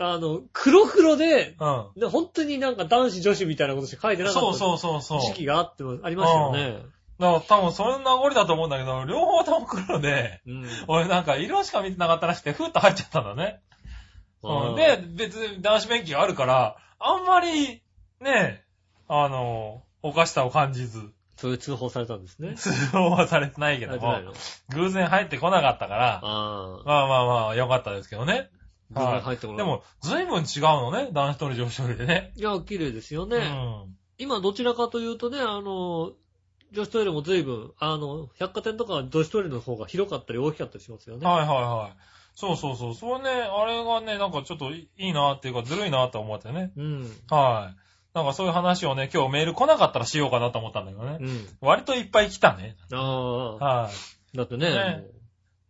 S2: あの、黒黒で、
S3: うん。
S2: で本当になんか男子女子みたいなことしか書いてなか
S3: そう
S2: った
S3: そうそうそう。
S2: 時期があって、ありましたよね。
S3: だから多分それの名残だと思うんだけど、両方とも黒で、
S2: うん
S3: 俺なんか色しか見てなかったらしくて、ふーっと入っちゃったんだね。うん、で、別に男子便器があるから、あんまり、ね、あの、おかしさを感じず、
S2: そういう通報されたんですね。
S3: 通報はされてないけ
S2: さ
S3: ど
S2: れてない
S3: も、
S2: の
S3: 偶然入ってこなかったから、
S2: ああ。
S3: まあまあまあ、よかったですけどね。
S2: 全然入ってこ
S3: で
S2: ない。
S3: も、随分違うのね、男子トイレ女子トイレでね。
S2: いや、綺麗ですよね。
S3: うん。
S2: 今どちらかというとね、あの、女子トイレも随分、あの、百貨店とかは女子トイレの方が広かったり大きかったりしますよね。
S3: はいはいはい。そうそうそう。それね、あれがね、なんかちょっといいなっていうか、ずるいなって思ってね。
S2: うん。
S3: はい。なんかそういう話をね、今日メール来なかったらしようかなと思ったんだけどね。
S2: うん。
S3: 割といっぱい来たね。
S2: ああ、
S3: は
S2: だってね、
S3: ねい。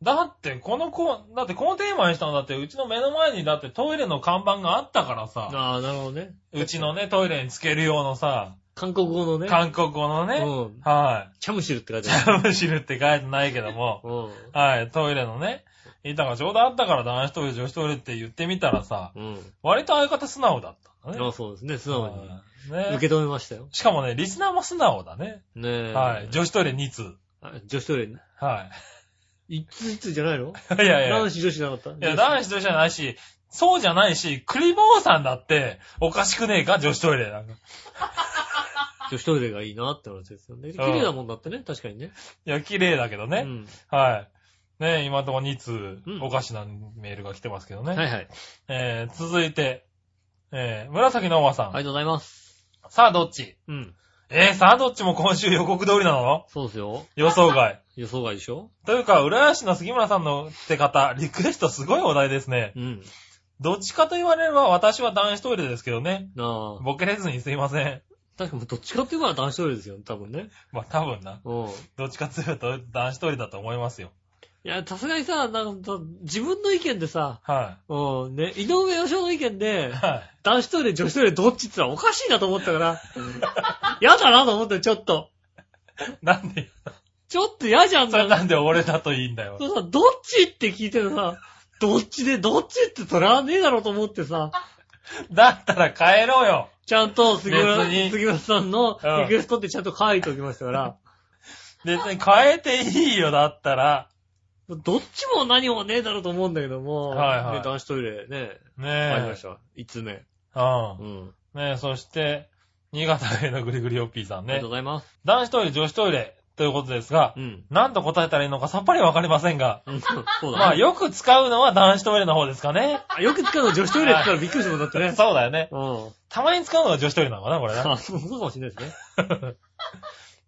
S3: だって、このコー、だってこのテーマにしたのだって、うちの目の前にだってトイレの看板があったからさ、
S2: ああ、なるほどね。
S3: うちのね、トイレにつける用のさ、
S2: 韓国語のね、
S3: 韓国語のね、
S2: うん。
S3: は
S2: チャムシルって書い
S3: い。
S2: て
S3: チ
S2: ある。
S3: ャムシルって書いてないけども、
S2: うん。
S3: はい、トイレのね、板がちょうどあったから男一人女一人って言ってみたらさ、
S2: うん。
S3: 割と相方素直だったんだね。
S2: あそうですね、素直に。
S3: ね
S2: 受け止めましたよ。
S3: しかもね、リスナーも素直だね。
S2: ねえ。
S3: はい。女子トイレ2通。
S2: あ女子トイレ、
S3: は
S2: 一つ一つじゃないの
S3: い。 いやいや。
S2: 男
S3: い
S2: 子女子じゃなかった
S3: や、男子トイレじゃないし、そうじゃないし、クリボーさんだって、おかしくねえか女子トイレなんか。
S2: 女子トイレがいいなって話ですよね。綺麗なもんだってね、確かにね。
S3: いや、綺麗だけど
S2: う
S3: ね。
S2: ん。
S3: はい。ね今のところ2通
S2: う、ん
S3: おかしなメールが来てますけどね。
S2: はいはい。
S3: えー、続いて、えー、紫のおばさん。
S2: ありがとうございます。
S3: さあ、どっち
S2: うん。
S3: えー、さあ、どっちも今週予告通りなの
S2: そうですよ。
S3: 予 想外。
S2: 予想外でしょ
S3: というか、浦安市の杉村さんの手方、リクエストすごいお題ですね。
S2: うん。
S3: どっちかと言われれば、私は男子トイレですけどね。
S2: なあ。
S3: ボケれずにすいません。
S2: 確かにどっちかって言えば男子トイレですよね、多分ね。
S3: まあ、多分な。
S2: うん。い
S3: どっちかというと男子トイレだと思いますよ。
S2: や、さすがにさ、なんか、自分の意見でさ、
S3: は
S2: うん、ね、井上義雄の意見で
S3: い。、は
S2: 男子トイレ、女子トイレどっちってのはおかしいなと思ったから、 嫌だなと思って、ちょっと。
S3: い。なんで、
S2: ちょっと嫌じゃん
S3: そ
S2: だ
S3: れ
S2: よ。
S3: なんで俺だといいんだよ
S2: そ。うさ、どっちって聞いてるさ、どっちで、どっちってそれはねえだろうと思ってさ、
S3: だったら帰ろうよ。
S2: ちゃんと杉村
S3: 別に
S2: 杉村さんの
S3: うん
S2: リクエストってちゃんと書いておきましたから、
S3: 別に変えていいよ、だったら。
S2: どっちも何もねえだろうと思うんだけども、
S3: はいはい
S2: ね男子トイレね、
S3: ね
S2: あ
S3: え。
S2: りました。5つ目。
S3: うん
S2: う。ん。
S3: ねえ、そして、新潟へのぐりぐりおっぴーさん
S2: ありが
S3: ね
S2: とう。ございます。
S3: 男子トイレ、女子トイレということですが
S2: う、 ん。
S3: 何と答えたらいいのかさっぱりわかりませんが、
S2: うんそう
S3: ま
S2: だ
S3: あ
S2: ね。
S3: よく使うのは男子トイレの方ですかね。
S2: あよく使うの女子トイレって言ったらびっくりするもんだってね。
S3: そうだよね。
S2: うん。
S3: たまに使うのが女子トイレなのかな、これね。
S2: あ、そうそうかもしれないですね。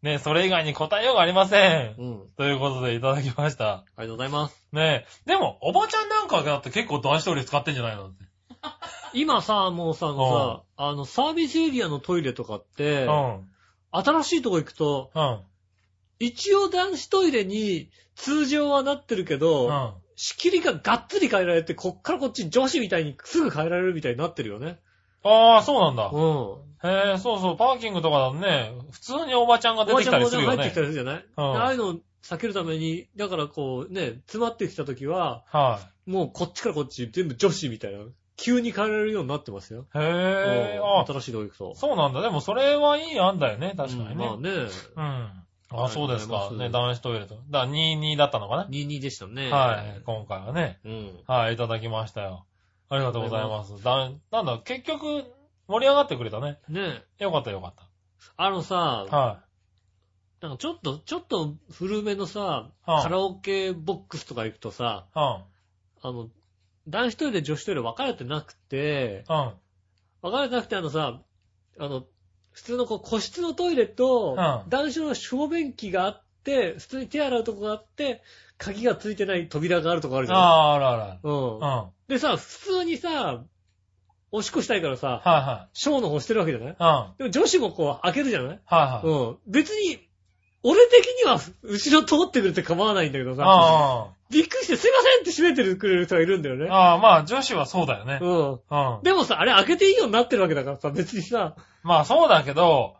S3: ねえ、それ以外に答えようがありません。
S2: うん。
S3: ということでいただきました。
S2: ありがとうございます。
S3: ねえ、でも、おばちゃんなんかだって結構男子トイレ使ってんじゃないの
S2: 今さ、もうさ、あのさ、あの、サービスエリアのトイレとかって、
S3: う
S2: 新しいとこ行くと、
S3: ん。うん。
S2: 一応男子トイレに通常はなってるけど、
S3: うん。
S2: 仕切りががっつり変えられて、こっからこっち女子みたいにすぐ変えられるみたいになってるよね。
S3: ああ、そうなんだ
S2: う。ん。お
S3: へえ、そうそう、パーキングとかだとね、普通におばちゃんが出
S2: ば
S3: て
S2: ち
S3: き
S2: ゃ
S3: た
S2: ん
S3: り
S2: も
S3: す
S2: ね
S3: る
S2: 入
S3: よ
S2: って
S3: ね
S2: きた。りするじゃない、
S3: うん
S2: ああいうのを避けるために、だからこうね、詰まってきた時は、
S3: はい。
S2: もうこっちからこっち全部女子みたいな、急に変えられるようになってますよ。
S3: へえ、
S2: うん
S3: あ
S2: 新しい動画行くと。
S3: そうなんだ。でもそれはいい案だよね、確か
S2: う
S3: にね
S2: ん。まあね、
S3: うん。あ、そうです
S2: ありが
S3: か。
S2: とうござい
S3: ね、
S2: ま
S3: 男子トイレと。だから22だったのか
S2: 22でしたね。
S3: なはい、今回はね。
S2: うん。
S3: はい、いただきましたよ。ありがとうございます。だ、なんだ、結局、盛り上がってくれたね。
S2: ね
S3: よかったよかっ
S2: あのさ、
S3: た。は
S2: なんかちょっと、ちょっと古めのさ、
S3: い。は
S2: カラオケボックスとか行くとさ、
S3: あ、
S2: あの、男子トイレ、女子トイレ分かれてなくて、
S3: うん。うん。
S2: 分かれてなくてあのさ、あの、普通のこう個室のトイレと
S3: う、ん
S2: 男子の小便器があって、普通に手洗うとこがあって、鍵がついてない扉があるとこあるじ
S3: あ
S2: ゃない
S3: あ、あるあるある。
S2: うん
S3: うん。。は
S2: でさ、普通にさ、おしっこしたいから
S3: い
S2: さ、
S3: は
S2: 小の方してるわけじゃない
S3: い。うん。はい
S2: でも女子もこう開けるじゃない
S3: はい。
S2: うん。別に、俺的には後ろ通ってくれて構わないんだけどさ、
S3: あ
S2: びっくりしてすいませんって閉めてるくれる人がいるんだよ
S3: あ、
S2: ね。
S3: ああ、まあ女子はそうだよね。
S2: うん。
S3: うん。
S2: でもさ、あれ開けていいようになってるわけだからさ、別にさ、
S3: まあそうだけど、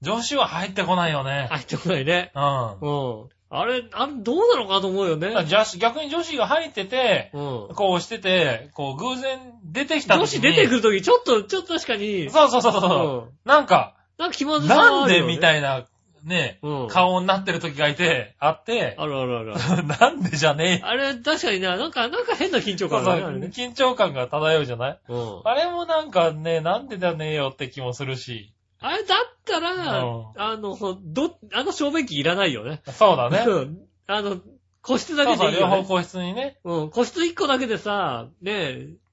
S3: 女子は入ってこないよね。
S2: 入ってこないね。
S3: うん。
S2: うん。あれ、あれどうなのかと思うよね
S3: だか。ら女子逆に女子が入ってて、
S2: うん。
S3: こうしてて、こう偶然出てきた時に。
S2: 女子出てくるとき、ちょっと、ちょっと確かに、
S3: そうそうそうそうう。
S2: ん。
S3: なんか、
S2: なんか気まずさは
S3: な
S2: あ
S3: ん
S2: る
S3: で
S2: よね
S3: みたいな、ね、
S2: うん。
S3: 顔になってる時がいて、あって、
S2: あるあるある。
S3: なんでじゃねえ。
S2: あれ、確かにな、なんか、なんか変な緊張
S3: そ
S2: 感
S3: う
S2: が
S3: そ
S2: あ
S3: う
S2: るね。
S3: 緊張感が漂うじゃない
S2: うん。
S3: あれもなんかね、なんでじゃねえよって気もするし。
S2: あれだったら、
S3: うん
S2: あの、ど、あの小便器いらないよね。
S3: そうだね。
S2: うん。あの、個室だ
S3: そ
S2: け
S3: うそ
S2: で
S3: う、
S2: いいよ、
S3: 両
S2: ね。
S3: 方個室にね。
S2: うん。個室1個だけでさ、ね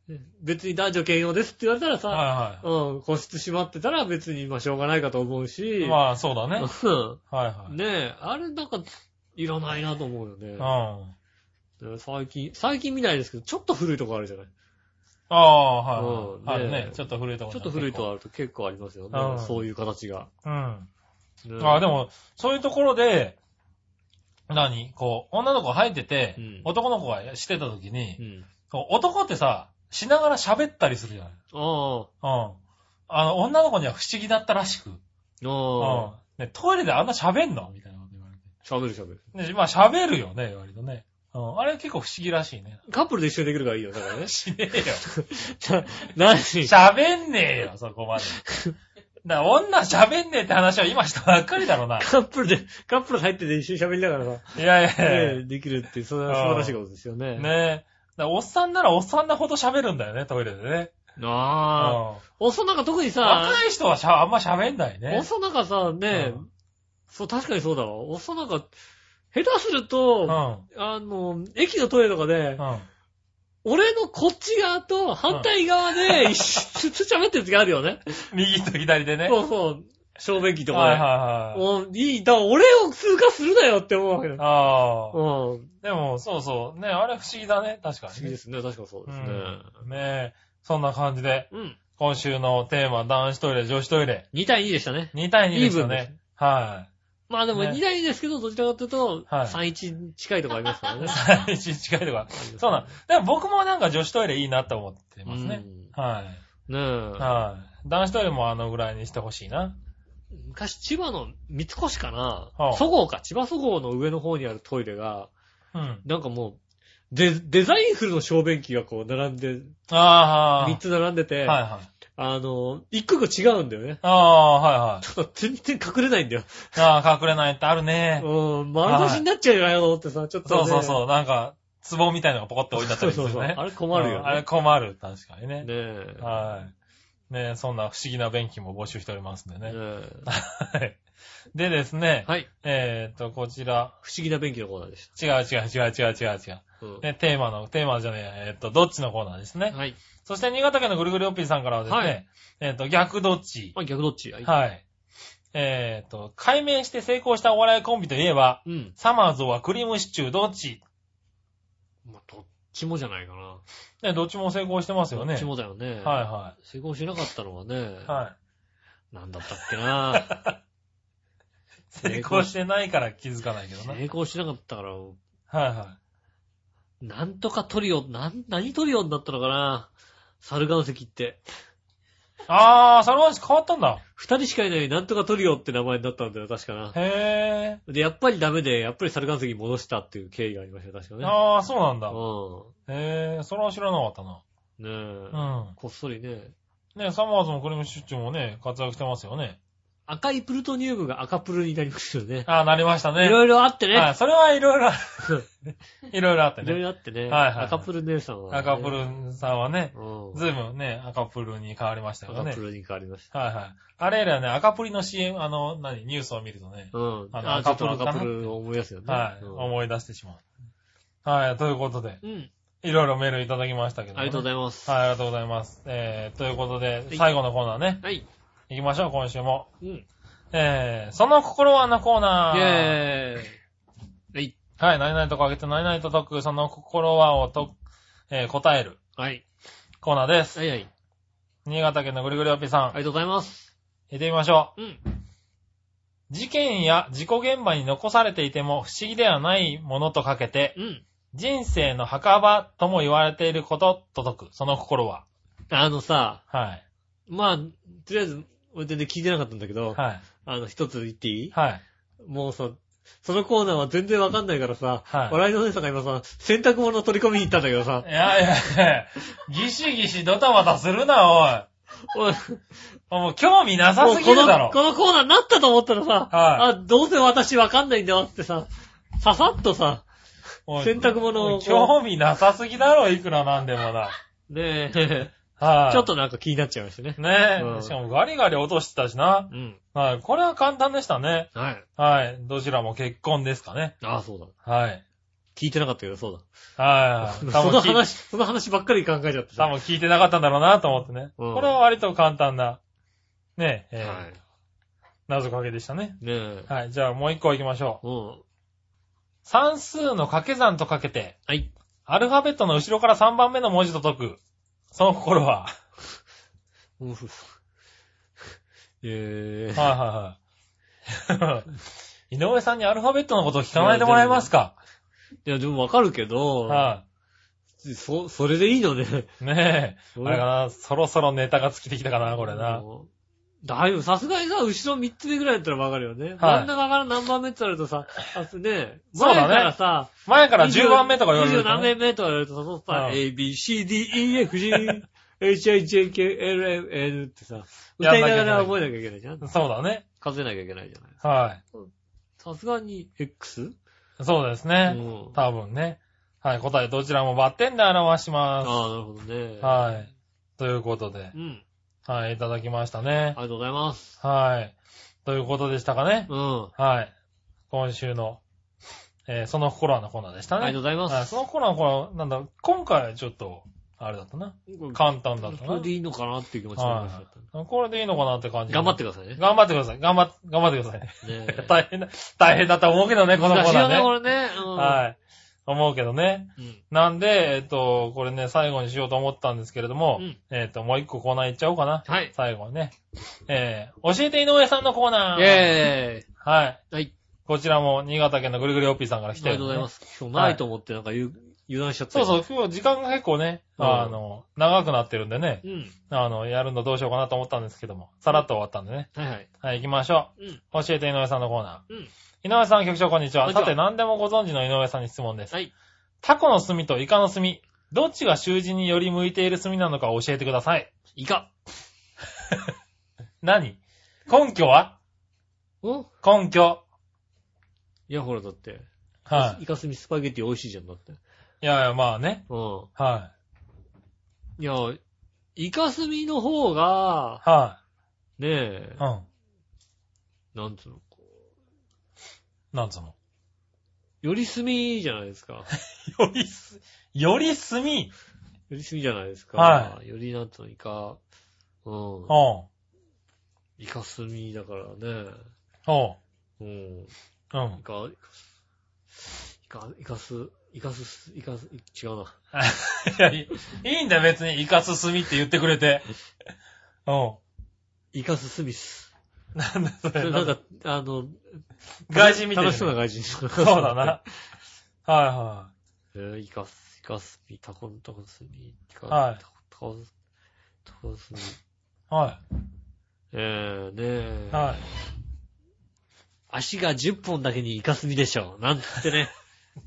S2: え、別に男女兼用ですって言われたらさ、
S3: は
S2: うん、個室閉まってたら別に、まあ、しょうがないかと思う
S3: い
S2: し
S3: は、い。まあ、そうだね。
S2: うん。
S3: はいはい。
S2: ねえ、あれなんか、いらないなと思うよね
S3: うん。。あ
S2: ね最近、最近見ないですけど、ちょっと古いとこあるじゃない
S3: あ、
S2: う
S3: は
S2: ん
S3: いはい。ある
S2: ね
S3: ね。ちょっと古いとこ
S2: ちょ
S3: ろ
S2: っと古いとあると結構ありますよね
S3: う。ん
S2: そういう形が。
S3: うん。
S2: ね
S3: ああ、でも、そういうところで、何こう、女の子が入ってて、
S2: うん
S3: 男の子がしてた時に、
S2: うん。
S3: こう男ってさ、しながら喋ったりするじゃない
S2: あ
S3: うん。あの、女の子には不思議だったらしく。
S2: あ、
S3: う
S2: ああ
S3: ん。ね、トイレであんな喋んのみたいなこと言われ
S2: 喋る喋る。
S3: て。ね、まあ喋るよね、割とね。うんあれ結構不思議らしいね。
S2: カップルで一緒にできるからいいよ、だ からね。
S3: しねえよ。
S2: じゃあ何
S3: 喋んねえよ、そこまで。だから女喋んねえって話は今したばっかりだろうな。
S2: カップルで、カップル入ってて一緒に喋りながらさ、
S3: いやいや
S2: ね
S3: い
S2: えできるって、それ
S3: うん
S2: は素晴らしいことですよね。
S3: や。ねえ。だからおっさんならおっさんなほど喋るんだよね、トイレでね。うん
S2: ああ。おそなんか特にさ、
S3: 若い人はしゃあんま喋んない
S2: お
S3: ね。
S2: そなんかさ、ねえ
S3: うん、
S2: そう、確かにそうだわ。おそなんか、下手する
S3: うん。う
S2: と、
S3: ん。
S2: あの、駅のトイレとかで、俺のこっち側と反対側で、一緒に喋ってる時あるよね。
S3: 右と左でね。
S2: そうそう。小便器と
S3: はいはい
S2: かで。
S3: はい。
S2: もういい、だから俺を通過するなよって思うわけだ。うん。
S3: ああ。
S2: 不思
S3: でも、そうそう。ねあれ不思議だね、確か
S2: 議
S3: に
S2: で
S3: ね。
S2: すね。確かそうですね。
S3: うんねえ。そんな感じで、
S2: うん。
S3: 今週のテーマ、男子トイレ、女子トイレ。
S2: 2対2でしたね。
S3: 2対2でした
S2: イーブンです
S3: ね。はい。
S2: まあでも
S3: ね
S2: 2対2ですけど、どちらかというと、
S3: はい
S2: 3-1近いとこありますからね。
S3: 最近近いとか。 そうなん。でも僕もなんか女子トイレいいなと思ってますね。は
S2: うん。ね
S3: い。
S2: え。
S3: はい。男子トイレもあのぐらいにしてほしいな。
S2: 昔、千葉の三越かな、
S3: はあ
S2: そごうか、千葉そごうの上の方にあるトイレが、
S3: うん。
S2: なんかもう、デデザインフルの小便器がこう並んで、
S3: ああ、
S2: 3つ並んでて、
S3: はいはい。
S2: あの、1個1個違うんだよね。
S3: ああ、はいはい。
S2: 全然隠れないん だよ。
S3: ああ、隠れないってある ね。
S2: うん、丸出しになっちゃうよなと思ってさ、ちょっと、
S3: そ
S2: ね。
S3: うそうそう。なんか、壺みたいのがポコッと置いてあった
S2: そう
S3: りす
S2: そ
S3: る
S2: う
S3: ね。
S2: そう。あれ困る
S3: う
S2: よ
S3: んあれ
S2: ね。
S3: 困る。確かにね
S2: ね。え。
S3: はい。ねそんな不思議な便器も募集しておりますんで
S2: ね
S3: ね。
S2: え
S3: はい。でですね、
S2: はい。
S3: えーっと、こちら、
S2: 不思議な便器のコーナーでし
S3: 違う違う違う違う違う違う。
S2: た。うん
S3: ね、テーマの、テーマじゃねえ、えっと、どっちのコーナーですね。
S2: はい。
S3: そして、新潟県のぐるぐるおっぴーさんからはですね、
S2: はい
S3: えっと、逆どっち。
S2: あ、逆どっちはい。
S3: はい。えっと、解明して成功したお笑いコンビといえば、
S2: うん。
S3: サマーズはクリームシチューどっち
S2: まあ、どっちもじゃないかな。
S3: ね、どっちも成功してますよね。
S2: どっちもだよね。
S3: はいは
S2: 成功しなかったのはね、
S3: い。はい。
S2: なんだったっけ な
S3: 成功してないから気づかないけどな。はい
S2: 成功しなかったから、
S3: は
S2: なんとかトリオ、なん、何トリオになったのかな猿岩石って。
S3: い。あー、その話変わったんだ。
S2: 二人しかいないなんとかトリオって名前になったんだよ、確かな。
S3: へ
S2: で、やっぱりダメで、やっぱり猿岩石に戻したっていう経緯がありましたよ、確か
S3: ー。
S2: ね。
S3: あー、そうなんだ。
S2: う
S3: へー、それは知らなかったな。
S2: ん。ねえ。
S3: う
S2: こっそりね。
S3: ん。ね、サマーズもクリームシチューもね、活躍してますよね。
S2: 赤いプルトニウムが赤プルになりますよね。
S3: あー、なりましたね。
S2: いろいろあってね。
S3: はい、それはいろいろある。 いろいろあって
S2: いろい
S3: ね。
S2: ろあってね。
S3: はいはい
S2: 赤プル姉さんは、ね。
S3: 赤プ。ルさんはね、
S2: うん。
S3: ずいぶんね、赤プルに変わりましたよ
S2: 赤
S3: ね
S2: プ。ルに変わりました。
S3: はいはい。あれ以来ね、赤プリの CM、あの、何、ニュースを見るとね、
S2: うん。
S3: あの
S2: あ、ちょっと
S3: 赤プルかな
S2: 赤プルを思い出すよね。
S3: はい、
S2: うん
S3: 思い出してしまう。はい、ということで、
S2: うん。
S3: いろいろメールいただきましたけど、
S2: ありがとうござ
S3: い
S2: います。
S3: ます。はい、ありがとうございます。えー、ということで
S2: は、い
S3: 最後のコーナーね、
S2: はい。
S3: 行きましょう、今週も。
S2: うん。イ
S3: えー、その心はのコーナー。
S2: ェーイ。はい。
S3: はい、何々とかあげて、何々と解く、その心はをと、えー、答える
S2: はい。
S3: コーナーです。
S2: はいはい。あり
S3: 新潟県のぐりぐりおっぴーさ
S2: が
S3: ん、
S2: とうございます。
S3: 行ってみましょ
S2: うん。
S3: う。事件や事故現場に残されていても不思議ではないものとかけて、
S2: うん。
S3: 人生の墓場とも言われていることと解く、その心は。
S2: あのさ、
S3: はい。
S2: まあ、とりあえず、俺全然聞いてなかったんだけど、
S3: は
S2: あの、一つ言ってい
S3: い。
S2: い
S3: はい。
S2: もうさ、そのコーナーは全然わかんないからさ、
S3: はい
S2: 笑いのお姉さんが今さ、洗濯物取り込みに行ったんだけどさ
S3: い、やいやいや、ギシギシドタバタするな、
S2: おい
S3: おい。もう興味なさ
S2: もう
S3: すぎ
S2: こ
S3: るだろ
S2: の、。このコーナーになったと思ったらさ、
S3: は
S2: あ、どうせ私わかんないんだよってさ、ささっとさ、
S3: おい
S2: 洗濯物を
S3: おい興味なさすぎだろ、いくらなんでもな。
S2: ねえ、
S3: はい。
S2: ちょっ。となんか気になっちゃいましたね。
S3: ねえ、
S2: うん
S3: しかもガリガリ落としてたしな。
S2: うん。
S3: はい。これは簡単でしたね。
S2: はい。
S3: はい。どちらも結婚ですかね。
S2: ああ、そうだ。
S3: はい。
S2: 聞いてなかったけど、そう
S3: はい。
S2: だ。
S3: 多
S2: そ
S3: 分
S2: の
S3: 聞い
S2: 話、その話ばっかり考えちゃって
S3: 多
S2: さ。
S3: 分聞いてなかったんだろうなと思ってね。
S2: うん
S3: これは割と簡単な、ねえ、えー
S2: はい。
S3: 謎かけでしたね。
S2: ねえ。
S3: はい。じゃあもう一個行きましょう。
S2: うん。
S3: 算数の掛け算とかけて、
S2: はい。
S3: アルファベットの後ろから3番目の文字と解く。その 心は。
S2: うんふ えー。
S3: はいはいはい。井上さんにアルファベットのことを聞かないでもらえますか
S2: いや、でもわかるけど、
S3: は
S2: そ、それでいいのね。
S3: い。ねえ。
S2: うん
S3: あれかな、そろそろネタが尽きてきたかな、これな。
S2: もだいぶ、さすがにさ、後ろ3つ目ぐらいだったらわかるよね。真ん中から何番目って言われるとさ、あすね、
S3: そ
S2: 前
S3: うだね
S2: からさ、
S3: 前から10番目とか言われる
S2: 20
S3: とね
S2: 何名目とか言われると、そのさ、
S3: うん
S2: A, B, C, D, E, F, G, H, I, J, K, L, M, N ってさ、歌いながら覚えなきゃいけないじゃん。
S3: そうだね。
S2: 数えなきゃいけないじゃない。
S3: は
S2: さすがに X?
S3: い。そうです
S2: う
S3: ね。
S2: ん。あ
S3: 多分ね。はい。答えどちらもバッテンで表し
S2: あ、
S3: ま
S2: なるほどね。
S3: す。はい。ということで
S2: う。ん。
S3: はい。いただきました
S2: あり
S3: ね。
S2: がとうございます。
S3: はい。ということでしたかね。
S2: うん。あ
S3: はい。今週の、えーその心はのコーナーでした
S2: り
S3: ね。
S2: がとうございま
S3: はい。
S2: す。
S3: その心はのコーナー、なんだ、今回ちょっと、あれだったな。簡単だった
S2: こ
S3: な
S2: れで。いいのかなっていう気持ちになりました。
S3: これでいいのかなって感じ。
S2: 頑張ってください ね。
S3: 頑張ってください。頑張っ、頑張ってください。
S2: ね
S3: 大変だ、大変だと思うけどね、この
S2: 難
S3: コ
S2: し
S3: ー
S2: いよ
S3: ナ
S2: ね、
S3: ー
S2: こ
S3: ね。
S2: れね。うん
S3: はい。思うけどね。
S2: うん。
S3: なんで、えっと、これね、最後にしようと思ったんですけれども、
S2: うん
S3: えっと、もう一個コーナー行っちゃおうかな。
S2: はい。
S3: 最後にね。えー、教えて井上さんのコーナー。
S2: イェーイ。
S3: はい。
S2: はい。
S3: こちらも、新潟県のぐるぐるおっぴーさんから
S2: あり
S3: 来て
S2: が
S3: る、。
S2: とうございますす。今日ないと思ってなんか油油断しちゃった
S3: そう
S2: よ。
S3: そう、今日時間が結構ね、
S2: うん
S3: あの、長くなってるんでね、
S2: う。うん。
S3: あの、やるのどうしようかなと思ったんですけども、さらっと終わったんでね。
S2: はいはい。
S3: はい、行きましょ
S2: うん。
S3: う。教えて井上さんのコーナ
S2: うん。
S3: ー。井上さん、局長、こんにち
S2: こん
S3: は。
S2: にちは
S3: さて、何でもご存知の井上さんに質問です。
S2: はい。
S3: タコの炭とイカの炭、どっちが囚人により向いている炭なのか教えてください。
S2: イカ。
S3: 何根拠は
S2: お
S3: 根拠。
S2: いや、ほら、だって。
S3: は
S2: イカスミスパゲティ美味しいじゃん、だって。
S3: い。いやいや、まあね。
S2: うん。
S3: はい
S2: や、イカスミの方が、
S3: い。は
S2: ねえ
S3: い。、うん。
S2: なんつうの、こ
S3: なんつうの。
S2: うよりすみじゃないですか。
S3: よりす、より炭。う
S2: よりすみじゃないですか。。
S3: はい
S2: よりなんつうの、イカ、うん。
S3: ん。
S2: イカスミだからね。
S3: おう。
S2: うん。
S3: うん
S2: イ。カ、イカ、イカス、イカス、イカス、違うな。
S3: いや、いいいんだよ、別に。イカス炭って言ってくれて。うん。
S2: イカススミス。
S3: なんだそ
S2: そ
S3: れ。
S2: れなんか、あの、
S3: 外人みたいな。
S2: 楽しそうな
S3: そ
S2: 外人。そう
S3: うだな。。はいは
S2: えー、イカス、イカスミ、タコ、タコスミ、イカ、
S3: はい
S2: タコ、タコタコスミ。
S3: い。は
S2: えー、ねえ
S3: い。。は
S2: 足が10本だけにイカスミでしょ。なんつってね。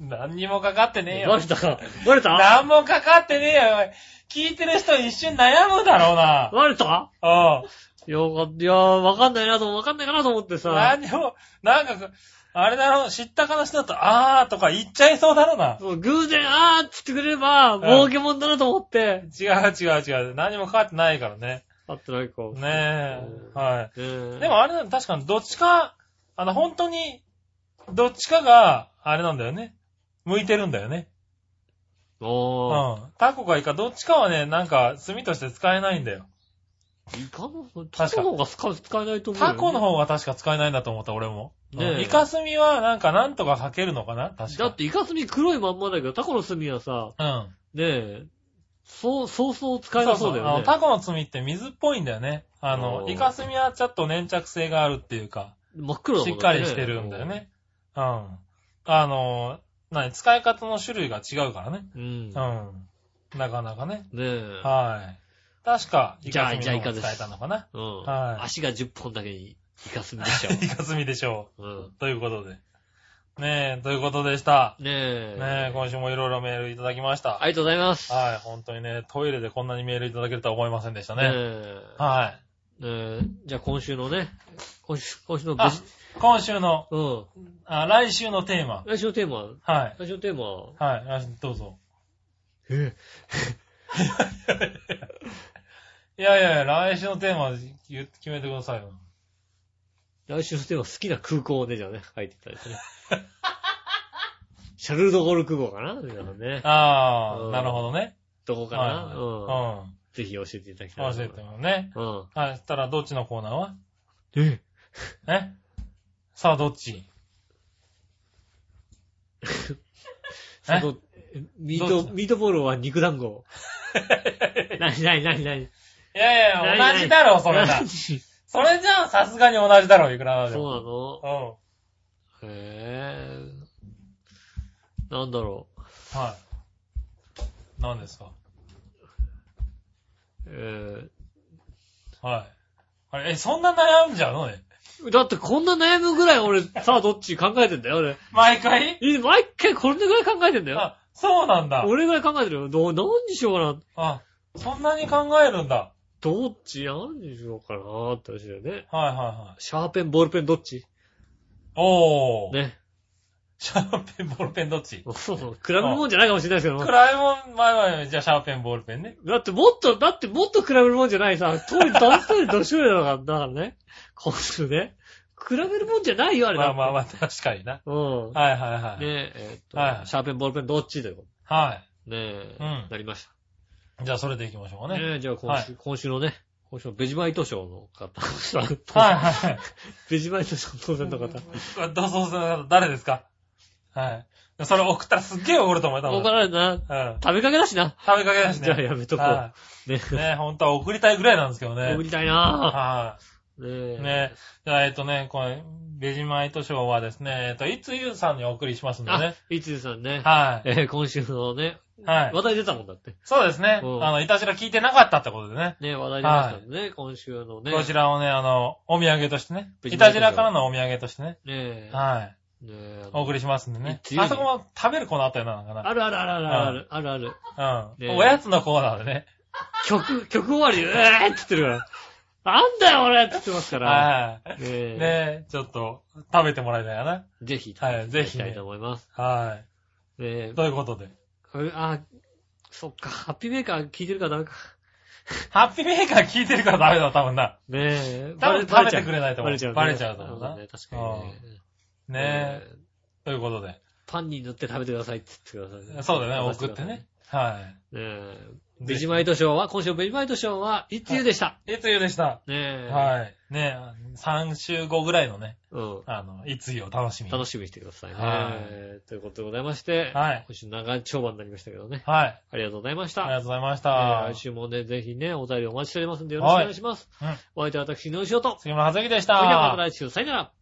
S3: い。何にもかかってねえ
S2: バ
S3: よ
S2: レ。たかバレた
S3: 何もかかってねえよ。おい聞いてる人一瞬悩むだろうな。
S2: バレた
S3: うん。
S2: いや、わかいやわかんないなと、わかんないかなと思ってさ。
S3: 何にも、なんか、あれだろ、知ったかの人だと、あーとか言っちゃいそうだろうな。
S2: そう偶然、あーっつってくれれば、
S3: ん
S2: 儲けもんだなと思って。
S3: 違う違う違う。何もかかってないからね。
S2: あってないか。
S3: ね
S2: うん
S3: え。はい。
S2: えー
S3: でもあれなんだ、確かにどっちか、あの、本当に、どっちかが、あれなんだよね。向いてるんだよね。う
S2: おー、
S3: ん。タコかイカ、どっちかはね、なんか、炭として使えないんだよ。
S2: イカの方、タコの方が使使えないと思うよ、
S3: タコの方が確か使えないんだと思った、俺も。
S2: ねえ
S3: うんイカ炭は、なんか、なんとかかけるのかな確
S2: だ
S3: か
S2: っ。てイカスミ黒いまんまだけど、タコの炭はさ、
S3: うん。
S2: ねえ、そう、そうそう使えなそうだよ
S3: あの
S2: ね。
S3: タコの炭って水っぽいんだよね。あの、
S2: おー
S3: イカ炭はちょっと粘着性があるっていうか、
S2: 真っ黒だ
S3: し
S2: も
S3: っ
S2: ん
S3: かりしてるんだよ。ね。うん。あの、何、使い方の種類が違うからね。
S2: うん。ね
S3: うん。なかなかね。
S2: え。
S3: はい。確か、イ
S2: じゃ
S3: カ
S2: あ
S3: スミ
S2: じゃあイカ
S3: の
S2: です
S3: 使えたのかな。
S2: うん。
S3: はい
S2: 足が10本だけにイカスミで しょ。
S3: イカスミでしょ
S2: うん。
S3: う。ということで。ねえ、ということでした。
S2: ねえ。
S3: ねえ、今週もいろいろメールいただきました。
S2: ありがとうございます。
S3: はい、本当にね、トイレでこんなにメールいただけるとは思いませんでした
S2: ね
S3: ね。は
S2: え。ねえ。じゃあ今週のね、今週、今週の
S3: い。あ
S2: 無事、
S3: 今週の、
S2: うん。
S3: あ、来週のテーマ。
S2: 来週のテーマ、
S3: はい。
S2: 来週のテーマ、
S3: はい、来週どうぞ。
S2: え
S3: いやいやいや、来週のテーマ言決めてくださいよ。
S2: 来週のテーマ好きな空港をね、じゃあね、書いていただい てね。シャルルドゴール空港かなみたいなね。
S3: あ
S2: う
S3: あ、
S2: ん
S3: なるほどね。
S2: どこか
S3: はい
S2: なうん。
S3: はい。
S2: ぜひ教えていただき
S3: う
S2: たい。
S3: ん。教えてもらうね。
S2: うん。
S3: はい、そしたらどっちのコーナーは
S2: え
S3: えさあ、どっち
S2: その、ミ
S3: どっ
S2: ー
S3: ち
S2: ト、ミートボールは肉団 子。なになになになに
S3: いやいや、同じだろ、そ れだ。
S2: そ
S3: それじゃあ、さすがに同じだろ、いくらな
S2: う
S3: でも。
S2: なの
S3: うなの
S2: へぇー。なんだろう。
S3: うん。はい。何ですか
S2: えー、
S3: はい。あれ、え、そんな悩んじゃうのね。
S2: だってこんな悩むぐらい俺、さあどっち考えてんだよ、俺。
S3: 毎回
S2: い毎回これぐらい考えてんだよ。
S3: あ、そうなんだ。
S2: 俺ぐらい考えてるよ。どう、何にしようかな。
S3: あ、そんなに考えるんだ。
S2: どっち何にしようかなって話だよね。
S3: はいはいはい。
S2: シャーペン、ボールペンどっち
S3: おー。
S2: ね。
S3: シャーペン、ボールペンどっち比
S2: そう、比べるもんじゃないかもしれないですけど
S3: べ
S2: も。
S3: もん、前はじゃあシャーペン、ボールペンね。
S2: だってもっと、だってもっと比べるもんじゃないさ、当時、ダンスでどっしよだから、だからね。こうね。比べるもんじゃないよ、あれ
S3: まあまあま
S2: あ。
S3: あ、確かにな。
S2: うん。ね
S3: はいはいはい。
S2: え、え
S3: はい
S2: ーっ
S3: はい
S2: と、シャーペン、ボールペンどっちだよ。
S3: は
S2: ねえ、
S3: うん
S2: なりまし
S3: い。じゃあそれでいきましょう
S2: た。
S3: かね。
S2: ねえ、じゃあ今週、今週のね、今週のベジマイト賞の方。
S3: はいはい。
S2: ベジマイト賞当選の 方。
S3: どうぞ、誰ですかはい。それ送ったらすっげえ怒ると思うよ、多分。
S2: 怒られるな。
S3: うん。
S2: 食べかけだしな。
S3: 食べかけだしね。
S2: じゃあやめとこう
S3: は
S2: ね
S3: いね、本当は送りたいぐらいなんですけどね。
S2: 送りたいな
S3: は
S2: ね
S3: い。
S2: え。
S3: ね。じゃあ、えっとね、これ、ベジマイト賞はですね、えっと、いつゆうさんにお送りしますんで
S2: あ
S3: ね。、
S2: いつゆさんね。
S3: はい。
S2: えー今週のね、
S3: はい。
S2: 話題出たもんだって。
S3: そうですね。あ
S2: うん
S3: の、いたしら聞いてなかったってことでね。
S2: ね、話題出ましたんでね、今週のね。
S3: こちらをね、あの、お土産としてね。
S2: ベ
S3: い
S2: ジマイ
S3: た
S2: ト賞
S3: しらからのお土産としてね。
S2: ねえ。
S3: はい。
S2: ねえ
S3: お送りしますんでね
S2: いつ。ゆに
S3: あそこも食べるコーナーあったよな、なんかな。
S2: あるあるあるあるあるあるある。
S3: うん。
S2: ね
S3: おやつのコーナーでね。
S2: 曲、曲終わりで、うえーって言ってるから。なんだよ俺って言ってますから。ね
S3: はい。
S2: え
S3: ねえ、ちょっと、食べてもらいたいかな。
S2: ぜひ、
S3: はいぜひ
S2: 行きたいと思います。
S3: は
S2: ねえ
S3: い。ということで。
S2: これあ、そっか、ハッピーメーカー聞いてるからダメか。
S3: ハッピーメーカー聞いてるからダメだ、多分な。
S2: ねえ。
S3: 多分
S2: バレバレちゃう
S3: 食べてくれないと思う
S2: バレちゃうね。
S3: バレちゃうと思うな
S2: そだね確かにね。
S3: ねえ。
S2: え。
S3: ということで。
S2: パンに塗って食べてくださいって言ってくださいね。
S3: そうだね、送ってね。は
S2: ねえ。
S3: い。
S2: ベジマイト賞は、今週のベジマイト賞は、一通でした。
S3: いつゆでした。
S2: ねえ。
S3: はい。ねえ、3週後ぐらいのね、
S2: うん。
S3: あの、いつゆを楽しみに。
S2: 楽しみにしてくださいね。
S3: は
S2: ということでございまして、
S3: はい
S2: 今週長丁場になりましたけどね。
S3: はい。
S2: ありがとうございまし
S3: ありが
S2: た。
S3: とうございまし
S2: え
S3: た
S2: ー。来週もね、ぜひね、お便りお待ちしておりますんで、よろしくお願いします。
S3: はいうん
S2: お相手は私、井上翔と。
S3: 杉村和之でし
S2: それではまた。
S3: た
S2: 来週、さよなら。